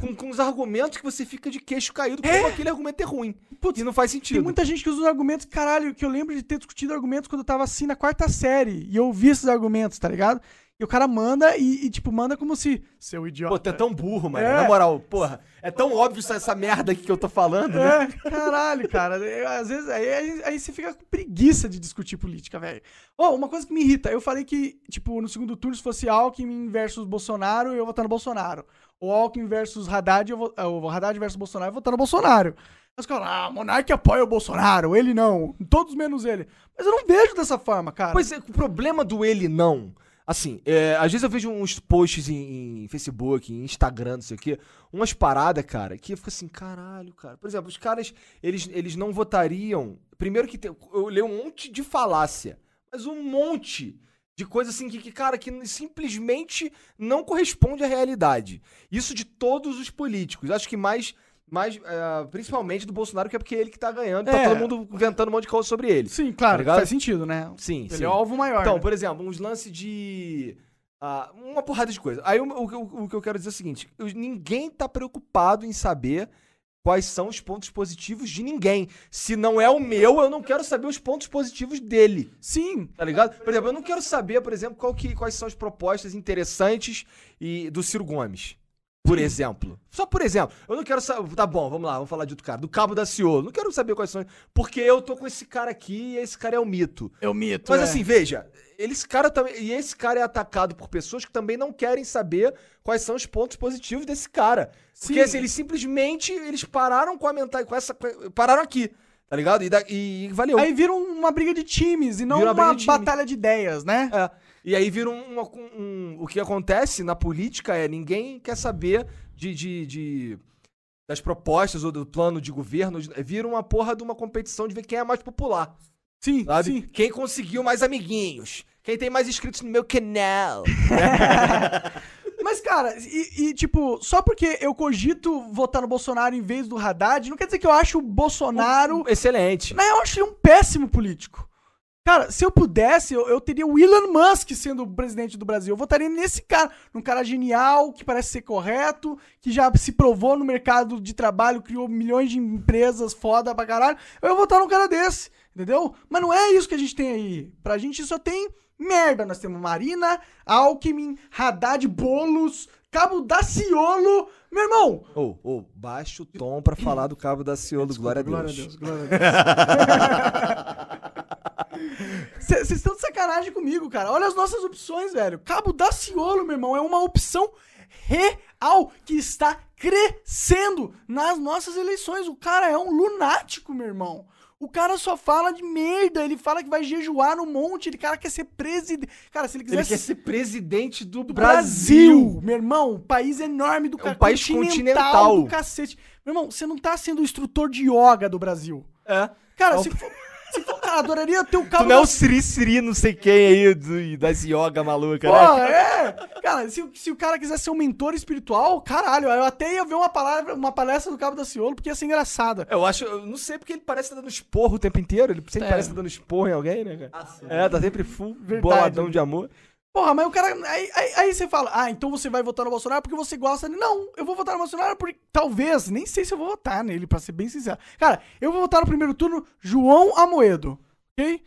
B: com, com uns argumentos que você fica de queixo caído, como aquele argumento é ruim. e não faz
C: Tem
B: sentido.
C: muita gente que usa os argumentos, caralho, que eu lembro de ter discutido argumentos quando eu tava assim na quarta série. E eu ouvi esses argumentos, tá ligado? E o cara manda e, e, tipo, manda como se. Seu
B: Pô,
C: idiota.
B: tu é tão burro, mano.
C: É.
B: Na moral, porra. É tão óbvio essa, essa merda aqui que eu tô falando, né?
C: É, <laughs> caralho, cara. Eu, às vezes aí, aí, aí você fica com preguiça de discutir política, velho. Ô, uma coisa que me irrita, eu falei que, tipo, no segundo turno, se fosse Alckmin versus Bolsonaro, eu ia votar no Bolsonaro. Ou Alckmin versus Haddad, eu vou, ah, o Haddad versus Bolsonaro, eu vou votar no Bolsonaro. Mas cara, ah, Monark apoia o Bolsonaro, ele não. Todos menos ele. Mas eu não vejo dessa forma, cara.
B: Pois é, o problema do ele não. Assim, é, às vezes eu vejo uns posts em, em Facebook, em Instagram, não sei o quê, umas paradas, cara, que eu fico assim, caralho, cara. Por exemplo, os caras, eles, eles não votariam. Primeiro que tem, eu leio um monte de falácia, mas um monte de coisa assim que, que, cara, que simplesmente não corresponde à realidade. Isso de todos os políticos. Acho que mais, mais é, principalmente do Bolsonaro, que é porque é ele que tá ganhando,
C: É.
B: tá todo mundo inventando um monte de coisa sobre ele.
C: Sim,
B: Tá
C: claro,
B: ligado?
C: faz sentido, né?
B: Sim,
C: Ele
B: sim.
C: é o alvo maior.
B: Então,
C: Então,
B: por exemplo, uns lances de. ah, uma porrada de coisa. Aí o, o que eu- o que eu quero dizer é o seguinte: eu- ninguém tá preocupado em saber quais são os pontos positivos de ninguém. Se não é o meu, eu não quero saber os pontos positivos dele.
C: Sim,
B: Tá ligado? Por exemplo, eu não quero saber, por exemplo, qual que- quais são as propostas interessantes e, do Ciro Gomes. Por exemplo. Só por exemplo. Eu não quero saber. Tá bom, vamos lá, vamos falar de outro cara. Do Cabo da Ciolo. Não quero saber quais são. Porque eu tô com esse cara aqui e esse cara é o mito.
C: eu mito.
B: Mas
C: é.
B: assim, veja, eles cara também, e esse cara é atacado por pessoas que também não querem saber quais são os pontos positivos desse cara. Porque
C: Sim.
B: assim, eles simplesmente eles pararam com a mentalidade, com essa com- pararam aqui, tá ligado? E, da- e- e valeu.
C: Aí vira um, uma briga de times e não
B: Vira uma
C: uma,
B: briga de time.
C: batalha de ideias, né?
B: É. E aí vira um, um- um- o que acontece na política é ninguém quer saber de, de- de- das propostas ou do plano de governo, de- é, vira uma porra de uma competição de ver quem é mais popular.
C: Sim,
B: sabe?
C: sim.
B: Quem conseguiu mais amiguinhos. Quem tem mais inscritos no meu canal.
C: Mas, cara, e, e, tipo, só porque eu cogito votar no Bolsonaro em vez do Haddad, não quer dizer que eu acho o Bolsonaro.
B: <laughs> Excelente.
C: Né, eu acho ele um péssimo político. Cara, se eu pudesse, eu, eu teria o Elon Musk sendo o presidente do Brasil. Eu votaria nesse cara, num cara genial, que parece ser correto, que já se provou no mercado de trabalho, criou milhões de empresas foda pra caralho. Eu ia votar num cara desse, entendeu? Mas não é isso que a gente tem aí. Pra gente só tem merda. Nós temos Marina, Alckmin, Haddad, Boulos, Cabo Daciolo. Meu irmão,
B: Ô, ô, baixa o tom pra falar do cabo da Ciolo, glória a Deus.
C: glória a Deus. Vocês estão de sacanagem comigo, cara. Olha as nossas opções, velho. Cabo Daciolo, meu irmão, é uma opção real que está crescendo nas nossas eleições. O cara é um lunático, meu irmão. O cara só fala de merda, ele fala que vai jejuar no monte, ele cara quer ser presidente. Cara, se ele quiser
B: Ele quer ser presidente do
C: Brasil.
B: Brasil.
C: meu irmão, país enorme do
B: É um
C: ca-
B: país continental.
C: do cacete. Meu irmão, você não tá sendo o instrutor de yoga do Brasil.
B: É.
C: Cara,
B: É um-
C: se for, se for, cara, adoraria ter o
B: Tu
C: cabo
B: não é o
C: da-
B: Siri Siri, não sei quem aí, do, das yoga maluca, né?
C: Porra, é. Cara, se, se o cara quiser ser um mentor espiritual, caralho, eu até ia ver uma, palavra, uma palestra do Cabo da Ciolo, porque ia ser engraçada.
B: Eu acho, eu não sei porque ele parece estar dando esporro o tempo inteiro. Ele sempre
C: É.
B: parece estar dando esporro em alguém, né, cara? É, tá sempre full
C: Verdade.
B: boladão de amor.
C: Porra, mas o cara. Aí, aí, aí você fala, ah, então você vai votar no Bolsonaro porque você gosta dele. Não, eu vou votar no Bolsonaro porque. Talvez, nem sei se eu vou votar nele, pra ser bem sincero. Cara, eu vou votar no primeiro turno João Amoedo, ok?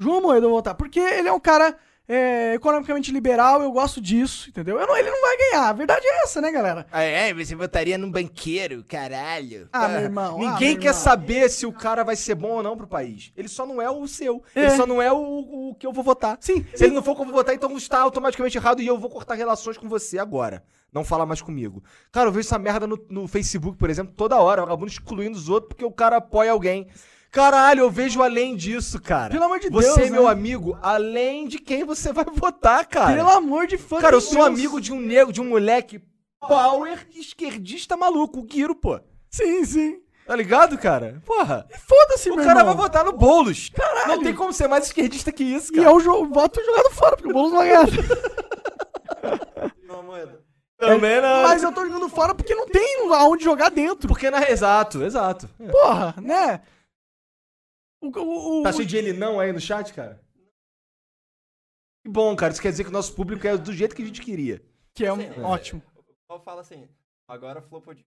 C: João Amoedo eu vou votar, porque ele é um cara é, economicamente liberal, eu gosto disso, entendeu? Eu não- ele não vai ganhar, a verdade é essa, né, galera?
B: Ah, é?
E: Ai, ai, você votaria num banqueiro, caralho.
C: Ah, meu irmão. ah,
B: Ninguém
C: meu
B: quer
C: irmão.
B: saber se o cara vai ser bom ou não pro país. Ele só não é o seu.
C: É.
B: Ele só não é o, o que eu vou votar.
C: Sim,
B: Se ele não for como votar, então está automaticamente errado e eu vou cortar relações com você agora. Não fala mais comigo. Cara, eu vejo essa merda no, no Facebook, por exemplo, toda hora. Vagabundo excluindo os outros porque o cara apoia alguém. Caralho, eu vejo além disso, cara.
C: Pelo amor de
B: você
C: Deus,
B: é meu
C: né?
B: amigo, além de quem você vai votar, cara.
C: Pelo amor de fã.
B: Cara, eu sou amigo de um negro, de um moleque power esquerdista maluco, o Guiro, pô.
C: Sim, sim.
B: Tá ligado, cara? Porra.
C: Foda-se,
B: O
C: meu
B: cara
C: irmão.
B: vai votar no Boulos. Caralho. Não tem como ser mais esquerdista que isso,
C: E
B: cara.
C: eu jo- voto jogado fora, porque o Boulos não vai ganhar.
B: <laughs>
D: Uma moeda.
B: Também não.
C: Mas eu tô jogando fora porque não tem aonde jogar dentro.
B: Porque na... Exato, exato. É.
C: Porra, né? O, o- o-
B: Tá cheio de ele não aí no chat, cara? Que bom, cara. Isso quer dizer que o nosso público é do jeito que a gente queria.
C: que é um- ótimo.
D: O pessoal fala assim, Agora flopou de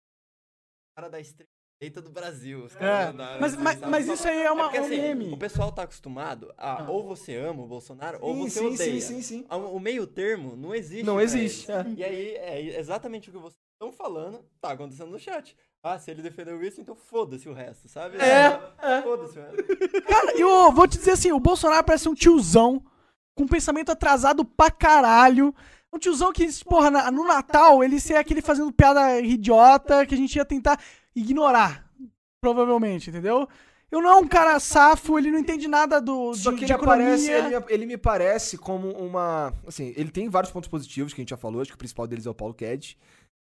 D: cara da extrema direita do Brasil. os caras
C: É,
D: mandaram
C: mas,
D: assim,
C: mas,
D: sabe?
C: mas isso aí é uma,
D: Porque,
C: um
D: assim,
C: meme.
D: O pessoal tá acostumado a
C: Ah.
D: ou você ama o Bolsonaro ou
C: Sim,
D: você
C: sim,
D: odeia.
C: sim, sim, sim.
D: A- O meio termo não existe.
B: Não
D: pra
B: existe,
D: eles. E aí é exatamente o que vocês estão falando, tá acontecendo no chat. Ah, se ele defendeu isso, então foda-se o resto, sabe?
C: É, é.
D: Foda-se o resto.
C: Cara, eu vou te dizer assim, o Bolsonaro parece um tiozão com um pensamento atrasado pra caralho. Um tiozão que, porra, na- no Natal ele seria aquele fazendo piada idiota que a gente ia tentar ignorar, provavelmente, entendeu? Eu não é um cara safo, ele não entende nada do
B: Só
C: de-
B: que
C: de
B: ele,
C: economia.
B: aparece, ele, me- ele me parece como uma. Assim, ele tem vários pontos positivos que a gente já falou, acho que o principal deles é o Paulo Guedes.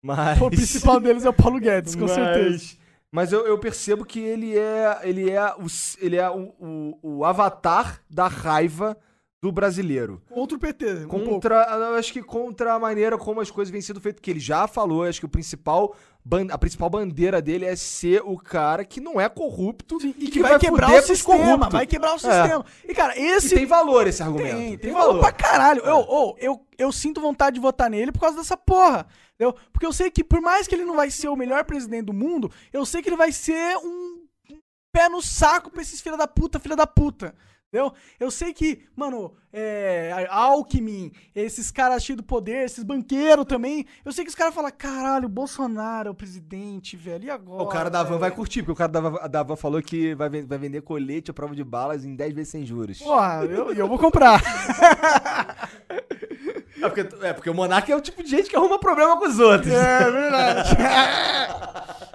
B: Mas.
C: Pô, O principal deles é o Paulo Guedes, com
B: Mas-
C: certeza.
B: Mas eu, eu percebo que ele é. Ele é, o, s- ele é o, o, o avatar da raiva do brasileiro.
C: Outro PT, um pouco.
B: Contra. Eu acho que contra a maneira como as coisas vêm sendo feitas, que ele já falou, eu acho que o principal. ban- A principal bandeira dele é ser o cara que não é corrupto
C: Sim, e que,
B: que
C: vai,
B: vai
C: quebrar o
B: fuder com os
C: sistema,
B: corruptos.
C: vai quebrar o sistema. E cara,
B: E
C: esse
B: tem valor É. esse argumento.
C: Tem, tem valor pra caralho. Eu, ô, eu, eu sinto vontade de votar nele por causa dessa porra. Entendeu? Porque eu sei que, por mais que ele não vai ser o melhor presidente do mundo, eu sei que ele vai ser um pé no saco pra esses filha da puta, filha da puta. Entendeu? Eu sei que, mano, é, Alckmin, esses caras cheios do poder, esses banqueiros também, eu sei que os caras falam, caralho, o Bolsonaro é o presidente, velho, e agora?
B: O cara da van
C: velho?"
B: vai curtir, porque o cara da van, da van falou que vai, ven- vai vender colete à prova de balas em 10 vezes sem juros.
C: Porra, eu, eu vou comprar.
B: É porque, é porque o Monark é o tipo de gente que arruma problema com os outros.
C: É verdade.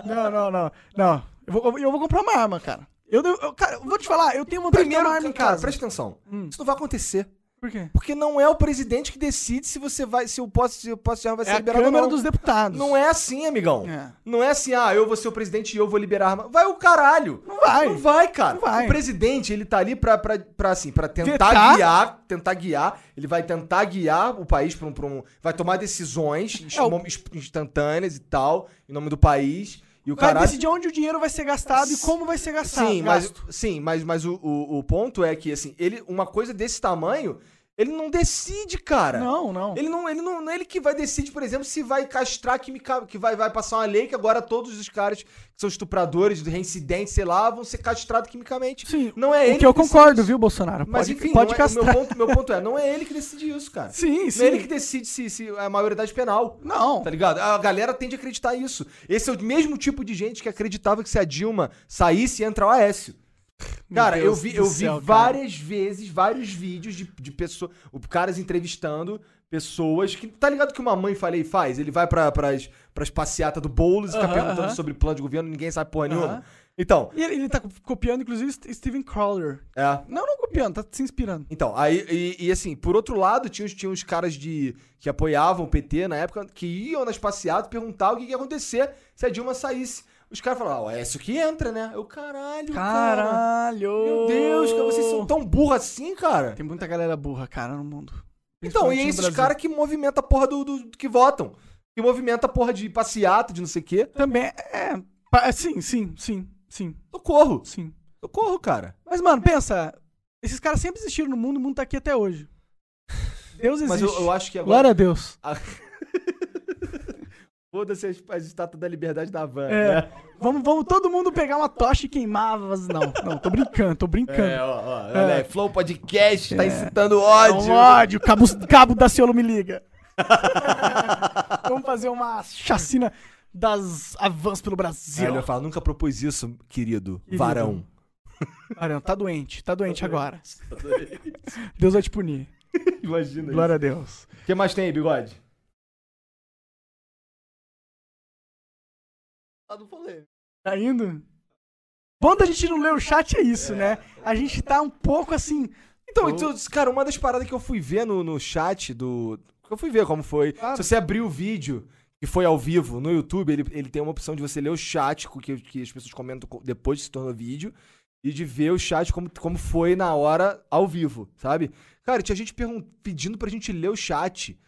C: <laughs> não, não, não. Não. Eu vou, eu vou comprar uma arma, cara. Eu, devo- eu- cara, eu vou te falar, eu tenho vontade de ter
B: Primeiro,
C: uma arma em
B: cara,
C: casa.
B: presta atenção.
C: Hum.
B: Isso não vai acontecer.
C: Por quê?
B: Porque não é o presidente que decide se você vai, se o posse, se o posse de arma vai
C: É
B: ser
C: a
B: liberado ou
C: Câmara
B: não.
C: dos Deputados.
B: Não é assim, amigão.
C: É.
B: Não é assim, ah, eu vou ser o presidente e eu vou liberar arma. Vai o caralho.
C: Não vai.
B: Não vai, cara.
C: Não vai.
B: O presidente, ele tá ali pra, pra, pra, assim, pra tentar
C: Vetar.
B: guiar, tentar guiar. Ele vai tentar guiar o país pra um... pra um- vai tomar decisões
C: É, o-
B: inst- instantâneas e tal, em nome do país. E o
C: Vai
B: caralho...
C: decidir onde o dinheiro vai ser gastado e como vai ser gastado.
B: Sim, mas,
C: gasto.
B: sim, mas, mas o, o, o ponto é que, assim, ele, uma coisa desse tamanho, ele não decide, cara.
C: Não, não.
B: é. Ele não, ele não, não é ele que vai decidir, por exemplo, se vai castrar que, me, ca- que vai, vai passar uma lei que agora todos os caras que são estupradores, reincidentes, sei lá, vão ser castrados quimicamente.
C: Sim,
B: não é ele
C: o que eu
B: decide
C: concordo,
B: isso.
C: viu, Bolsonaro?
B: Mas
C: pode
B: enfim,
C: pode
B: não é-
C: castrar.
B: meu, ponto, meu ponto é, não é ele que decide isso, cara.
C: <laughs> Sim, sim.
B: Não é ele que decide se, se a maioridade penal.
C: Não.
B: Tá ligado? A galera tende a acreditar isso. Esse é o mesmo tipo de gente que acreditava que se a Dilma saísse, ia entrar o Aécio.
C: Meu
B: Cara, eu
C: Deus
B: vi,
C: do
B: eu vi
C: céu, cara.
B: várias vezes, vários vídeos de, de pessoas, caras entrevistando pessoas que. Tá ligado que uma mãe falei faz? Ele vai pra, pras, pras passeatas do Boulos e fica
C: Aham,
B: perguntando
C: aham.
B: sobre plano de governo, ninguém sabe porra
C: Aham.
B: nenhuma. Então,
C: E ele, ele tá copiando, inclusive, Steven Crowder.
B: é.
C: Não, não copiando, tá se inspirando.
B: Então, aí, e, e assim, por outro lado, tinha, os- tinha uns caras de que apoiavam o PT na época, que iam nas passeadas perguntar o que que ia acontecer se a Dilma saísse. Os caras falavam, ah, é isso que entra, né? Eu, caralho, cara.
C: Caralho!
B: Meu Deus, cara, vocês são tão burros assim, cara.
C: Tem muita galera burra, cara, no mundo.
B: Então,
C: Principalmente
B: e é
C: no
B: esses
C: Brasil.
B: caras que movimentam a porra do, do- do que votam. Que movimenta a porra de passeata, de não sei o quê.
C: Também é. pa- é, Sim, sim, sim, sim,
B: Socorro.
C: sim.
B: Socorro, cara.
C: Mas, mano, pensa. Esses caras sempre existiram no mundo, o mundo tá aqui até hoje. Deus existe.
B: Mas eu, eu acho que agora.
C: Glória a Deus.
B: Foda-se as, as estátuas da liberdade da van.
C: É.
B: né?
C: Vamos, vamos todo mundo pegar uma tocha e queimar. mas Não, não, tô brincando, tô
B: É,
C: brincando.
B: ó, ó,
C: É.
B: olha aí, Flow Podcast tá
C: É.
B: incitando
C: É
B: ódio.
C: um ódio, cabo, cabo da Ciolo me liga. <laughs> vamos fazer uma chacina das avans pelo
B: Aí
C: Brasil.
B: ele vai falar, nunca propus isso, querido.
C: Querido.
B: Varão.
C: Mariano, tá doente, tá doente agora. Deus vai te punir.
B: Imagina
C: Glória a Deus.
B: O que mais tem aí, bigode?
D: Tá no polêmico.
C: Tá indo? Bom da gente não ler o chat é isso, né? A gente tá um pouco assim.
B: Então, então, cara, uma das paradas que eu fui ver no, no chat do. que Eu fui ver como foi.
C: Claro.
B: Se você abrir o vídeo que foi ao vivo no YouTube, ele, ele tem uma opção de você ler o chat, co- que, que as pessoas comentam co- depois que se torna vídeo, e de ver o chat como, como foi na hora ao vivo, sabe? Cara, tinha gente pergun- pedindo pra gente ler o chat.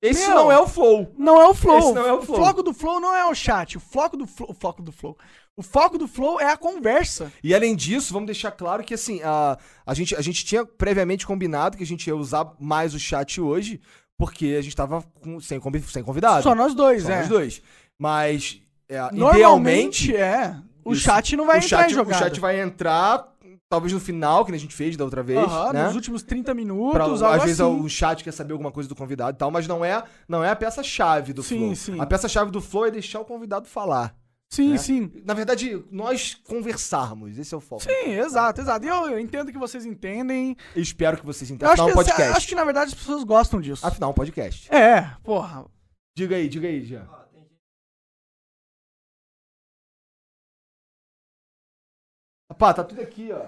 B: Esse
C: Meu.
B: não é o Flow.
C: Não é o flow.
B: Esse não é o flow.
C: foco do flow não é o chat. O foco do flow, o foco do flow. O foco do flow é a conversa.
B: E além disso, vamos deixar claro que assim, a, a, gente, a gente tinha previamente combinado que a gente ia usar mais o chat hoje, porque a gente tava com- sem, convi- sem convidado.
C: Só nós dois,
B: Só
C: é.
B: nós dois. Mas, é,
C: Normalmente,
B: idealmente,
C: é. O
B: Isso.
C: chat não vai
B: o,
C: entrar
B: chat,
C: em
B: o
C: jogada.
B: chat vai entrar, talvez no final, que nem a gente fez da outra vez,
C: Aham,
B: né?
C: nos últimos 30 minutos,
B: Pra-
C: algo
B: às vezes é
C: assim.
B: o chat né? quer saber alguma coisa do convidado e tal, mas não é, não é a peça-chave do
C: Sim,
B: flow.
C: sim.
B: A peça-chave do flow é deixar o convidado falar.
C: Sim,
B: né?
C: sim.
B: Na verdade, nós conversarmos. Esse é o foco.
C: Sim, exato, exato. E eu, eu entendo que vocês entendem.
B: Eu espero que vocês
C: Eu
B: entendam.
C: acho,
B: Afinal, um
C: que,
B: podcast.
C: acho que, na verdade, as pessoas gostam disso.
B: Afinal, um podcast.
C: É, porra.
B: Diga aí, diga aí, Jean. Pá, tá tudo aqui, ó.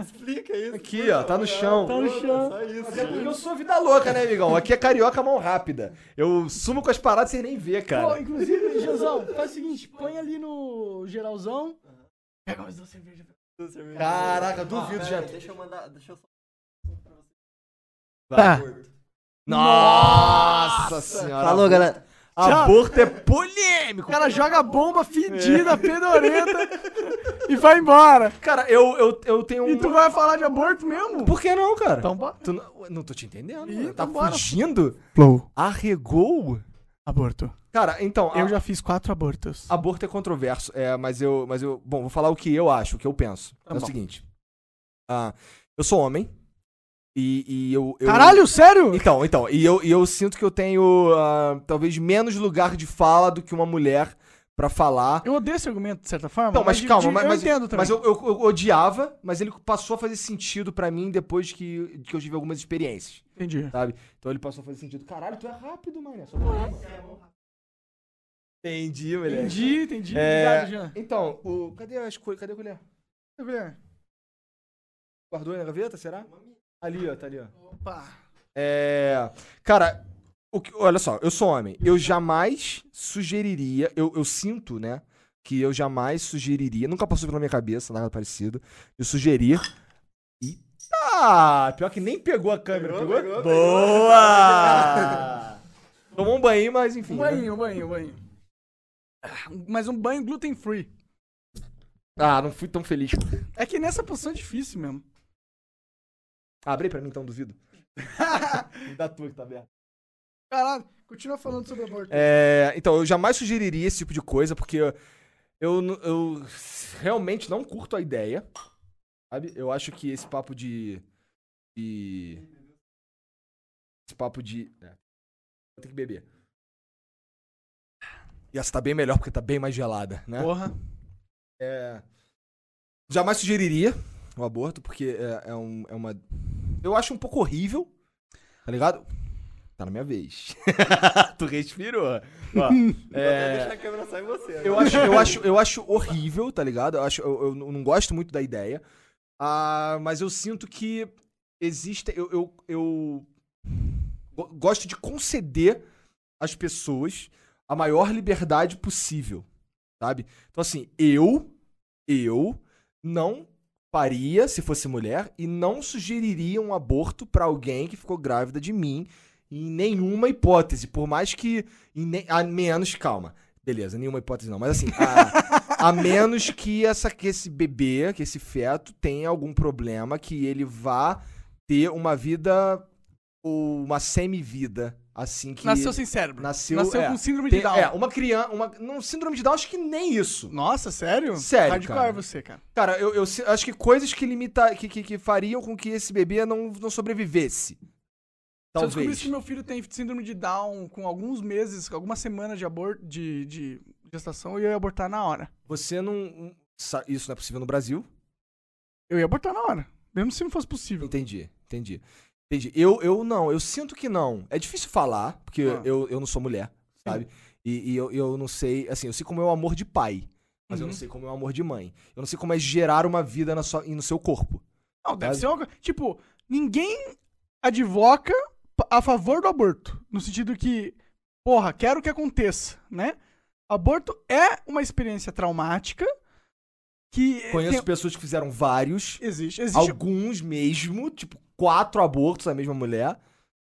D: Explica isso.
B: Aqui, ó, tá no chão.
C: Tá no chão.
D: Só isso.
B: Mas é porque eu sou vida louca, né, amigão? Aqui é carioca mão rápida. Eu sumo com as paradas sem nem ver,
C: Pô,
B: cara.
C: inclusive, Janzão, faz o seguinte, põe ali no geralzão. Pega mais duas cervejas.
B: Caraca, duvido,
D: Ah,
B: já.
D: pera aí, Deixa eu mandar. Deixa eu só.
B: Tá.
D: Gordo.
B: Nossa, Tá senhora.
E: Falou, galera.
B: Aborto é polêmico. É.
C: O cara joga bomba fedida, fedorenta <laughs> e vai embora.
B: Cara, eu, eu, eu tenho
C: E
B: um.
C: tu vai falar de aborto mesmo?
B: Por que não, cara?
C: Então bora.
B: Tu não, não tô te entendendo.
C: Ih,
B: mano. tá
C: então bora.
B: fugindo?
C: Flow,
B: Arregou?
C: aborto.
B: Cara, então. a-
C: Eu já fiz quatro abortos.
B: Aborto é controverso, é, mas eu, mas eu, bom, vou falar o que eu acho, o que eu penso.
C: Tá
B: é o
C: bom.
B: seguinte. Ah, eu sou homem e, e eu, eu-
C: Caralho, sério?
B: Então, então, e eu, e eu sinto que eu tenho ah, talvez menos lugar de fala do que uma mulher pra falar.
C: Eu odeio esse argumento, de certa forma.
B: Não, mas
C: de-
B: calma,
C: de-
B: mas,
C: eu
B: mas,
C: entendo também.
B: mas eu, eu- eu odiava, mas ele passou a fazer sentido pra mim depois que, que eu tive algumas experiências,
C: Entendi.
B: sabe? Então ele passou a fazer sentido. Caralho, tu é rápido, mano. Só mano. é Entendi, moleque.
C: Entendi, entendi.
B: É,
C: Obrigado, Jean.
B: Então, o, cadê as colher? Cadê a colher?
C: Deixa eu ver.
B: Guardou aí na gaveta, será? Ali, ó, tá ali, ó.
C: Opa.
B: É. Cara, o que- olha só, eu sou homem. Eu jamais sugeriria, eu, eu sinto, né? Que eu jamais sugeriria, nunca passou pela minha cabeça, nada parecido, de sugerir. E. Ah! Pior que nem pegou a câmera, pegou?
D: Pegou, pegou, pegou.
B: Boa! <laughs> Tomou um banho, mas enfim.
C: Um
B: né?
C: banho, um banho, um banho. Ah, Mas um banho gluten free.
B: Ah, não fui tão feliz.
C: É que nessa posição é difícil mesmo.
B: Abre aí pra mim então, duvido. da tua que tá aberta.
C: Caralho, continua falando sobre aborto.
B: É, então, eu jamais sugeriria esse tipo de coisa, porque eu, n- eu realmente não curto a ideia. Sabe? Eu acho que esse papo de. de- esse papo de. É, eu tenho que beber. E essa tá bem melhor porque tá bem mais gelada, né?
C: Porra.
B: É, jamais sugeriria o aborto, porque é, é um- é uma. Eu acho um pouco horrível, tá ligado? Tá na minha vez. tu respirou. Ó,
D: Vou
B: é,
D: deixar a câmera só em você. né? agora.
B: eu, acho, eu, acho, eu acho horrível, tá ligado? Eu, acho, eu, eu n- não gosto muito da ideia. Ah, mas eu sinto que existe. Eu, eu, eu go- gosto de conceder às pessoas a maior liberdade possível, sabe? Então, assim, eu. Eu não faria se fosse mulher e não sugeriria um aborto pra alguém que ficou grávida de mim em nenhuma hipótese, por mais que em ne- a menos calma. Beleza, nenhuma hipótese não, mas assim,
C: <laughs>
B: a, a menos que essa que esse bebê, que esse feto tenha algum problema que ele vá ter uma vida ou uma semi-vida, assim que
C: Nasceu sem cérebro.
B: nasceu,
C: Nasceu
B: é,
C: com síndrome
B: tem-
C: de Down.
B: é, uma criança, uma não síndrome de Down, acho que nem isso.
C: Nossa, sério?
B: Sério,
C: Hardcore
B: cara.
C: você, cara.
B: Cara, eu, eu se- acho que coisas que limita, que, que, que fariam com que esse bebê não, não sobrevivesse.
C: Se eu
B: Talvez.
C: descobrisse que meu filho tem síndrome de Down com alguns meses, algumas semanas de aborto, de, de gestação, eu ia abortar na hora.
B: Você não. sa- Isso não é possível no Brasil.
C: Eu ia abortar na hora. Mesmo se não fosse possível.
B: Entendi, entendi. Entendi. Eu, eu não, eu sinto que não. É difícil falar, porque
C: Ah.
B: eu, eu não sou mulher, sabe? E, e eu, eu não sei, assim, eu sei como é o amor de pai, mas eu não
C: Uhum.
B: sei como é o amor de mãe. Eu não sei como é gerar uma vida na sua, e no seu corpo.
C: Não, deve
B: Quase.
C: ser uma coisa. Tipo, ninguém advoca p- a favor do aborto. No sentido que, porra, quero que aconteça, né? Aborto é uma experiência traumática que. eh,
B: Conheço
C: tem-
B: pessoas que fizeram vários,
C: Existe, existe,
B: alguns mesmo, tipo, quatro abortos da mesma mulher.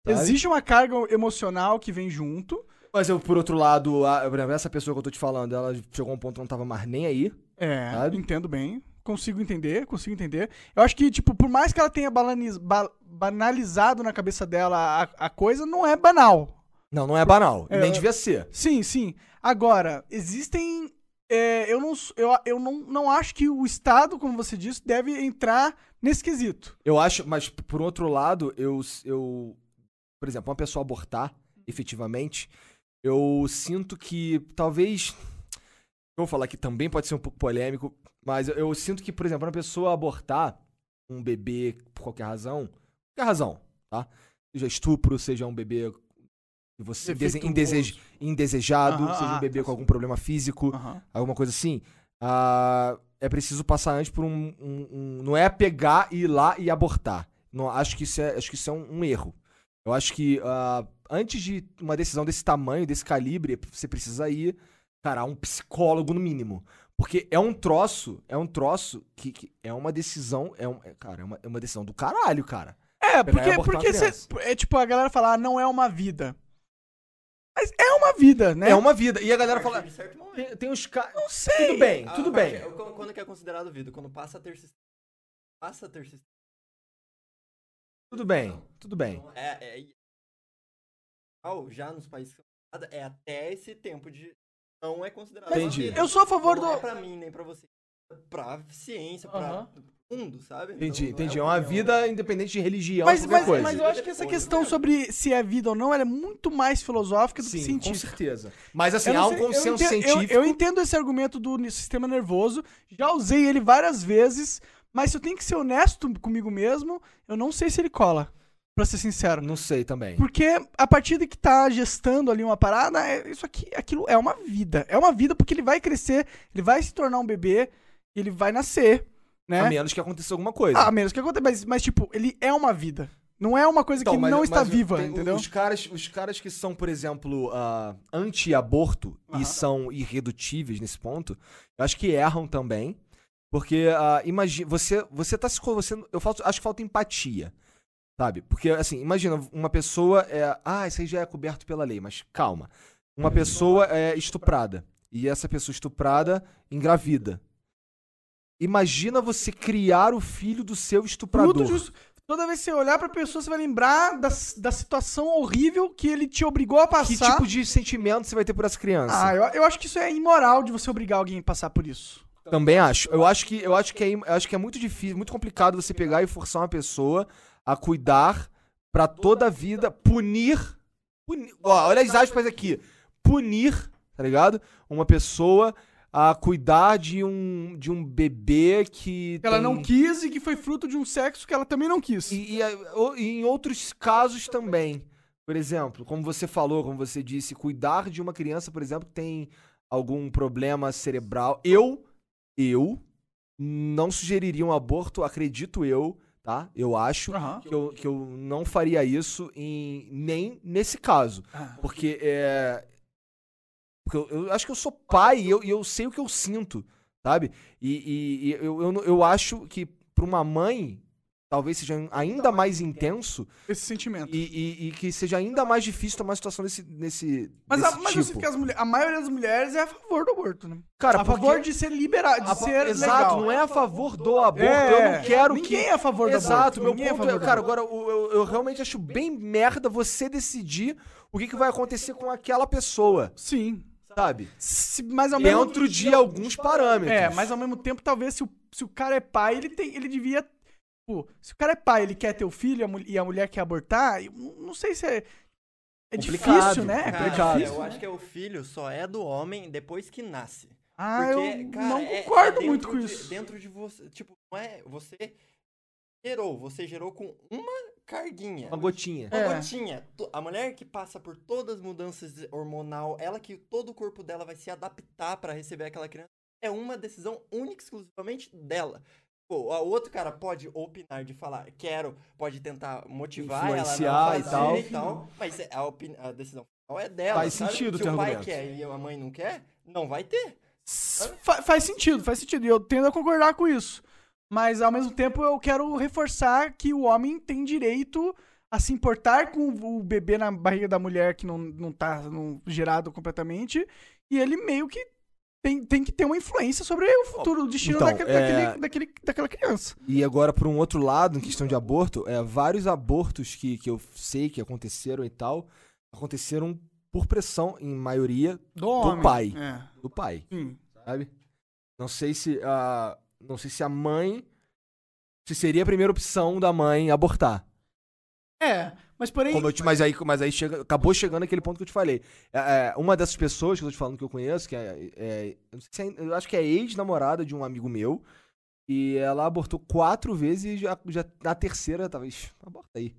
B: sabe?
C: existe uma carga emocional que vem junto.
B: Mas eu, por outro lado, a- por exemplo, essa pessoa que eu tô te falando, ela chegou a um ponto que não tava mais nem aí.
C: É,
B: Sabe?
C: entendo bem. Consigo entender, consigo entender. Eu acho que, tipo, por mais que ela tenha balaniz- ba- banalizado na cabeça dela a, a coisa, não é banal.
B: Não, não é banal.
C: É,
B: Nem
C: eu-
B: devia ser.
C: Sim, sim. Agora, existem. é, eu não, s- eu, a- eu não, não acho que o Estado, como você disse, deve entrar nesse quesito.
B: Eu acho, mas p- por outro lado, eu, s- eu. Por exemplo, uma pessoa abortar, efetivamente, eu sinto que talvez. Eu vou falar que também pode ser um pouco polêmico, mas eu, eu sinto que, por exemplo, uma pessoa abortar um bebê por qualquer razão. Qualquer razão, tá? Seja estupro, seja um bebê que você dese-
C: Defeituoso.
B: indesej- indesejado,
C: Aham,
B: seja
C: ah,
B: um bebê
C: tá, Ah.
B: com
C: sim.
B: algum problema físico
C: Aham.
B: alguma coisa assim, ah, é preciso passar antes por um, um- um- Não é pegar e ir lá e abortar. Não, acho que isso é, acho que isso é um, um erro. Eu acho que ah, antes de uma decisão desse tamanho, desse calibre, você precisa ir, cara, a um psicólogo no mínimo. Porque é um troço, é um troço que, que é uma decisão, é um, é, cara, é uma, é uma decisão do caralho, cara. Pegar
C: É,
B: e
C: porque,
B: abortar
C: porque
B: uma
C: cê-
B: criança.
C: é tipo a galera falar, "Ah, não é uma vida. Mas é uma vida, né?
B: É uma vida. E a galera
D: A
B: fala,
D: partir de certo momento.
B: tem, tem uns caras...
C: Não sei.
B: Tudo bem,
D: Ah,
B: tudo
D: a
B: bem.
D: partir- quando- Quando que é considerado vida? Quando passa a ter sistema. Passa a ter sistema.
B: Tudo bem, tudo bem.
D: Então, É, é- Ao- já nos países que são nada, é até esse tempo de. Não é considerado. uma
B: Entendi.
D: vida.
C: Eu sou a favor
D: Não é
C: do.
D: pra mim, nem pra você. É Pra ciência, pra
C: Aham.
D: mundo, sabe?
B: Entendi,
D: Então, não
B: entendi. É
D: uma
B: uma
D: opinião.
B: vida independente de religião,
C: Mas,
B: qualquer
C: mas,
B: coisa.
C: mas eu acho que essa questão
B: né?
C: sobre se é vida ou não ela é muito mais filosófica do que
B: Sim, com
C: científica.
B: certeza. Mas assim,
C: Eu não
B: há um
C: sei- eu
B: consenso
C: entendo- eu-
B: científico.
C: Eu, entendo esse argumento do ni- sistema nervoso, já usei ele várias vezes, mas se eu tenho que ser honesto comigo mesmo, eu não sei se ele cola, pra ser sincero. né?
B: Não sei também.
C: Porque a partir de que tá gestando ali uma parada, é- isso aqui, aquilo é uma vida. É uma vida porque ele vai crescer, ele vai se tornar um bebê, ele vai nascer, né?
B: A menos que aconteça alguma coisa.
C: Ah, a menos que aconteça, mas, mas tipo, ele é uma vida. Não é uma coisa
B: Então,
C: que
B: mas-
C: não
B: mas
C: está
B: tem-
C: viva,
B: tem-
C: entendeu?
B: Os caras, os caras que são, por exemplo, ah, anti-aborto
C: Aham.
B: e são irredutíveis nesse ponto, eu acho que erram também. Porque, imagina, você, você tá se. co- Você, eu falo, acho que falta empatia. Sabe? Porque, assim, imagina, uma pessoa é. Ah, isso aí já é coberto pela lei, mas calma. Uma pessoa é estuprada. E essa pessoa estuprada engravida. Imagina você criar o filho do seu
C: Fruto
B: estuprador.
C: disso. Toda vez que você olhar pra pessoa, você vai lembrar da, da situação horrível que ele te obrigou a
B: Que
C: passar.
B: tipo de sentimento você vai ter por essa criança?
C: Ah, eu, eu acho que isso é imoral de você obrigar alguém a passar por isso.
B: Também acho. Eu acho que eu acho que é, im- eu acho que é muito difícil, muito complicado você pegar e forçar uma pessoa a cuidar pra toda a vida, punir, punir- ó, olha as aspas aqui. Punir, tá ligado? Uma pessoa a cuidar de um de um bebê que
C: Que ela
B: tem-
C: não quis e que foi fruto de um sexo que ela também não quis.
B: E, e, eh, o- e em outros casos também. Por exemplo, como você falou, como você disse, cuidar de uma criança, por exemplo, que tem algum problema cerebral. Eu, eu não sugeriria um aborto, acredito eu, tá? Eu acho
C: Aham.
B: que, eu, que eu não faria isso em, nem nesse caso.
C: Ah.
B: Porque é. Porque eu, eu acho que eu sou pai e eu, e eu sei o que eu sinto, sabe? E, e- e eu, eu, não- eu acho que pra uma mãe talvez seja ainda mais intenso
C: Esse sentimento.
B: e, e- e que seja ainda mais difícil tomar uma situação desse, nesse,
C: Mas, a,
B: desse
C: mas eu
B: tipo.
C: sinto que as mulher- a maioria das mulheres é a favor do aborto, né?
B: Cara,
C: a
B: porque-
C: favor de ser liberado, de
B: A-
C: ser
B: Exato,
C: legal.
B: não é a favor do aborto.
C: É.
B: Eu não quero
C: Ninguém
B: que.
C: é a favor do aborto.
B: Exato, meu
C: Ninguém é a
B: ponto é,
C: favor do
B: cara, agora eu, eu- eu realmente acho bem merda você decidir o que, que vai acontecer com aquela pessoa,
C: Sim.
B: sabe?
C: Se- mas
D: É
C: ao mesmo
B: Dentro de alguns parâmetros.
C: É, mas ao mesmo tempo, talvez se o, se o cara é pai, ele tem, ele devia. Pô, se o cara é pai, ele quer ter o filho a mu- e a mulher quer abortar, eu não não sei se é. É
B: Complicado,
C: difícil, né? É
D: Cara,
B: complicado.
C: difícil,
D: eu
C: né?
D: acho que é o filho só é do homem depois que nasce.
C: Ah,
D: Porque,
C: eu
D: cara,
C: não
D: é- é
C: concordo
D: dentro
C: muito com
D: de-
C: isso.
D: Dentro de você. Tipo, não é. Você gerou. Você gerou com uma carguinha.
B: Uma gotinha.
D: Uma
C: É.
D: gotinha. Tu- A mulher que passa por todas as mudanças hormonal, ela que todo o corpo dela vai se adaptar pra receber aquela criança, é uma decisão única e exclusivamente dela. Pô, a outro cara pode opinar de falar, quero, pode tentar motivar ela
B: Influenciar
D: a
B: e
D: não
B: tal.
D: fazer e tal, mas é, a, opini- a decisão final é dela.
B: Faz
D: sabe?
B: sentido o
D: Se
B: teu
D: o pai
B: argumento.
D: quer e a mãe não quer, não vai ter.
C: Fa- faz sentido, faz sentido. E eu tendo a concordar com isso. Mas ao mesmo tempo eu quero reforçar que o homem tem direito a se importar com o bebê na barriga da mulher que não, não tá não, gerado completamente. E ele meio que tem, tem que ter uma influência sobre o futuro, o destino
B: Então,
C: daque-
B: é-
C: daquele, daquele, daquela criança.
B: E agora, por um outro lado, em questão de aborto, é, vários abortos que, que eu sei que aconteceram e tal, aconteceram por pressão, em maioria,
C: Do homem.
B: pai.
C: É.
B: do pai.
C: Sim.
B: sabe? Não sei se a, não sei se a mãe se seria a primeira opção da mãe abortar.
C: É, mas porém.
B: Como eu te- mas aí, mas aí chega, acabou chegando aquele ponto que eu te falei. É, é, uma dessas pessoas que eu tô te falando que eu conheço, que é, é- eu, não sei se é- eu acho que é ex-namorada de um amigo meu, e ela abortou quatro vezes e já, já na terceira, talvez, aborta aí,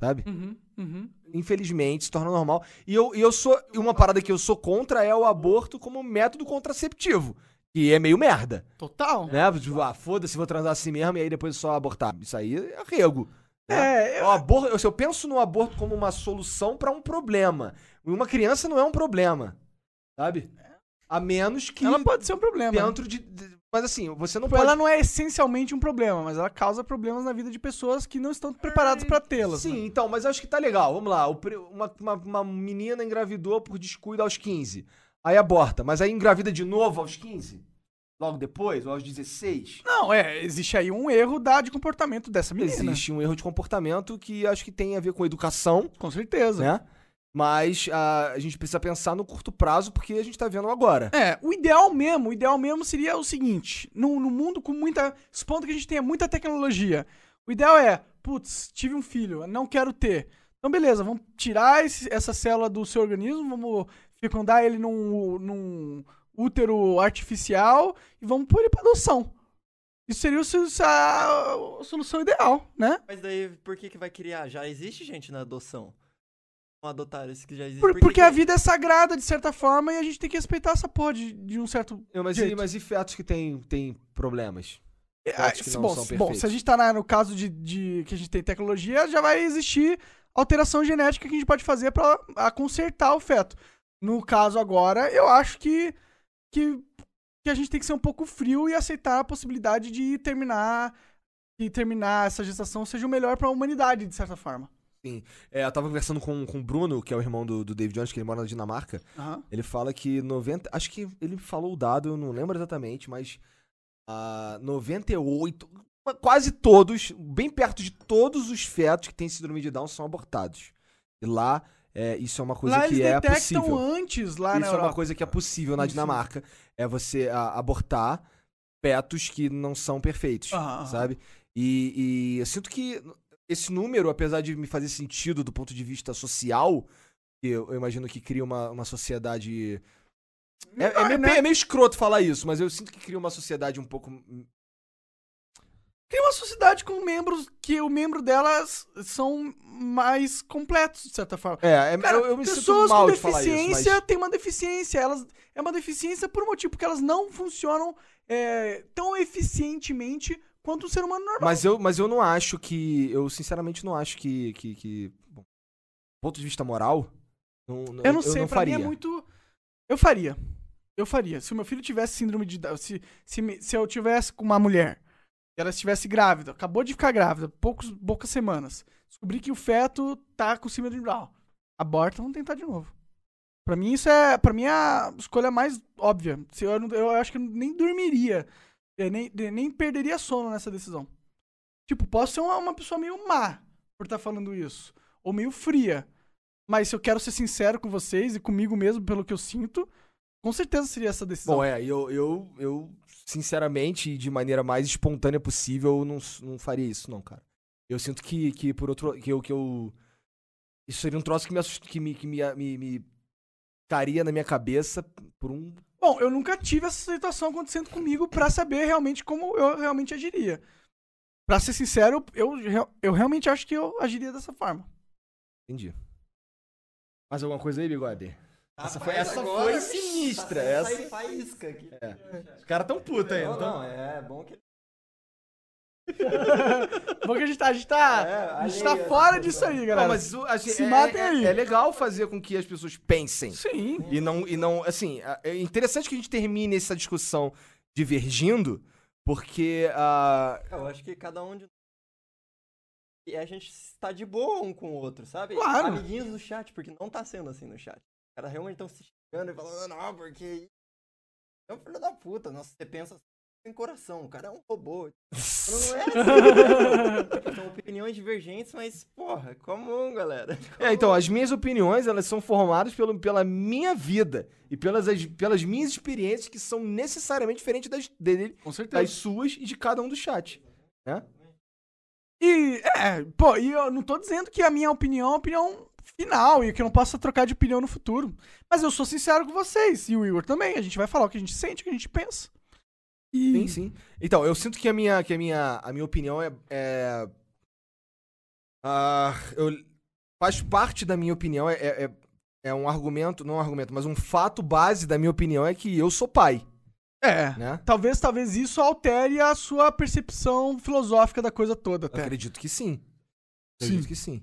B: sabe?
C: Uhum, uhum.
B: Infelizmente, se torna normal. E eu, e eu sou, e uma parada que eu sou contra é o aborto como método contraceptivo, que é meio merda
C: Total.
B: né? Tipo, ah, foda-se, vou transar assim mesmo e aí depois só abortar. Isso aí é rego.
C: É,
B: O aborto, se eu penso no aborto como uma solução pra um problema, uma criança não é um problema, sabe? A menos que
C: ela pode ser um problema.
B: dentro de, de- mas assim, você não
C: Tipo,
B: pode
C: ela não é essencialmente um problema, mas ela causa problemas na vida de pessoas que não estão preparadas pra tê-las.
B: Sim,
C: né?
B: então, mas eu acho que tá legal. Vamos lá, o pri- uma, uma, uma menina engravidou por descuido aos 15. Aí aborta, mas aí engravida de novo aos 15? Logo depois, ou aos 16?
C: Não, é, existe aí um erro da, de comportamento dessa menina.
B: Existe um erro de comportamento que acho que tem a ver com educação.
C: Com certeza.
B: né? Mas ah, a, a gente precisa pensar no curto prazo, porque a gente tá vendo agora.
C: É, o ideal mesmo, o ideal mesmo seria o seguinte: no, no mundo com muita. Supondo que a gente tenha muita tecnologia. O ideal é, putz, tive um filho, não quero ter. Então, beleza, vamos tirar esse- essa célula do seu organismo, vamos fecundar ele num, num útero artificial e vamos pôr ele pra adoção. Isso seria o seu- a solução ideal, né?
D: Mas daí, por que que vai criar? Já existe gente na adoção. Não adotaram isso que já existe.
C: Por-
D: Por que
C: porque
D: que-
C: a vida é sagrada, de certa forma, e a gente tem que respeitar essa porra de, de um certo
B: Eu, Mas e,
C: jeito.
B: mas e fetos que têm tem problemas?
C: Ah,
B: Acho que
C: se-
B: não
C: bom,
B: são
C: se- bom,
B: perfeitos.
C: se a gente tá na- no caso de, de que a gente tem tecnologia, já vai existir alteração genética que a gente pode fazer pra a consertar o feto. No caso agora, eu acho que, que, que a gente tem que ser um pouco frio e aceitar a possibilidade de terminar de terminar essa gestação seja o melhor pra humanidade, de certa forma.
B: É, eu tava conversando com, com o Bruno, que é o irmão do, do David Jones, que ele mora na Dinamarca. Ele fala que 90. Acho que ele falou o dado, eu não lembro exatamente, mas. ah, 98. Quase todos, bem perto de todos os fetos que têm síndrome de Down são abortados. E lá, é, isso é uma coisa
C: lá eles
B: que é
C: detectam
B: possível.
C: antes, lá na
B: Isso é uma
C: Europa.
B: coisa que é possível na
C: Sim, sim.
B: Dinamarca. É você a- abortar fetos que não são perfeitos,
C: Aham, aham.
B: sabe? E, e eu sinto que esse número, apesar de me fazer sentido do ponto de vista social, que eu, eu imagino que cria uma, uma sociedade. É, é meio, é meio escroto falar isso, mas eu sinto que cria uma sociedade um pouco.
C: Tem uma sociedade com membros que o membro delas são mais completos, de certa forma.
B: É, é
C: Cara,
B: eu, eu me sinto
C: pessoas
B: mal
C: com
B: de falar isso. Mas...
C: deficiência têm uma deficiência. Elas, é uma deficiência por um motivo, porque elas não funcionam é, tão eficientemente quanto um ser humano normal.
B: Mas eu, mas eu não acho que. Eu sinceramente não acho que. que, que bom, do ponto de vista moral, não,
C: eu não sei,
B: não
C: pra
B: faria.
C: mim é muito. Eu faria. Eu faria. Se o meu filho tivesse síndrome de Down, se, se, me- se eu tivesse com uma mulher e ela estivesse grávida, acabou de ficar grávida, poucos, poucas semanas, descobri que o feto tá com síndrome de Down. Aborta, vamos tentar de novo. Pra mim isso é, para mim é a escolha mais óbvia. Se eu, não- eu acho que eu nem dormiria, eu nem, de- nem perderia sono nessa decisão. Tipo, posso ser uma, uma pessoa meio má por estar falando isso, ou meio fria. Mas se eu quero ser sincero com vocês e comigo mesmo, pelo que eu sinto, com certeza seria essa decisão.
B: Bom, é, eu, eu, eu, sinceramente, e de maneira mais espontânea possível, eu não, s- não faria isso, não, cara. Eu sinto que, que por outro. Que eu, que eu. Isso seria um troço que me assust... que me, que me, me, me estaria na minha cabeça por um.
C: Bom, eu nunca tive essa situação acontecendo comigo pra saber realmente como eu realmente agiria. Pra ser sincero, eu, eu, eu realmente acho que eu agiria dessa forma.
B: Entendi. Mais alguma coisa aí, bigode? Essa foi,
E: Rapaz,
B: essa
E: agora,
B: foi
E: bicho, tá
B: sinistra.
E: saindo
B: Essa.
E: faísca aqui.
B: Os caras tão putos aí,
E: Não,
B: É, então.
E: não, é bom que...
C: Bom que a gente tá, a gente tá, a gente tá
E: alheia
C: fora disso aí, galera.
B: Não, mas o- assim,
C: Se
B: é,
C: matem
B: é-
C: aí.
B: é legal fazer com que as pessoas pensem.
C: Sim.
B: E não, e não, assim, a- é interessante que a gente termine essa discussão divergindo, porque ah,
D: Eu acho que cada um de nós. E a gente está de boa um com o outro, sabe?
C: Claro.
D: Amiguinhos do chat, porque não tá sendo assim no chat. Os caras "Ah, É um realmente estão se xingando e falando, não, porque. Não, filho da puta, nossa, você pensa assim, tem coração, o cara é um robô. Então não é assim.
B: <laughs>
D: São opiniões divergentes, mas, porra, é comum, galera. <laughs>
B: É, então, as minhas opiniões, elas são formadas pelo, pela minha vida e pelas, as- pelas minhas experiências que são necessariamente diferentes das, dele,
C: Com
B: das
C: certeza.
B: suas e de cada um do chat. né?
C: E, é, pô, e eu não tô dizendo que a minha opinião é a opinião final e que eu não possa trocar de opinião no futuro. Mas eu sou sincero com vocês e o Igor também. A gente vai falar o que a gente sente, o que a gente pensa. E
B: Sim, sim. Então, eu sinto que a minha, que a minha, a minha opinião é. é- ah, eu- faz parte da minha opinião, é, é, é- é um argumento, não um argumento, mas um fato base da minha opinião é que eu sou pai,
C: é.
B: né?
C: Talvez, talvez isso altere a sua percepção filosófica da coisa
B: Eu
C: toda, até.
B: acredito que É. sim. Acredito que sim.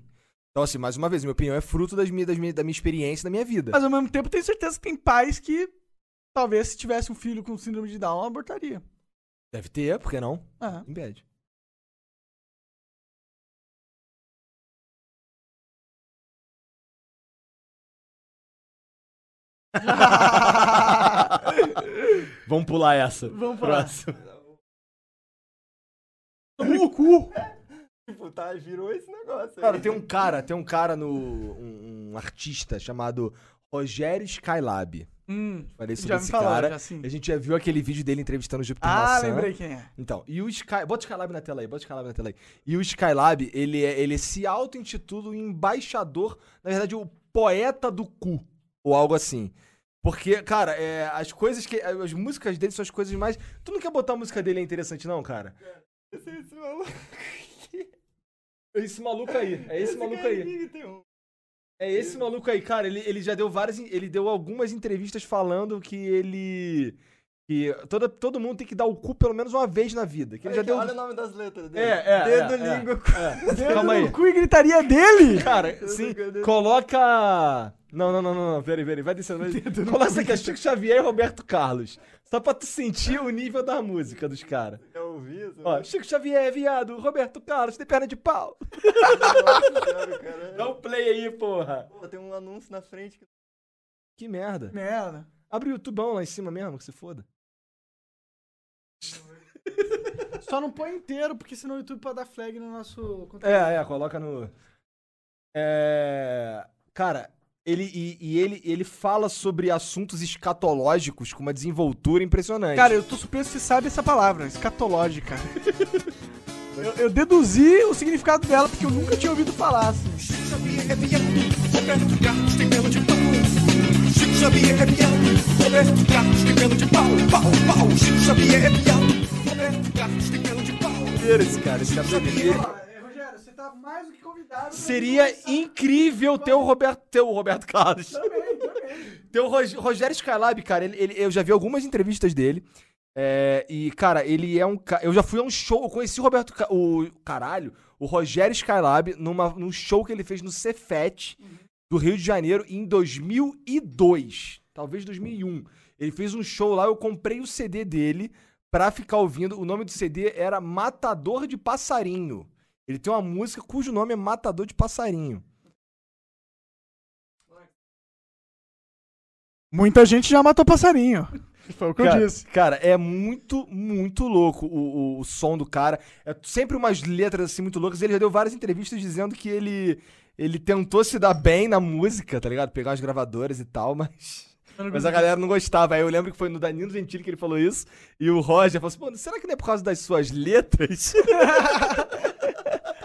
B: Então, assim, mais uma vez, minha opinião é fruto das minha, das minha- da minha experiência e da minha vida.
C: Mas ao mesmo tempo, tenho certeza que tem pais que talvez se tivesse um filho com síndrome de Down, abortaria.
B: Deve ter, por que não?
C: É. <laughs>
B: Impede.
G: Vamos pular essa.
C: Vamos pular.
G: Próximo.
B: No cu!
D: Tipo, tá, virou esse negócio. aí.
B: Cara, tem um cara, tem um cara no. Um, um artista chamado Rogério Skylab.
C: Hum,
B: Falei sobre
C: já me
B: esse
C: falaram,
B: cara.
C: já sim.
B: A gente já viu aquele vídeo dele entrevistando o Júpiter
C: Ah,
B: Maçã.
C: lembrei quem é.
B: Então, e o Sky... Bota o Skylab na tela aí, bota o Skylab na tela aí. E o Skylab, ele, é- ele se auto-intitula o embaixador, na verdade, o poeta do cu, ou algo assim. Porque, cara, é, as coisas que... As músicas dele são as coisas mais... Tu não quer botar a música dele, é interessante não, cara?
D: Esse maluco.
B: É esse maluco aí, é esse maluco aí.
D: Ih, tem um.
B: É esse maluco aí, cara, ele, ele já deu várias. en- Ele deu algumas entrevistas falando que ele. Que toda, todo mundo tem que dar o cu pelo menos uma vez na vida. Que ele já
D: Aqui,
B: deu.
D: É
B: um
D: Olha o nome das letras dele.
B: É, é,
D: Dedo,
B: é, é.
D: língua,
C: Dedo
B: Calma aí.
C: no cu e
B: <laughs>
C: gritaria dele?
B: Cara, sim, coloca. Não, não, não, não, não. Peraí, peraí, vai descendo. <laughs> Vai... Coloca isso aqui, é Chico Xavier e Roberto Carlos. Só pra tu sentir o nível da música dos caras.
D: <laughs> Eu ouvi isso.
B: Ó, Chico Xavier, viado, Roberto Carlos, tem perna de pau.
D: Sério, cara.
B: Dá um play aí, porra.
D: Pô, tem um anúncio na frente. que-
B: Que merda.
C: Merda.
B: Abre o YouTubão lá em cima mesmo, que se foda.
C: Só não põe inteiro, porque senão o YouTube pode dar flag no nosso conteúdo.
B: É, é, coloca no. É. Cara, ele, e, e ele, ele fala sobre assuntos escatológicos com uma desenvoltura impressionante.
C: Cara, eu tô surpreso que você sabe essa palavra, <laughs> escatológica. eu, eu deduzi o significado dela porque eu nunca tinha ouvido falar. Assim.
B: eu é esse cara, esse cara é
C: Rogério, você tá mais do que convidado.
B: Seria incrível ter o Roberto, ter o Roberto Carlos. Ter o Rog- Rogério Skylab, cara, ele, ele- eu já vi algumas entrevistas dele. é, e, cara, ele é um. ca- Eu já fui a um show, eu conheci o Roberto. Ca- O, caralho, o Rogério Skylab numa, num show que ele fez no Cefet do Rio de Janeiro em 2002. Talvez 2001. Ele fez um show lá, eu comprei o CD dele pra ficar ouvindo. O nome do CD era Matador de Passarinho. Ele tem uma música cujo nome é Matador de Passarinho.
C: Muita gente já matou passarinho. <laughs> Foi o que
B: cara,
C: eu disse.
B: cara, é muito, muito louco o, o- o som do cara. É sempre umas letras assim muito loucas. Ele já deu várias entrevistas dizendo que ele, ele tentou se dar bem na música, tá ligado? Pegar umas gravadoras e tal, mas. Mas a galera não gostava. Aí eu lembro que foi no Danilo Gentili que ele falou isso. E o Roger falou assim: Mano, será que não é por causa das suas letras? <laughs>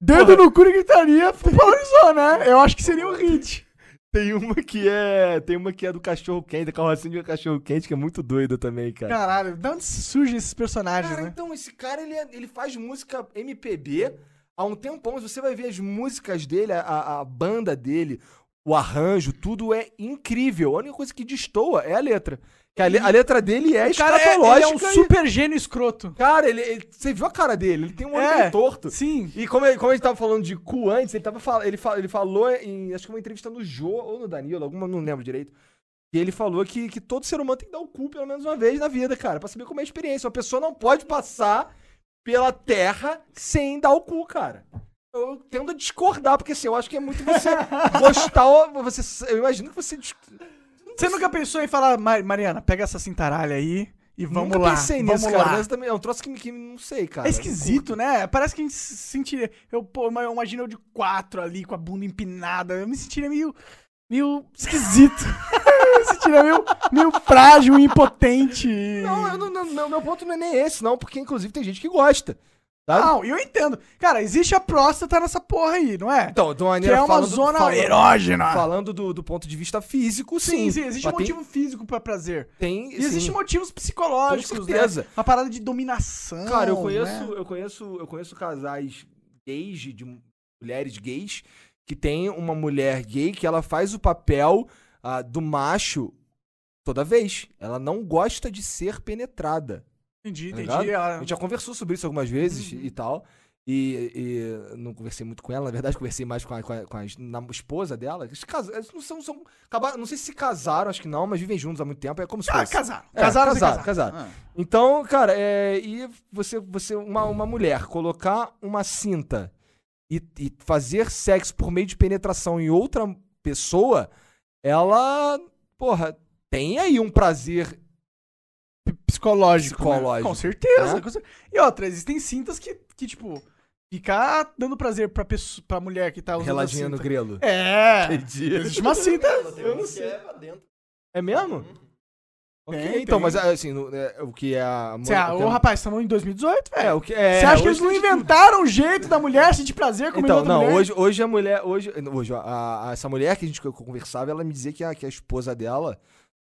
C: Dedo no cu e gritaria <laughs> valorizou, né? Eu acho que seria um hit.
B: tem uma que é. Tem uma que é do cachorro quente, da carrocinha do cachorro quente, que é muito doida também, cara.
C: Caralho, de onde surgem esses personagens,
B: Cara,
C: né?
B: então, esse cara, ele, é- ele faz música MPB há um tempão. mas Você vai ver as músicas dele, a- a, a banda dele, o arranjo, tudo é incrível. A única coisa que destoa é a letra. Que a, le- a letra dele é escatológica.
C: ele é um
B: e-
C: super gênio escroto.
B: Cara, ele, ele- você viu a cara dele? Ele tem um olho
C: É.
B: meio torto.
C: Sim.
B: E como, ele- como a gente tava falando de cu antes, ele, tava, fal- ele, fa- ele falou em. Acho que uma entrevista no Jô ou no Danilo, alguma, não lembro direito. E ele falou que, que todo ser humano tem que dar o cu pelo menos uma vez na vida, cara, pra saber como é a experiência. Uma pessoa não pode passar pela terra sem dar o cu, cara. Eu tendo a discordar, porque assim, eu acho que é muito
C: <laughs>
B: você gostar. ou Você, eu imagino que você. dis-
C: Você nunca pensou em falar, "Mar- Mariana, pega essa cintaralha aí E vamos
B: Nunca
C: lá.
B: pensei
C: vamos
B: nisso, cara.
C: lá.
B: Mas também é um troço que, que não sei, cara.
C: É esquisito, né? Parece que a gente se sentiria. Eu, pô, mas eu imagino eu de quatro ali com a bunda empinada. Eu me sentiria meio. meio esquisito. <laughs> eu me sentiria meio, meio frágil e impotente.
B: Não, eu não, não, não, meu ponto não é nem esse, não, porque inclusive tem gente que gosta. Sabe?
C: Não, eu entendo. Cara, existe a próstata nessa porra aí, não é?
B: Então, de uma
C: que é uma zona erógena.
B: Falando do, do ponto de vista físico, sim. tipo-
C: sim, sim, existe um
B: Mas tem-
C: motivo físico pra prazer.
B: Tem,
C: E existem
B: sim.
C: motivos psicológicos,
B: Com certeza.
C: né? Uma parada de dominação.
B: Cara, eu conheço,
C: né?
B: eu conheço, eu conheço casais gays de, de mulheres gays que tem uma mulher gay que ela faz o papel ah, do macho toda vez. Ela não gosta de ser penetrada.
C: Entendi,
B: tá
C: entendi.
B: ligado?
C: Ah,
B: A gente já conversou sobre isso algumas vezes
C: Uhum.
B: e tal. E, e não conversei muito com ela, na verdade, <laughs> conversei mais com a, com a- com a es- na- esposa dela. Eles, cas- eles não são. são acabaram- não sei se se casaram, acho que não, mas vivem juntos há muito tempo. É como se
C: Ah,
B: fosse.
C: casaram.
B: É,
C: casaram, sim,
B: casaram, casaram.
C: Ah.
B: Então, cara, é, e você, você uma, uma mulher colocar uma cinta e, e fazer sexo por meio de penetração em outra pessoa, ela, porra, tem aí um prazer.
C: Psicológico. né?
B: Psicológico,
C: Com certeza.
B: né?
C: com cer- E outra, existem cintas que, que tipo, ficar dando prazer pra, pessoa, pra mulher que tá usando. a
B: Reladinha no
C: cinta.
B: grelo.
C: É.
B: Entendi.
C: Existe uma cinta.
D: tem
C: Eu
D: um
C: não
D: que
C: sei.
D: é pra dentro.
B: É mesmo? Ok,
C: Tem,
B: então,
C: tem.
B: mas assim, no- é, o que é a.
C: Cê, ah,
B: o que
C: ô,
B: a-
C: rapaz, estamos em 2018, velho.
B: É, o que é.
C: Você acha que eles
B: hoje-
C: não inventaram o jeito da mulher sentir prazer com
B: Então,
C: outra
B: não,
C: mulher?
B: hoje, hoje a mulher. Hoje, hoje ó, a- a- essa mulher que a gente co- conversava, ela me dizia que a, que a esposa dela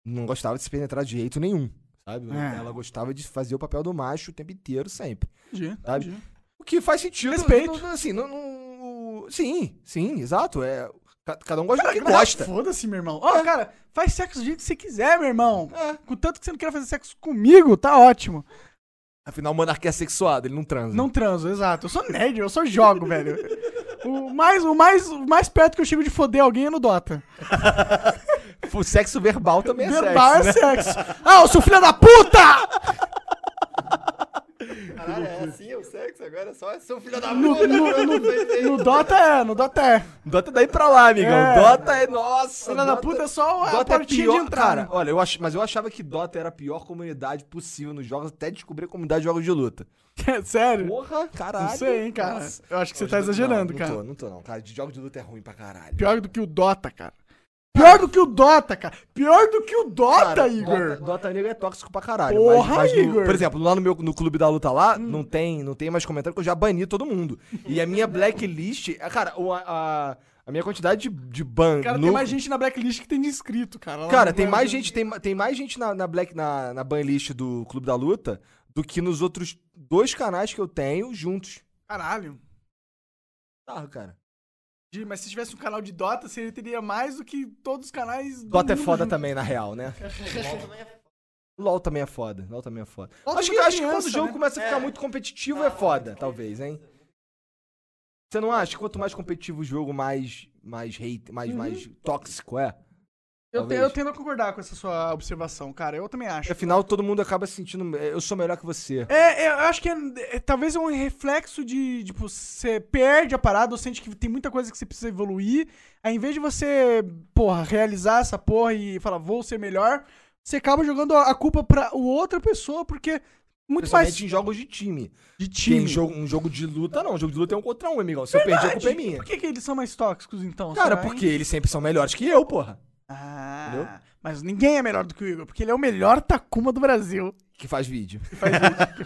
B: não gostava de se penetrar de jeito nenhum. Sabe?
C: É.
B: Ela gostava de fazer o papel do macho o tempo inteiro, sempre.
C: Entendi,
B: sabe?
C: entendi.
B: O que faz sentido.
C: Respeito.
B: não- não- assim, não, não- Sim, sim, exato. É, ca- cada um gosta do que
C: Mas ah, é
B: gosta.
C: Foda-se, meu irmão. Ó, cara, faz sexo do jeito que você quiser, meu irmão.
B: É.
C: Contanto que você não queira fazer sexo comigo, tá ótimo.
B: Afinal, o monarca é sexuado, ele não transa.
C: Não transo, exato. Eu sou nerd, eu só jogo, velho. O mais, o, mais, o mais perto que eu chego de foder alguém é no Dota.
B: O sexo verbal também é
C: Verbal é
B: sexo. né?
C: sexo. Ah, eu sou filho da puta!
D: Caralho, é assim é o sexo agora? Só seu filho da
C: No,
D: puta!
C: no,
D: não fez isso.
C: no, no Dota é, no Dota é. <laughs>
B: Dota daí pra lá, amigão.
C: É.
B: Dota é. Nossa,
C: Filha da
B: Dota-
C: puta é só a
B: Dota é
C: portinha
B: pior,
C: de entrada.
B: cara. Olha, eu ach... mas eu achava que Dota era a pior comunidade possível nos jogos, até descobrir a comunidade de jogos de luta.
C: Sério?
B: Porra, caralho.
C: Não sei, hein, cara.
B: Nossa.
C: Eu acho que você
B: Hoje
C: tá
B: eu tô-
C: exagerando,
B: não,
C: cara.
B: Não tô, não tô, não. Cara, de jogos de luta é ruim pra caralho.
C: Pior do que o Dota, cara. Pior do que o Dota, cara. Pior do que o Dota,
B: Cara,
C: Igor.
B: Dota, Dota Negro é tóxico pra caralho.
C: Porra,
B: no-
C: Igor. Hum.
B: por exemplo, lá no meu no clube da luta lá, não, tem, não tem mais comentário porque eu já bani todo mundo. E a minha blacklist. é, Cara, o- a, a, a minha quantidade de, de ban.
C: Cara,
B: no-
C: tem mais gente na blacklist que tem de inscrito, cara. Lá
B: é Cara,
C: no-
B: tem mais gente, tem, tem mais gente na, na Black na, na banlist do Clube da Luta do que nos outros dois canais que eu tenho juntos.
C: Caralho.
B: Tá, cara.
C: Gi, Mas se tivesse um canal de Dota, você teria mais do que todos os canais do
B: Dota é
C: mundo
B: foda
C: junto.
B: também, na real, <laughs> né? LOL também é foda. LOL também é foda.
C: LOL
B: acho que,
C: também é
B: acho que quando
C: criança,
B: o jogo
C: né? Ah,
B: começa a ficar muito competitivo é foda, talvez, hein? Você não acha? que Quanto mais competitivo o jogo, mais mais hate,
C: Uhum.
B: mais mais tóxico é.
C: Eu, te,
B: Talvez.
C: eu tendo a concordar com essa sua observação, cara. Eu também acho.
B: Afinal, todo mundo acaba se sentindo. Eu sou melhor que você.
C: É, eu acho que é, é, talvez é um reflexo de, tipo, você perde a parada ou sente que tem muita coisa que você precisa evoluir. Aí, em vez de você, porra, realizar essa porra e falar, vou ser melhor, você acaba jogando a a culpa pra o outra pessoa, porque muito mais
B: Principalmente em jogos de time.
C: de
B: Tem
C: time.
B: jogo, um jogo de luta, não. Um jogo de luta é um contra um, amigão. Se eu perdi, a culpa é minha.
C: Por que, que eles são mais tóxicos, então?
B: Cara,
C: será, hein?
B: porque eles sempre são melhores que eu, porra.
C: Ah,
B: <laughs> Entendeu?
C: mas ninguém é melhor do que o Igor, porque ele é o melhor Takuma do Brasil.
B: Que faz vídeo.
C: Que faz vídeo, que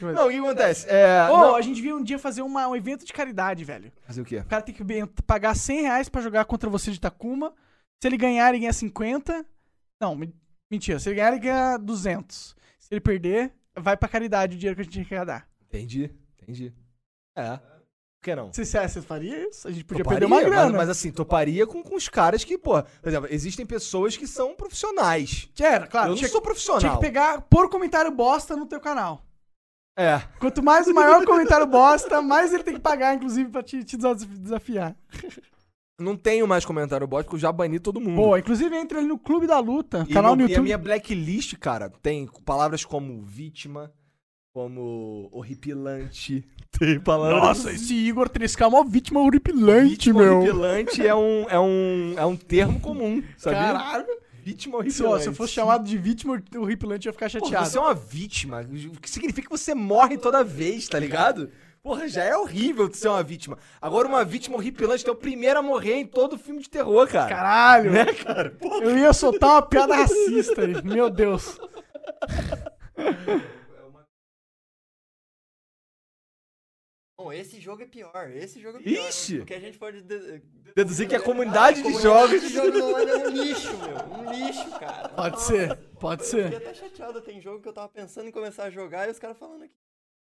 C: faz
B: Não, o que acontece? É.
C: Ô,
B: não-
C: a gente viu um dia fazer uma- um evento de caridade, velho.
B: Fazer o quê?
C: O cara tem que ben- pagar 100 reais pra jogar contra você de Takuma. Se ele ganhar, ele ganha 50. Não, men- mentira. Se ele ganhar, ele ganha 200. Se ele perder, vai pra caridade o dinheiro que a gente arrecadar.
B: Entendi, entendi. É. Por que não?
C: Você, você, você faria isso? A gente podia
B: Toparia,
C: perder uma
B: mas-
C: grana.
B: Mas, assim, toparia com, com os caras que, pô, por exemplo, existem pessoas que são profissionais.
C: Era, claro.
B: é- eu
C: tinha,
B: não sou
C: tinha
B: profissional.
C: que pegar, pôr comentário bosta no teu canal.
B: É.
C: Quanto mais o maior comentário bosta, mais ele tem que pagar, inclusive, pra te, te desaf- desafiar.
B: Não tenho mais comentário bot porque eu já bani todo mundo.
C: Boa, inclusive entra ali no Clube da Luta,
B: Hum. E
C: canal
B: no-
C: no
B: E a
C: YouTube.
B: minha blacklist, cara, tem palavras como vítima, como horripilante. Tem palavras.
C: Nossa, esse Igor 3K é uma vítima horripilante,
B: Vítima
C: meu.
B: horripilante é um, é, um, é um termo comum, sabia?
C: Caralho.
B: Vítima
C: Se,
B: horripilante.
C: ó, se eu fosse chamado de vítima horripilante, eu ia ficar
B: Porra,
C: chateado.
B: você é uma vítima. O que significa que você morre toda vez, tá ligado? Porra, já é horrível de ser uma vítima. Agora, uma vítima horripilante é o primeiro a morrer em todo filme de terror, cara.
C: Caralho!
B: Né, cara? Porra.
C: Eu ia soltar uma piada racista aí. Meu Deus.
D: Bom, esse jogo é pior. Esse jogo é pior.
B: Ixi!
D: O que a gente pode. de-
B: Deduzir
C: é
B: que a comunidade de
D: Comunidade
B: jogos.
D: de jogos online é um lixo, meu. Um lixo, cara.
C: Pode ser, pode
D: Eu fiquei
C: ser.
D: até chateado. Tem jogo que eu tava pensando em começar a jogar e os caras falando aqui.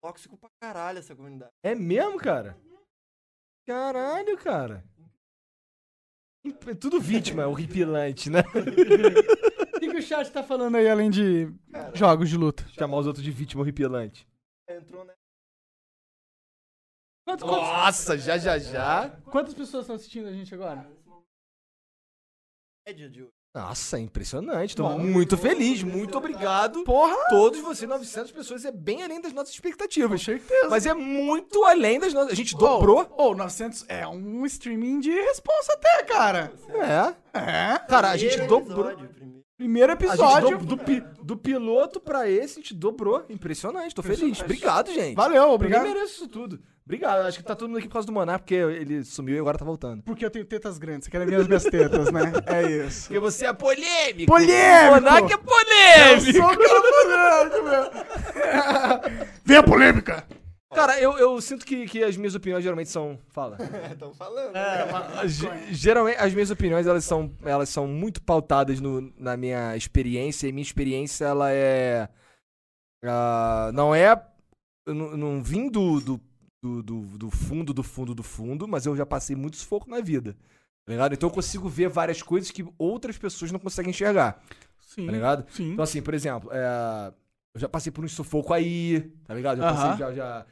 D: Tóxico pra caralho essa comunidade.
B: É mesmo, cara? Caralho, cara. Imp- Tudo vítima, horripilante, né?
C: O que, que o chat tá falando aí além de jogos de luta?
B: Chamar os outros de vítima horripilante.
D: Entrou né?
C: Quantos- quantos-
B: Nossa, já, já, já.
C: quantas pessoas estão assistindo a gente agora?
D: média de hoje.
B: Nossa, é impressionante. Tô muito feliz, muito obrigado. Porra! Todos vocês, 900 pessoas, é bem além das nossas
C: Com
B: expectativas.
C: certeza.
B: Mas é muito além das nossas. A gente dobrou.
C: Ou 900 é um streaming de responsa até, cara.
B: É.
C: É.
B: Cara, a gente
D: Primeiro
B: dobrou.
D: episódio, primeiro.
C: Primeiro
B: A gente
C: episódio.
B: do, do, pi- do piloto pra esse, a gente dobrou. Impressionante, tô feliz. Obrigado, gente.
C: Valeu,
B: Obrigado.
C: obrigado.
B: Eu nem mereço isso tudo. Obrigado. Acho que tá todo mundo aqui por causa do Monar, porque ele sumiu e agora tá voltando.
C: Porque eu tenho tetas grandes, você quer ver as minhas
B: <laughs>
C: tetas, né? É isso.
B: Porque você é polêmico.
C: Polêmico!
B: Monark é polêmico.
C: Só o cara polêmico, meu. Vem a polêmica!
B: Cara, eu, eu sinto que, que as minhas opiniões geralmente são... Fala.
D: É, tão falando.
B: <laughs> Ge- Geralmente, as minhas opiniões, elas são, elas são muito pautadas no- na minha experiência. E minha experiência, ela é... ah, não é... Eu não, não vim do, do, do, do- do fundo, do fundo, do fundo, mas eu já passei muito sufoco na vida. Tá ligado? Então eu consigo ver várias coisas que outras pessoas não conseguem enxergar.
C: Sim.
B: Tá ligado?
C: Uhum. Sim.
B: Então, assim, por exemplo, é, eu já passei por um sufoco aí, tá ligado? Já,
C: Aham.
B: passei, já, já,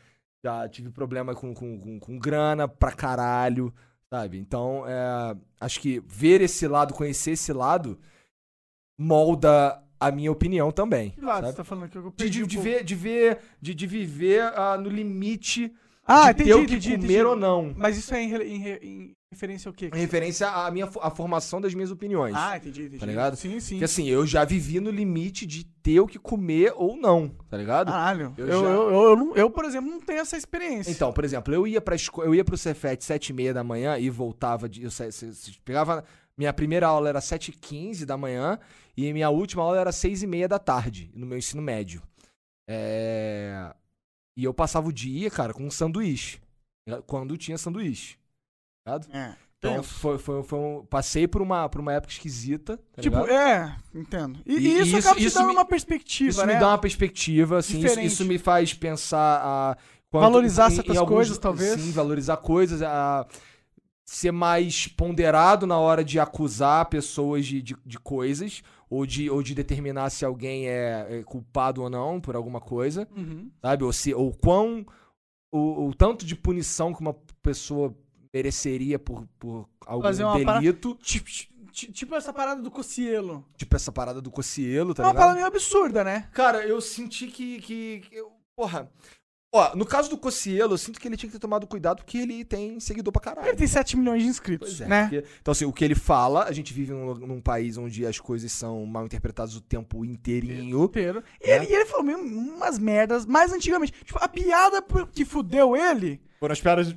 B: já tive problema com, com, com, com grana pra caralho, sabe? Então, é, acho que ver esse lado, conhecer esse lado, molda a minha opinião também.
C: Que lado você
B: sabe?
C: tá falando que eu
B: De,
C: perdi
B: de,
C: um
B: de
C: pouco?
B: ver, de ver, de, de viver ah, no limite
C: Ah,
B: de
C: entendi,
B: ter o que
C: entendi,
B: comer
C: entendi.
B: ou não.
C: Mas isso é em, re- em re- em referência ao quê?
B: Em referência à minha fo- à formação das minhas opiniões.
C: Ah, entendi, entendi.
B: Tá ligado?
C: Sim, sim.
B: Porque assim, eu já vivi no limite de ter o que comer ou não, tá ligado?
C: Caralho. Eu,
B: Eu
C: eu,
B: já-
C: eu, eu não- eu, por exemplo, não tenho essa experiência.
B: Então, por exemplo, eu ia para eu ia pro Cefet 7 e meia da manhã e voltava de eu sa- se- se- pegava minha primeira aula era 7 e 15 da manhã e minha última aula era 6 e meia da tarde no meu ensino médio. É, E eu passava o dia, cara, com um sanduíche. Quando tinha sanduíche. Ligado?
C: É.
B: Então,
C: Tenso.
B: foi, foi, foi um, passei por uma, por uma época esquisita. tá
C: tipo,
B: ligado?
C: é, entendo. E, e
B: E- e
C: isso, acaba
B: isso-
C: te
B: isso
C: dando
B: me-
C: uma perspectiva,
B: Isso
C: né?
B: me dá uma perspectiva, assim, isso,
C: Diferente.
B: isso me faz pensar a... quanto-
C: Valorizar
B: em- em
C: certas
B: alguns-
C: coisas, talvez.
B: Sim, valorizar coisas, a ser mais ponderado na hora de acusar pessoas de, de, de coisas, ou de, ou de determinar se alguém é, é culpado ou não por alguma coisa,
C: Uhum.
B: sabe? Ou, se, ou quão... O, o tanto de punição que uma pessoa mereceria por, por algum
C: Fazer uma parada-
B: um delito.
C: Tipo, ti- tipo essa parada do Cocielo.
B: Tipo essa parada do Cocielo, tá
C: é uma
B: ligado?
C: parada meio absurda, né?
B: Cara, eu senti que. que, que eu- porra. Ó, no caso do Cocielo, eu sinto que ele tinha que ter tomado cuidado porque ele tem seguidor pra
C: Ele
B: caralho.
C: tem 7 milhões de inscritos,
B: Pois é.
C: né?
B: porque- então, assim, o que ele fala, a gente vive num, num país onde as coisas são mal interpretadas o tempo inteirinho.
C: inteiro. E,
B: Né?
C: ele, e ele falou mesmo umas merdas mais antigamente. Tipo, a piada por- que fudeu ele.
B: É, Foram as piadas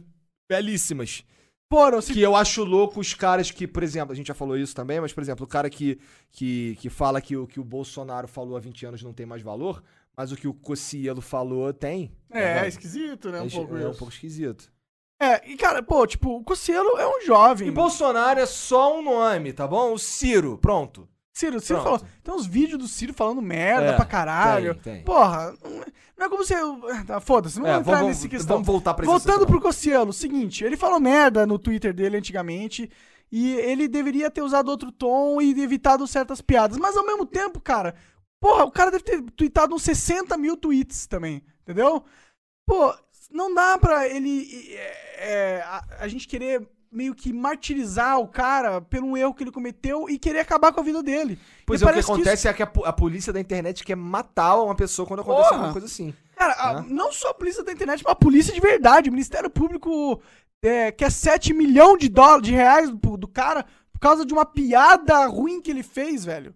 B: belíssimas.
C: Foram, se
B: Que eu acho louco os caras que, por exemplo, a gente já falou isso também, mas, por exemplo, o cara que, que, que fala que o que o Bolsonaro falou há 20 anos não tem mais valor, mas o que o Cocielo falou tem.
C: É,
B: Tá
C: esquisito, né? Um
B: vendo?
C: pouco
B: é
C: isso.
B: um pouco esquisito.
C: É, e cara, pô, tipo, o Cossielo é um jovem.
B: E Bolsonaro é só um nome, tá bom? O Ciro, pronto.
C: Ciro, Ciro
B: Pronto.
C: falou. Tem uns vídeos do Ciro falando merda
B: É,
C: pra caralho.
B: tem, tem.
C: Porra, não é- não é como se. eu- Tá, foda-se, não
B: É,
C: vou entrar
B: vamos-
C: nessa questão.
B: vamos voltar pra esse
C: Voltando
B: assunto,
C: pro Cossielo, seguinte, ele falou merda no Twitter dele antigamente. E ele deveria ter usado outro tom e evitado certas piadas. Mas ao mesmo tempo, cara, porra, o cara deve ter tweetado uns 60 mil tweets também, entendeu? Pô, não dá pra ele. é, é, a, a gente querer meio que martirizar o cara pelo erro que ele cometeu e querer acabar com a vida dele.
B: Pois é,
C: E
B: o que
C: parece
B: acontece é que a, po- a polícia da internet quer matar uma pessoa quando acontece
C: Porra!
B: alguma coisa assim.
C: isso- cara, a- não só a polícia da internet, mas a polícia de verdade. O Ministério Público é, quer 7 milhões de, dólares, de reais do, do cara Por causa de uma piada ruim que ele fez, velho.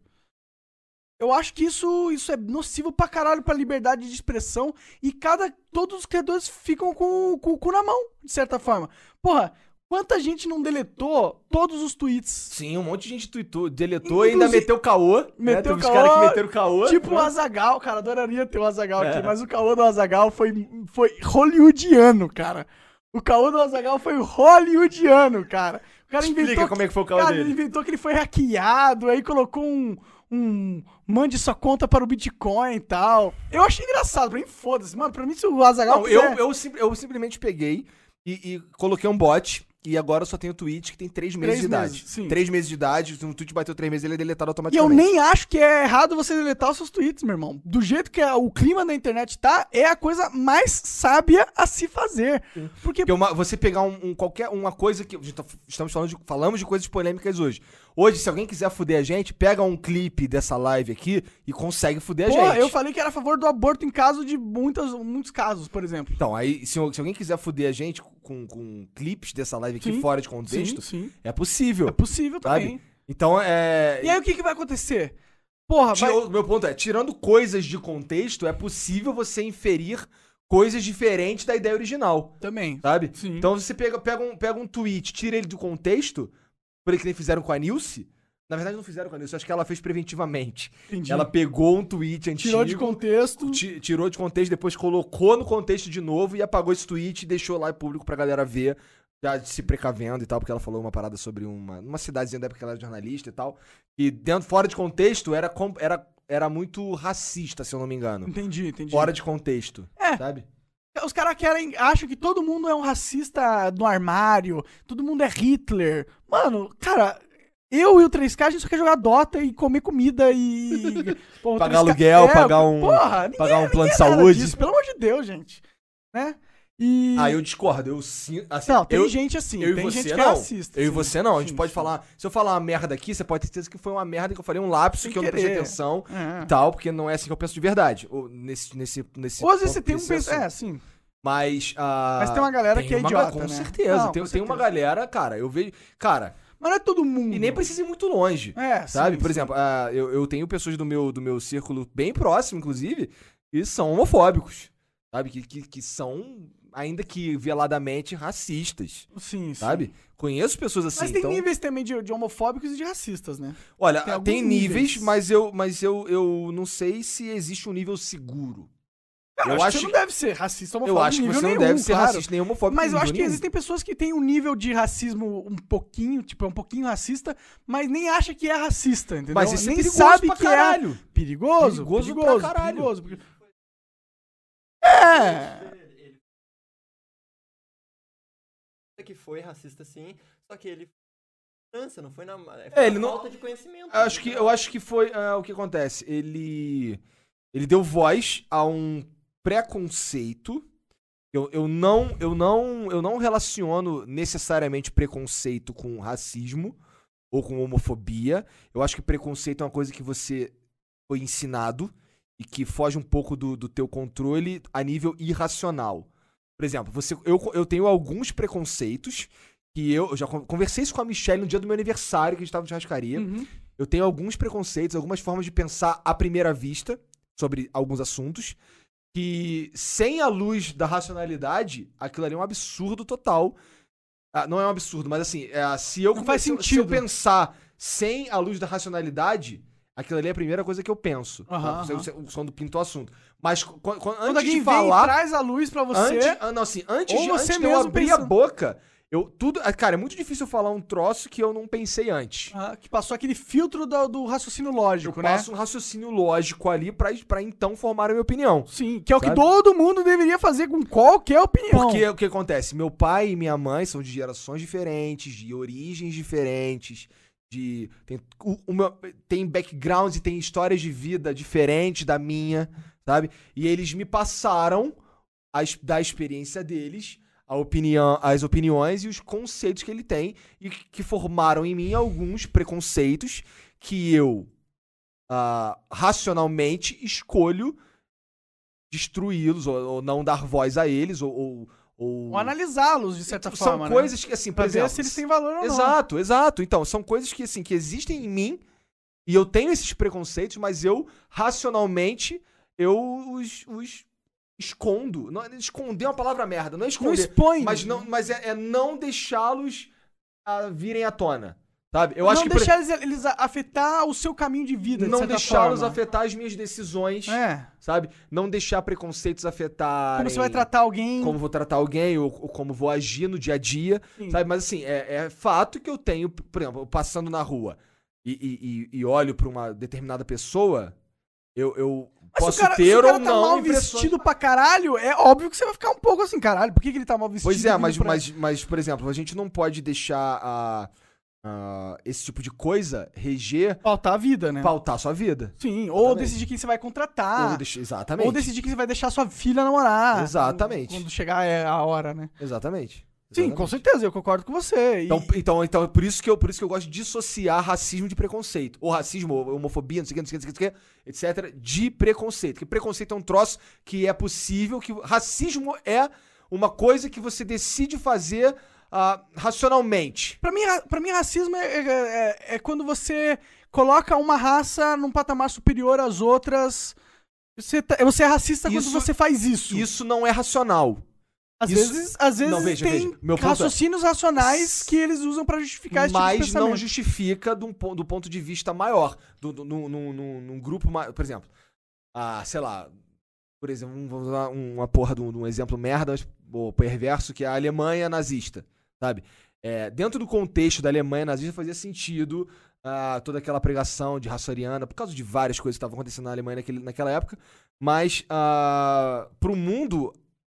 C: Eu acho que isso, isso é nocivo pra caralho pra liberdade de expressão e cada todos os criadores ficam com, com o cu na mão, de certa forma. Porra, quanta gente não deletou todos os tweets?
G: Sim, um monte de gente tweetou, deletou e ainda
C: Inclusive-
G: meteu caô. né?
C: Meteu
G: Teve uns
C: caô,
G: caras que meteram caô.
C: Tipo o
G: né?
C: Azagal, cara, adoraria ter o Azagal
G: É.
C: aqui, mas o caô do Azagal foi, foi hollywoodiano, cara. O caô do Azagal foi hollywoodiano, cara. O cara
G: Explica
C: inventou.
G: como é que foi o caô
C: Cara, ele
G: dele.
C: inventou que ele foi hackeado, aí colocou um. Um. Mande sua conta para o Bitcoin e tal. Eu achei engraçado, pra mim, foda-se. Mano, pra mim, se o Azagal.
B: Não, eu, eu, sim- eu simplesmente peguei e, e coloquei um bot. E agora eu só tenho o tweet que tem três meses
C: Três
B: de idade.
C: meses, sim.
B: Três meses de idade, se um tweet bateu três meses, ele é deletado
C: E eu
B: automaticamente.
C: nem acho que é errado você deletar os seus tweets, meu irmão. Do jeito que a- o clima da internet tá, é a coisa mais sábia a se fazer. Porque,
B: Porque uma- você pegar um, um qualquer uma coisa que. a gente tá- Estamos falando de. Falamos de coisas polêmicas hoje. Hoje, se alguém quiser fuder a gente, pega um clipe dessa live aqui e consegue fuder a
C: porra,
B: É, gente.
C: eu falei que era a favor do aborto em caso de muitas, muitos casos, por exemplo.
B: Então, aí, se, se alguém quiser fuder a gente com, com clipes dessa live aqui
C: Sim,
B: fora de contexto,
C: sim, sim.
B: é possível.
C: É possível
B: sabe?
C: também.
B: Então, é.
C: E aí, o que, que vai acontecer? Porra, vai...
B: Tirou- Meu ponto é, tirando coisas de contexto, é possível você inferir coisas diferentes da ideia original,
C: Também.
B: sabe?
C: Sim.
B: Então você pega, pega, um, pega um tweet, tira ele do contexto, por que nem fizeram com a Nilce. Na verdade, não fizeram com a Nilce, acho que ela fez preventivamente.
C: Entendi.
B: Ela pegou um tweet antigo.
C: tirou de contexto.
B: ti- Tirou de contexto, depois colocou no contexto de novo e apagou esse tweet e deixou lá em público pra galera ver, já se precavendo e tal, porque ela falou uma parada sobre uma, uma cidadezinha da época que ela era jornalista e tal. E dentro, fora de contexto, era, com- era, era muito racista, se eu não me engano.
C: Entendi, entendi.
B: Fora de contexto,
C: É.
B: sabe?
C: Os caras querem, acham que todo mundo é um racista no armário, todo mundo é Hitler. Mano, cara, eu e o 3K a gente só quer jogar Dota e comer
B: <laughs>
C: comida e. Pô, o
B: Pagar
C: 3K
B: aluguel, pagar um-
C: é, Porra, ninguém,
G: pagar um
C: ninguém
G: plano de
C: é nada
G: saúde.
C: disso, pelo amor de Deus, gente. Né? E.
B: Ah, eu discordo, eu sinto. Assim,
C: Não, tem
B: eu,
C: gente assim,
B: eu e
C: tem
B: você
C: gente que é
B: não.
C: racista.
B: eu e
C: sim.
B: você não. A gente
C: Sim,
B: pode
C: sim.
B: falar. Se eu falar uma merda aqui, você pode ter certeza que foi uma merda que eu falei um lapso
C: Sem
B: que eu não prestei
C: querer.
B: atenção.
C: É.
B: e tal, porque não é assim que eu penso de verdade. Ou nesse, nesse, nesse
C: Ou às vezes
B: ponto,
C: você tem um.
B: nesse
C: pensa- É,
B: assunto.
C: sim.
B: Mas. ah,
C: Mas tem uma galera que é
B: uma
C: idiota,
B: ga- Com
C: né?
B: certeza.
C: Não,
B: tem,
C: com
B: tem uma
C: certeza.
B: galera, cara, eu vejo. Cara,
C: Mas não é todo mundo.
B: e nem precisa ir muito longe.
C: É,
B: sabe?
C: sim,
B: Por
C: sim.
B: exemplo, ah, eu, eu tenho pessoas do meu, do meu círculo bem próximo, inclusive, que são homofóbicos. Sabe? Que, que, que são, ainda que veladamente, racistas.
C: Sim, sim.
B: Sabe? Conheço pessoas assim.
C: Mas tem
B: então...
C: níveis também de, de homofóbicos e de racistas, né?
B: Olha,
C: Tem
B: tem,
C: alguns
B: níveis,
C: níveis.
B: mas, eu, mas eu, eu não sei se existe um nível seguro. Eu
C: Cara,
B: acho
C: acho, que você
B: que-
C: não deve ser racista ou
B: eu
C: homofóbico.
B: acho
C: em
B: que
C: nível
B: você não
C: nenhum,
B: deve ser
C: claro.
B: racista nem homofóbico.
C: Mas eu
B: em
C: acho que
B: nível nenhum.
C: existem pessoas que têm um nível de racismo um pouquinho, tipo, é um pouquinho racista, mas nem acha que é racista, entendeu?
B: Mas isso
C: nem
B: é perigoso
C: sabe
B: pra
C: que é
B: caralho. Perigoso
C: perigoso,
B: pra
C: perigoso,
B: caralho.
C: perigoso, porque- É.
D: que foi racista sim, só que ele foi na França, não foi na
B: É,
D: é,
B: ele não-
D: falta de conhecimento.
B: Eu acho que, eu acho que foi ah, o que acontece. Ele, ele deu voz a um preconceito. Eu, eu, não, eu, não, eu não relaciono necessariamente preconceito com racismo ou com homofobia. Eu acho que preconceito é uma coisa que você foi ensinado e que foge um pouco do, do teu controle a nível irracional. Por exemplo, você, eu, eu tenho alguns preconceitos que eu, eu já con- conversei isso com a Michelle no dia do meu aniversário, que a gente tava de churrascaria.
C: Uhum.
B: Eu tenho alguns preconceitos, algumas formas de pensar à primeira vista sobre alguns assuntos que, sem a luz da racionalidade, aquilo ali é um absurdo total. Ah, não é um absurdo, mas assim, é, se eu
C: Não faz
B: se eu- Se eu
C: sentido.
B: pensar sem a luz da racionalidade, aquilo ali é a primeira coisa que eu penso.
C: Aham,
B: tá?
C: aham.
B: O som do pinto o assunto. Mas co- co-
C: Quando
B: antes
C: alguém
B: de
C: vem
B: falar,
C: e traz a luz pra você,
B: Antes, ah, não, assim, antes,
C: Ou
B: de,
C: você
B: antes de eu
C: mesmo
B: abrir a
C: pensando.
B: boca, eu tudo. ah, Cara, é muito difícil eu falar um troço que eu não pensei antes.
C: ah, que passou aquele filtro do, do raciocínio
B: Eu
C: lógico, né?
B: passo um raciocínio lógico ali pra, pra então formar a minha opinião.
C: Sim, que é o que
B: Sabe?
C: todo mundo deveria fazer com qualquer opinião.
B: Porque o que acontece? Meu pai e minha mãe são de gerações diferentes, de origens diferentes, de. Tem, o- o meu- tem backgrounds e tem histórias de vida diferentes da minha, sabe? E eles me passaram a ex- da experiência deles. A opinião, as opiniões e os conceitos que ele tem e que formaram em mim alguns preconceitos que eu ah, racionalmente escolho destruí-los ou, ou não dar voz a eles ou, ou, Ou...
C: Ou analisá-los, de certa
B: São
C: forma, né?
B: coisas que, assim, por
C: Pra
B: exemplo...
C: ver se eles têm valor ou não.
B: Exato, exato. Então, são coisas que, assim, que existem em mim e eu tenho esses preconceitos, mas eu, racionalmente, eu os, os escondo. Não, esconder é uma palavra merda, não é
C: Não
B: esconder.
C: expõe.
B: mas não, mas é, é não deixá-los ah, virem à tona, sabe? Eu acho
C: não
B: que por-
C: deixar eles, eles afetar o seu caminho de vida, de
B: não
C: certa
B: deixá-los
C: forma.
B: afetar as minhas decisões,
C: É.
B: sabe? Não deixar preconceitos afetar
C: Como você vai tratar alguém.
B: como vou tratar alguém ou, ou como vou agir no dia a dia,
C: Sim.
B: sabe? Mas assim, é, é fato que eu tenho, por exemplo, passando na rua e, e- e- e olho pra uma determinada pessoa, eu, eu
C: Mas
B: posso
C: se o cara, se
B: ter
C: o cara
B: ou
C: tá
B: não
C: mal
B: impressões.
C: vestido pra caralho, é óbvio que você vai ficar um pouco assim, caralho. Por que, que ele tá mal vestido?
B: Pois é,
C: vindo
B: mas,
C: pra-
B: mas, mas, por exemplo, a gente não pode deixar a- a- esse tipo de coisa reger,
C: Pautar a vida, né?
B: pautar sua vida.
C: Sim, ou
B: Exatamente.
C: decidir quem você vai contratar.
B: Ou
C: Ah. Ou,
B: deixar- exatamente.
C: decidir quem você vai deixar sua filha namorar.
B: Exatamente.
C: Quando chegar é a hora, né?
B: Exatamente.
C: Sim,
B: Exatamente.
C: com certeza, eu concordo com você. E-
B: Então, então, então é por isso que eu, por isso que eu gosto de dissociar racismo de preconceito. Ou racismo, ou homofobia, não sei o que, não sei o que, não sei o que, etc. De preconceito. Porque preconceito é um troço que é possível, que racismo é uma coisa que você decide fazer ah, racionalmente.
C: Pra mim, ra- pra mim, racismo é, é- é- é quando você coloca uma raça num patamar superior às outras. Você, tá- você é racista
B: Isso-
C: quando você faz isso.
B: Isso não é racional.
C: às
B: isso-
C: vezes, às vezes
B: Não, veja,
C: tem
B: veja. Meu ponto é-
C: raciocínios racionais que eles usam pra justificar esse tipo
B: mas
C: de
B: não
C: pensamento.
B: justifica de um pon- do, ponto de vista maior, do, do, num, num- num- num grupo, ma- por exemplo, ah, sei lá, por exemplo, um- vamos usar uma porra de um, de um exemplo merda mas, ou perverso, que é a Alemanha nazista, sabe? É, dentro do contexto da Alemanha nazista fazia sentido ah, toda aquela pregação de raça ariana, por causa de várias coisas que estavam acontecendo na Alemanha naquele- naquela época, mas ah, pro mundo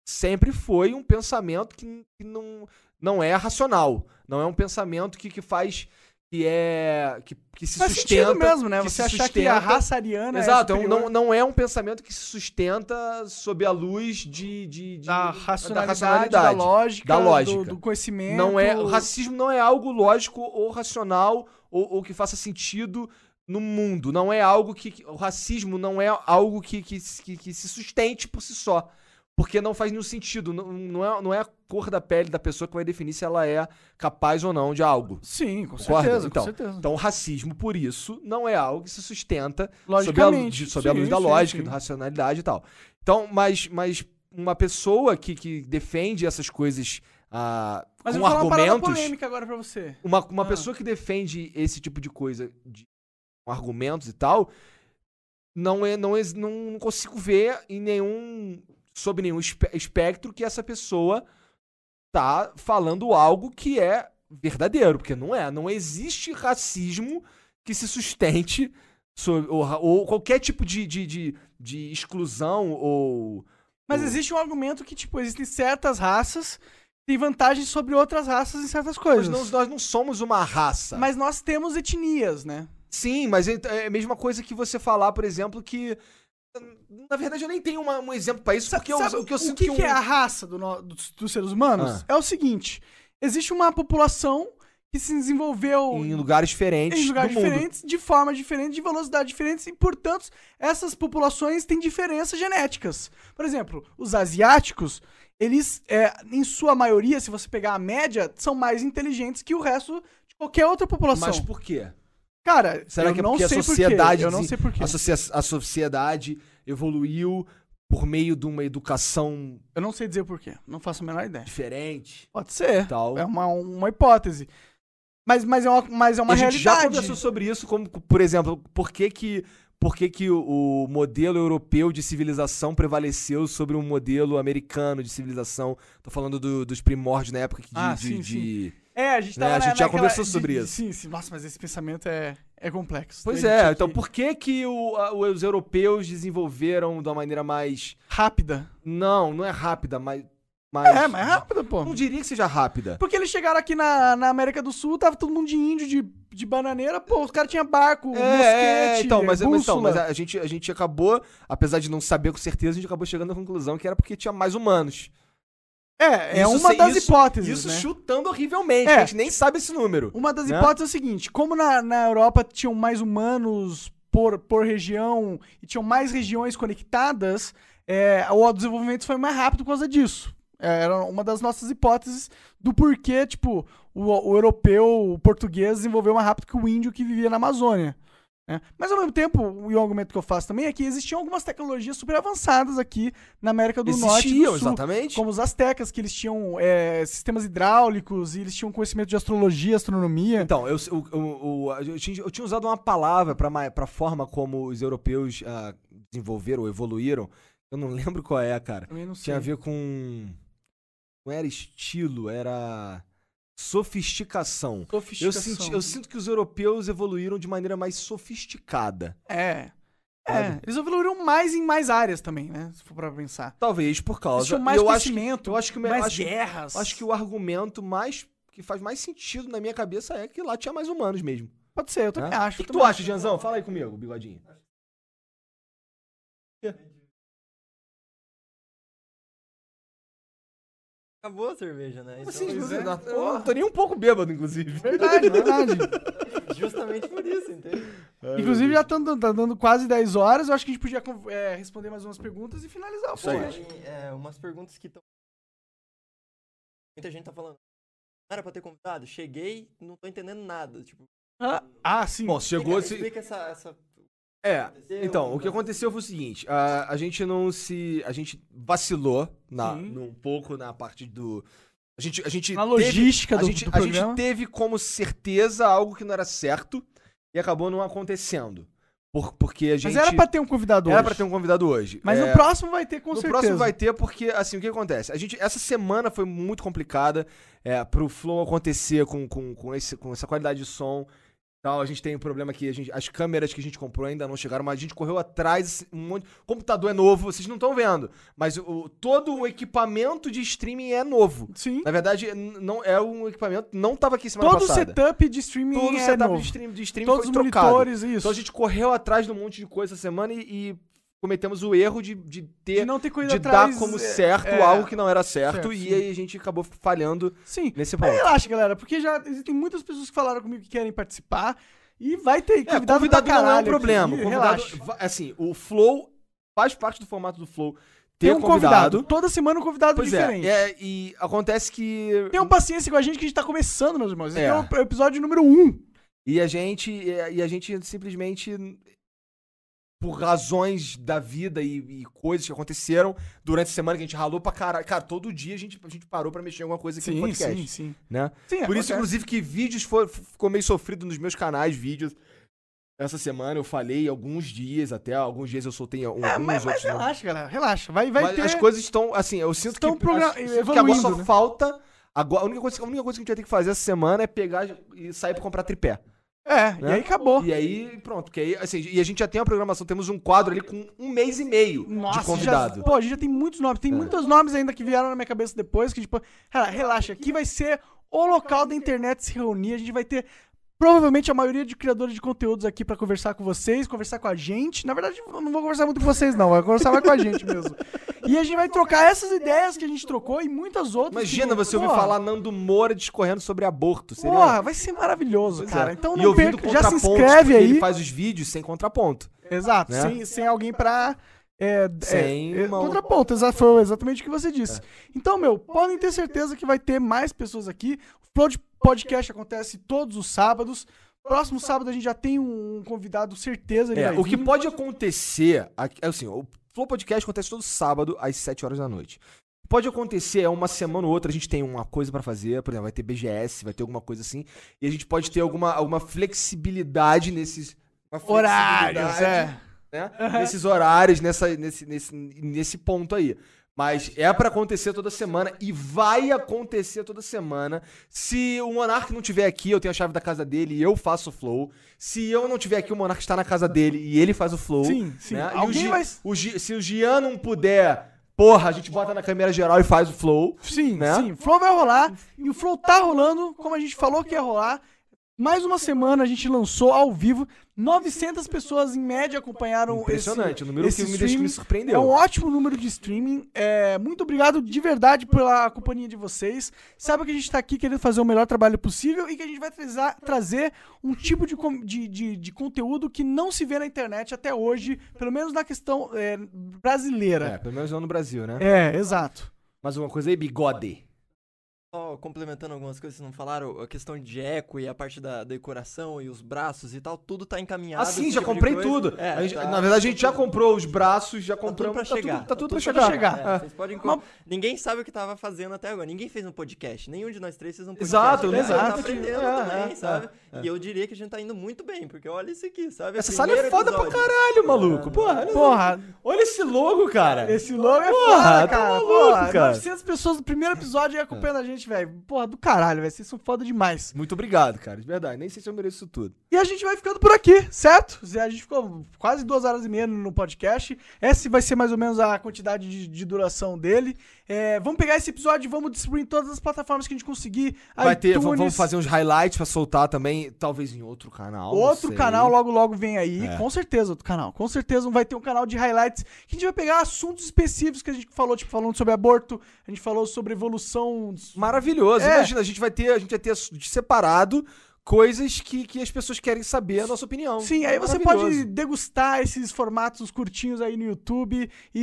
B: sempre foi um pensamento que, que não, não é racional. Não é um pensamento que, que faz. que é. que, que se
C: Faz
B: sustenta.
C: sentido mesmo, né?
B: que se
C: Você achar que a
B: sustenta-
C: raça ariana
B: Exato, é
C: é
B: um-
C: superior
B: não, não é um pensamento que se sustenta sob a luz de. de, de-
C: da, racionalidade, da
B: racionalidade,
C: lógica,
B: da
C: do-
B: lógica.
C: Do, conhecimento.
B: Não é, o racismo não é algo lógico ou racional ou, ou que faça sentido no mundo. Não é algo que. que- O racismo não é algo que, que, se- que- que se sustente por si só. Porque não faz nenhum sentido. Não, não, é, não é a cor da pele da pessoa que vai definir se ela é capaz ou não de algo.
C: Sim, com
B: Concorda?
C: certeza,
B: Então,
C: com certeza.
B: Então, o racismo, por isso, não é algo que se sustenta sob a, lu-
C: Logicamente.
B: de- sob a
C: sim,
B: luz da
C: sim,
B: lógica,
C: sim.
B: da racionalidade e tal. Então, mas, mas uma pessoa que, que defende essas coisas ah,
C: Mas eu
B: com
C: vou falar uma parada
B: argumentos.
C: polêmica agora pra você.
B: Uma, uma
C: Ah.
B: pessoa que defende esse tipo de coisa, de, com argumentos e tal, não, é, não, ex- não não consigo ver em nenhum. sob nenhum espe- espectro que essa pessoa tá falando algo que é verdadeiro, porque não é. Não existe racismo que se sustente sob- ou, ra- ou qualquer tipo de, de, de, de exclusão ou.
C: Mas
B: O-
C: existe um argumento que, tipo, existem certas raças que têm vantagens sobre outras raças em certas
B: Nós
C: coisas.
B: não,
C: Mas,
B: nós não somos uma raça.
C: nós temos etnias, né?
B: Sim, mas ent- é a mesma coisa que você falar, por exemplo, que. Na verdade, eu nem tenho uma- um exemplo pra isso,
C: Sa-
B: porque eu,
C: sabe
B: o que eu sinto
C: que,
B: um- Ah.
C: que é a raça do no- dos, dos seres humanos? É o seguinte: existe uma população que se desenvolveu
B: em lugares diferentes
C: em lugares
B: do mundo.
C: diferentes, de formas diferentes, de velocidades diferentes, e, portanto, essas populações têm diferenças genéticas. Por exemplo, os asiáticos, eles, é, em sua maioria, se você pegar a média, são mais inteligentes que o resto de qualquer outra população.
B: Mas por quê?
C: Cara,
B: Será
C: eu
B: que é
C: não
B: porque a
C: sei por quê,
B: sociedade.
C: Eu não
B: desen-
C: sei por quê.
B: A, socie- a sociedade evoluiu por meio de uma educação
C: Eu não sei dizer por quê. Não faço a menor ideia.
B: diferente
C: Pode ser.
B: e tal.
C: É uma, uma hipótese. Mas, mas é uma, mas é uma
B: E a gente já
C: realidade.
B: conversou sobre isso, como, por exemplo, por que que, por que, que o, o modelo europeu de civilização prevaleceu sobre o modelo americano de civilização? Tô falando do- dos primórdios na época que de,
C: Ah,
B: de-
C: sim,
B: de-
C: sim. É, a gente
B: Né,
C: tava
B: a
C: na-
B: gente já
C: naquela-
B: conversou
C: de-
B: sobre
C: de-
B: isso.
C: Sim, sim. Nossa, mas esse pensamento é, é complexo.
B: Pois
C: Ele tinha
B: é, então
C: que-
B: por que que o- a- os europeus desenvolveram de uma maneira mais...
C: Rápida.
B: Não, não é rápida, mas... mais-
C: É, mas rápida, pô.
B: Não diria que seja rápida.
C: Porque eles chegaram aqui na, na América do Sul, tava todo mundo de índio, de, de bananeira, pô, os caras tinham barco,
B: É,
C: mosquete,
B: é, então, mas, mas então,
C: bússola.
B: mas a, a gente, a gente acabou, apesar de não saber com certeza, a gente acabou chegando à conclusão que era porque tinha mais humanos.
C: É, é
B: Isso
C: uma
B: se-
C: das
B: isso-
C: hipóteses,
B: Isso
C: né?
B: chutando horrivelmente,
C: É.
B: a gente nem sabe esse número.
C: Uma das
B: né?
C: hipóteses é o seguinte: como na, na Europa tinham mais humanos por, por região e tinham mais regiões conectadas, é, o desenvolvimento foi mais rápido por causa disso. É, Era uma das nossas hipóteses do porquê, tipo, o, o europeu, o português desenvolveu mais rápido que o índio que vivia na Amazônia. né? Mas ao mesmo tempo, o e o argumento que eu faço também é que existiam algumas tecnologias super avançadas aqui na América do Norte. e do
B: Existiam,
C: Sul.
B: exatamente.
C: Como os astecas, que eles tinham é, sistemas hidráulicos e eles tinham conhecimento de astrologia, astronomia.
B: Então, eu, o- o- o- a gente- eu tinha usado uma palavra pra ma- pra forma como os europeus ah, desenvolveram ou evoluíram. Eu não <laughs> lembro qual é, cara.
C: Também não sei.
B: Tinha a ver com. Não era estilo, era. Sofisticação. Eu, senti- eu sinto que os europeus evoluíram de maneira mais sofisticada.
C: É. É,
B: Sabe?
C: eles evoluíram mais em mais áreas também, né? Se for pra pensar.
B: Talvez por
C: Eles
B: causa.
C: tinham mais
B: eu acho que,
C: conhecimento,
B: eu acho que o me-
C: mais
B: acho que-
C: guerras.
B: acho que o argumento mais que faz mais sentido na minha cabeça é que lá tinha mais humanos mesmo.
C: Pode ser, eu também
B: né? O
C: acho.
B: que,
C: eu
B: que tu
C: também
B: acha, Janzão? Fala aí comigo, bigodinho.
D: Acabou a cerveja, né? Então,
B: Assim,
C: Pois é.
B: eu não tô nem um pouco bêbado, inclusive.
C: Verdade,
B: né?
C: verdade.
D: Justamente por isso, entendeu?
B: É,
C: Inclusive, já tá dando, tá dando quase 10 horas. Eu acho que a gente podia con- é, responder mais umas perguntas e finalizar o podcast.
D: Tem, é, umas perguntas que estão. Muita gente tá falando. Não era pra ter convidado? Cheguei, não tô entendendo nada. Tipo,
C: Ah, ah, sim.
B: Bom, <laughs> chegou esse.
D: explica, explica essa, essa.
B: É, então, o que aconteceu foi o seguinte: a, a gente não se. A gente vacilou na,
C: Sim.
B: num pouco na parte do. A gente, a gente
C: Na
B: teve-
C: logística
B: a
C: do,
B: gente,
C: do
B: a gente
C: programa.
B: teve como certeza algo que não era certo e acabou não acontecendo. Por- porque a gente.
C: Mas era pra ter um convidado
B: era
C: hoje.
B: pra ter um convidado hoje.
C: Mas
B: É,
C: no próximo vai ter, com
B: no
C: certeza.
B: próximo vai ter, porque, assim, o que acontece? A gente, essa semana foi muito complicada é, pro Flow acontecer com, com, com, esse, com essa qualidade de som. e Tal. A gente tem um problema que a gente- as câmeras que a gente comprou ainda não chegaram, mas a gente correu atrás. Um monte, o computador é novo, vocês não estão vendo. Mas o- todo o equipamento de streaming é novo.
C: Sim.
B: Na verdade, n- não é um equipamento não tava aqui semana
C: Todo o
B: passada.
C: setup de streaming
B: Todo o
C: é
B: setup
C: novo.
B: de streaming, de streaming
C: Todos
B: foi
C: os
B: trocado.
C: monitores, isso.
B: Então a gente correu atrás de um monte de coisa essa semana e, e cometemos o erro de, de ter
C: de não ter corrido
B: de
C: atrás.
B: dar como
C: é,
B: certo
C: é,
B: algo que não era certo,
C: Certo,
B: e
C: sim. É,
B: aí a gente acabou falhando
C: Sim.
B: nesse
C: Mas
B: ponto.
C: relaxa, galera, porque já existem muitas pessoas que falaram comigo que querem participar e vai ter
B: É,
C: convidado, pra
B: não é um
C: caralho
B: problema.
C: aqui,
B: convidado,
C: relaxa.
B: va- assim, o Flow faz parte do formato do Flow ter
C: Tem um convidado. Toda semana um convidado
B: Pois é,
C: diferente.
B: é, e acontece que.
C: Tenham paciência com a gente que a gente tá começando, meus irmãos. Esse
B: É.
C: aqui é o episódio número 1. Um.
B: E a gente. E a gente simplesmente. Por razões da vida e, e coisas que aconteceram durante a semana que a gente ralou pra caralho. Cara, todo dia a gente, a gente parou pra mexer em alguma coisa aqui no podcast.
C: sim.
B: Né?
C: Sim,
B: Por isso,
C: acontece.
B: inclusive, que vídeos foi, ficou meio sofrido nos meus canais, vídeos. Essa semana eu falei alguns dias, até alguns dias eu soltei um, alguns
C: É, mas, mas
B: outros. não.
C: relaxa, galera. Relaxa. Vai, vai
B: Mas
C: ter.
B: as coisas estão, assim, eu sinto
C: é estão
B: que,
C: progra-
B: acho- sinto que agora
C: evoluindo,
B: só
C: né?
B: falta. Agora, a, única coisa, a única coisa que a gente vai ter que fazer essa semana é pegar e sair pra comprar tripé.
C: É, e
B: né?
C: aí acabou.
B: E aí, pronto. Que aí, assim, e a gente já tem uma programação, temos um quadro ali com um mês e meio
C: Nossa,
B: de convidado. É.
C: Já, pô, a gente já tem muitos nomes. Tem muitos nomes ainda que vieram na minha cabeça depois. Que, tipo, cara, relaxa. Aqui vai ser o local da internet se reunir. A gente vai ter. Provavelmente a maioria de criadores de conteúdos aqui pra conversar com vocês, conversar com a gente. Na verdade, eu não vou conversar muito com vocês, não. Vai conversar mais com a gente mesmo. E a gente vai trocar essas ideias que a gente trocou e muitas outras. que-
B: Imagina você ouvir
C: Pô,
B: falar Nando Moura discorrendo sobre aborto. Seria
C: Porra, vai ser maravilhoso,
B: Pois é.
C: cara. Então
B: E
C: não
B: ouvindo
C: perca, já se
B: contrapontos,
C: inscreve
B: porque
C: aí.
B: Ele faz os vídeos sem contraponto.
C: Exato,
B: né?
C: sem, sem alguém pra. É, d-
B: Sem
C: é, é,
B: uma-
C: contraponto, exa- foi exatamente o que você disse. Então, meu, podem ter certeza que vai ter mais pessoas aqui. O Flow de Podcast acontece todos os sábados. Próximo sábado a gente já tem um convidado, certeza. Ele
B: É,
C: vai
B: o que
C: vir.
B: pode acontecer, aqui- é assim, o Flow Podcast acontece todo sábado às 7 horas da noite. Pode acontecer, é uma semana ou outra, a gente tem uma coisa pra fazer, por exemplo, vai ter BGS, vai ter alguma coisa assim, e a gente pode ter alguma, alguma flexibilidade nesses uma
C: Horários,
B: flexibilidade,
C: é.
B: né? Nesses horários, nessa, nesse, nesse, nesse ponto aí. Mas é pra acontecer toda semana e vai acontecer toda semana. Se o Monark não tiver aqui, eu tenho a chave da casa dele e eu faço o flow. Se eu não tiver aqui, o Monark está na casa dele e ele faz o flow.
C: Sim, sim.
B: né? E o
C: Alguém
B: Gi-
C: vai.
B: o Gi- se o Gian não puder, porra, a gente bota na câmera geral e faz o flow.
C: Sim,
B: né?
C: sim. O Flow vai rolar. E o Flow tá rolando, como a gente falou que ia rolar. Mais uma semana a gente lançou ao vivo. 900 pessoas em média acompanharam
B: Impressionante,
C: esse,
B: o número
C: esse
B: que me deixou- que me
C: streaming.
B: surpreendeu.
C: É um ótimo número de streaming. É, muito obrigado de verdade pela companhia de vocês. Sabe que a gente tá aqui querendo fazer o melhor trabalho possível e que a gente vai trazer, trazer um tipo de, com- de, de, de conteúdo que não se vê na internet até hoje, pelo menos na questão é, brasileira.
B: É, pelo menos não no Brasil, né?
C: É, exato.
B: Mais alguma coisa aí, bigode?
D: Só complementando algumas coisas que vocês não falaram, a questão de eco e a parte da decoração e os braços e tal, tudo tá encaminhado.
B: Ah, sim,
D: esse
B: já
D: tipo de
B: comprei
D: coisa.
B: tudo.
D: É,
B: A gente-
D: tá-
B: na verdade, a gente já
D: tudo-
B: comprou os braços, já
D: Tá tudo
B: compramos.
D: pra chegar.
B: Tá tudo, tá tudo pra chegar.
D: É,
B: É.
D: vocês podem
B: Mas-
D: com- Ninguém sabe o que tava fazendo até agora. Ninguém fez um podcast. Nenhum de nós três fez um podcast.
B: Exato,
D: Então,
B: exato.
D: Tá aprendendo
B: É,
D: também,
B: é,
D: sabe?
B: é, é.
D: E eu diria que a gente tá indo muito bem, porque olha isso aqui, sabe?
B: Essa sala
D: Primeiro
B: é foda pra
D: episódio.
B: caralho, maluco. Porra, olha,
C: Porra,
B: olha esse logo, cara.
C: esse logo é
B: Porra, tá
C: foda, cara.
B: maluco,
C: Porra,
B: cara.
C: 900 pessoas no primeiro episódio acompanhando a gente, velho. Porra, do caralho, velho. Vocês são foda demais.
B: Muito obrigado, cara. De verdade. Nem sei se eu mereço isso tudo.
C: E a gente vai ficando por aqui, certo? Zé, A gente ficou quase duas horas e meia no podcast. Essa vai ser mais ou menos a quantidade de, de duração dele. É, vamos pegar esse episódio e vamos distribuir em todas as plataformas que a gente conseguir.
B: Vai ter, v-
C: iTunes,
B: vamos fazer uns highlights pra soltar também, talvez em outro canal. não
C: Outro
B: sei.
C: canal logo logo vem aí,
B: É.
C: com certeza outro canal. Com certeza vai ter um canal de highlights que a gente vai pegar assuntos específicos que a gente falou, tipo falando sobre aborto, a gente falou sobre evolução.
B: Maravilhoso.
C: É.
B: Imagina, a gente vai ter, a gente vai ter su- de separado coisas que, que as pessoas querem saber a nossa opinião.
C: Sim, aí você
B: Maravilhoso.
C: pode degustar esses formatos curtinhos aí no YouTube e,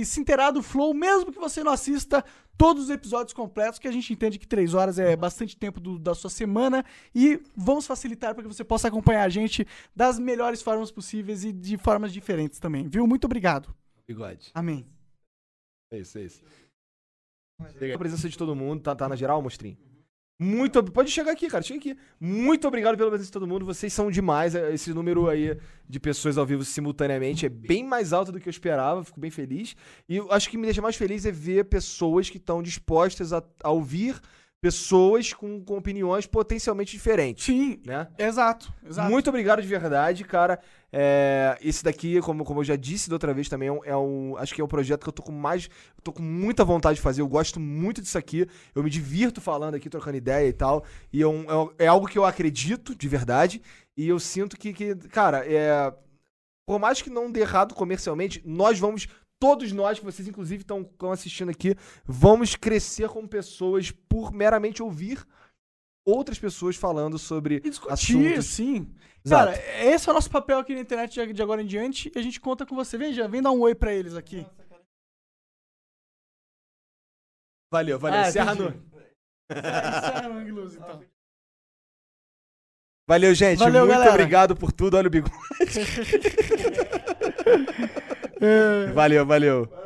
C: e se inteirar do flow, mesmo que você não assista todos os episódios completos, que a gente entende que três horas é bastante tempo do- da sua semana e vamos facilitar para que você possa acompanhar a gente das melhores formas possíveis e de formas diferentes também, viu? Muito obrigado.
B: Bigode.
C: Amém.
B: É isso, é isso. Chega. A presença de todo mundo, tá, tá na geral, mostrinho? Muito, ob- pode chegar aqui, cara, chega aqui. Muito obrigado pela presença de todo mundo, vocês são demais. é, Esse número aí de pessoas ao vivo simultaneamente é bem mais alto do que eu esperava, fico bem feliz. E eu acho que me deixa mais feliz é ver pessoas que estão dispostas a, a ouvir pessoas com, com opiniões potencialmente diferentes,
C: Sim,
B: né?
C: Exato, exato.
B: Muito obrigado de verdade, cara. É, esse daqui, como, como eu já disse da outra vez também, é um, é um- Acho que é um projeto que eu tô com mais. eu tô com muita vontade de fazer. Eu gosto muito disso aqui. Eu me divirto falando aqui, trocando ideia e tal. E é, um- é um- é algo que eu acredito, de verdade. E eu sinto que, que, cara, é. Por mais que não dê errado comercialmente, nós vamos. Todos nós, que vocês inclusive estão assistindo aqui, vamos crescer como pessoas por meramente ouvir outras pessoas falando sobre
C: E discutir,
B: assuntos
C: sim.
B: Exato.
C: Cara, esse é o nosso papel aqui na internet de- de agora em diante e a gente conta com você. Vem, Jean, vem dar um oi pra eles aqui.
B: Valeu, valeu.
C: Ah,
B: Encerra
C: entendi.
B: no-
C: Encerra no Inglês, então.
B: Valeu, gente.
C: Valeu,
B: Muito
C: galera.
B: obrigado
C: <laughs>
B: por tudo. Olha o bigode. valeu, valeu.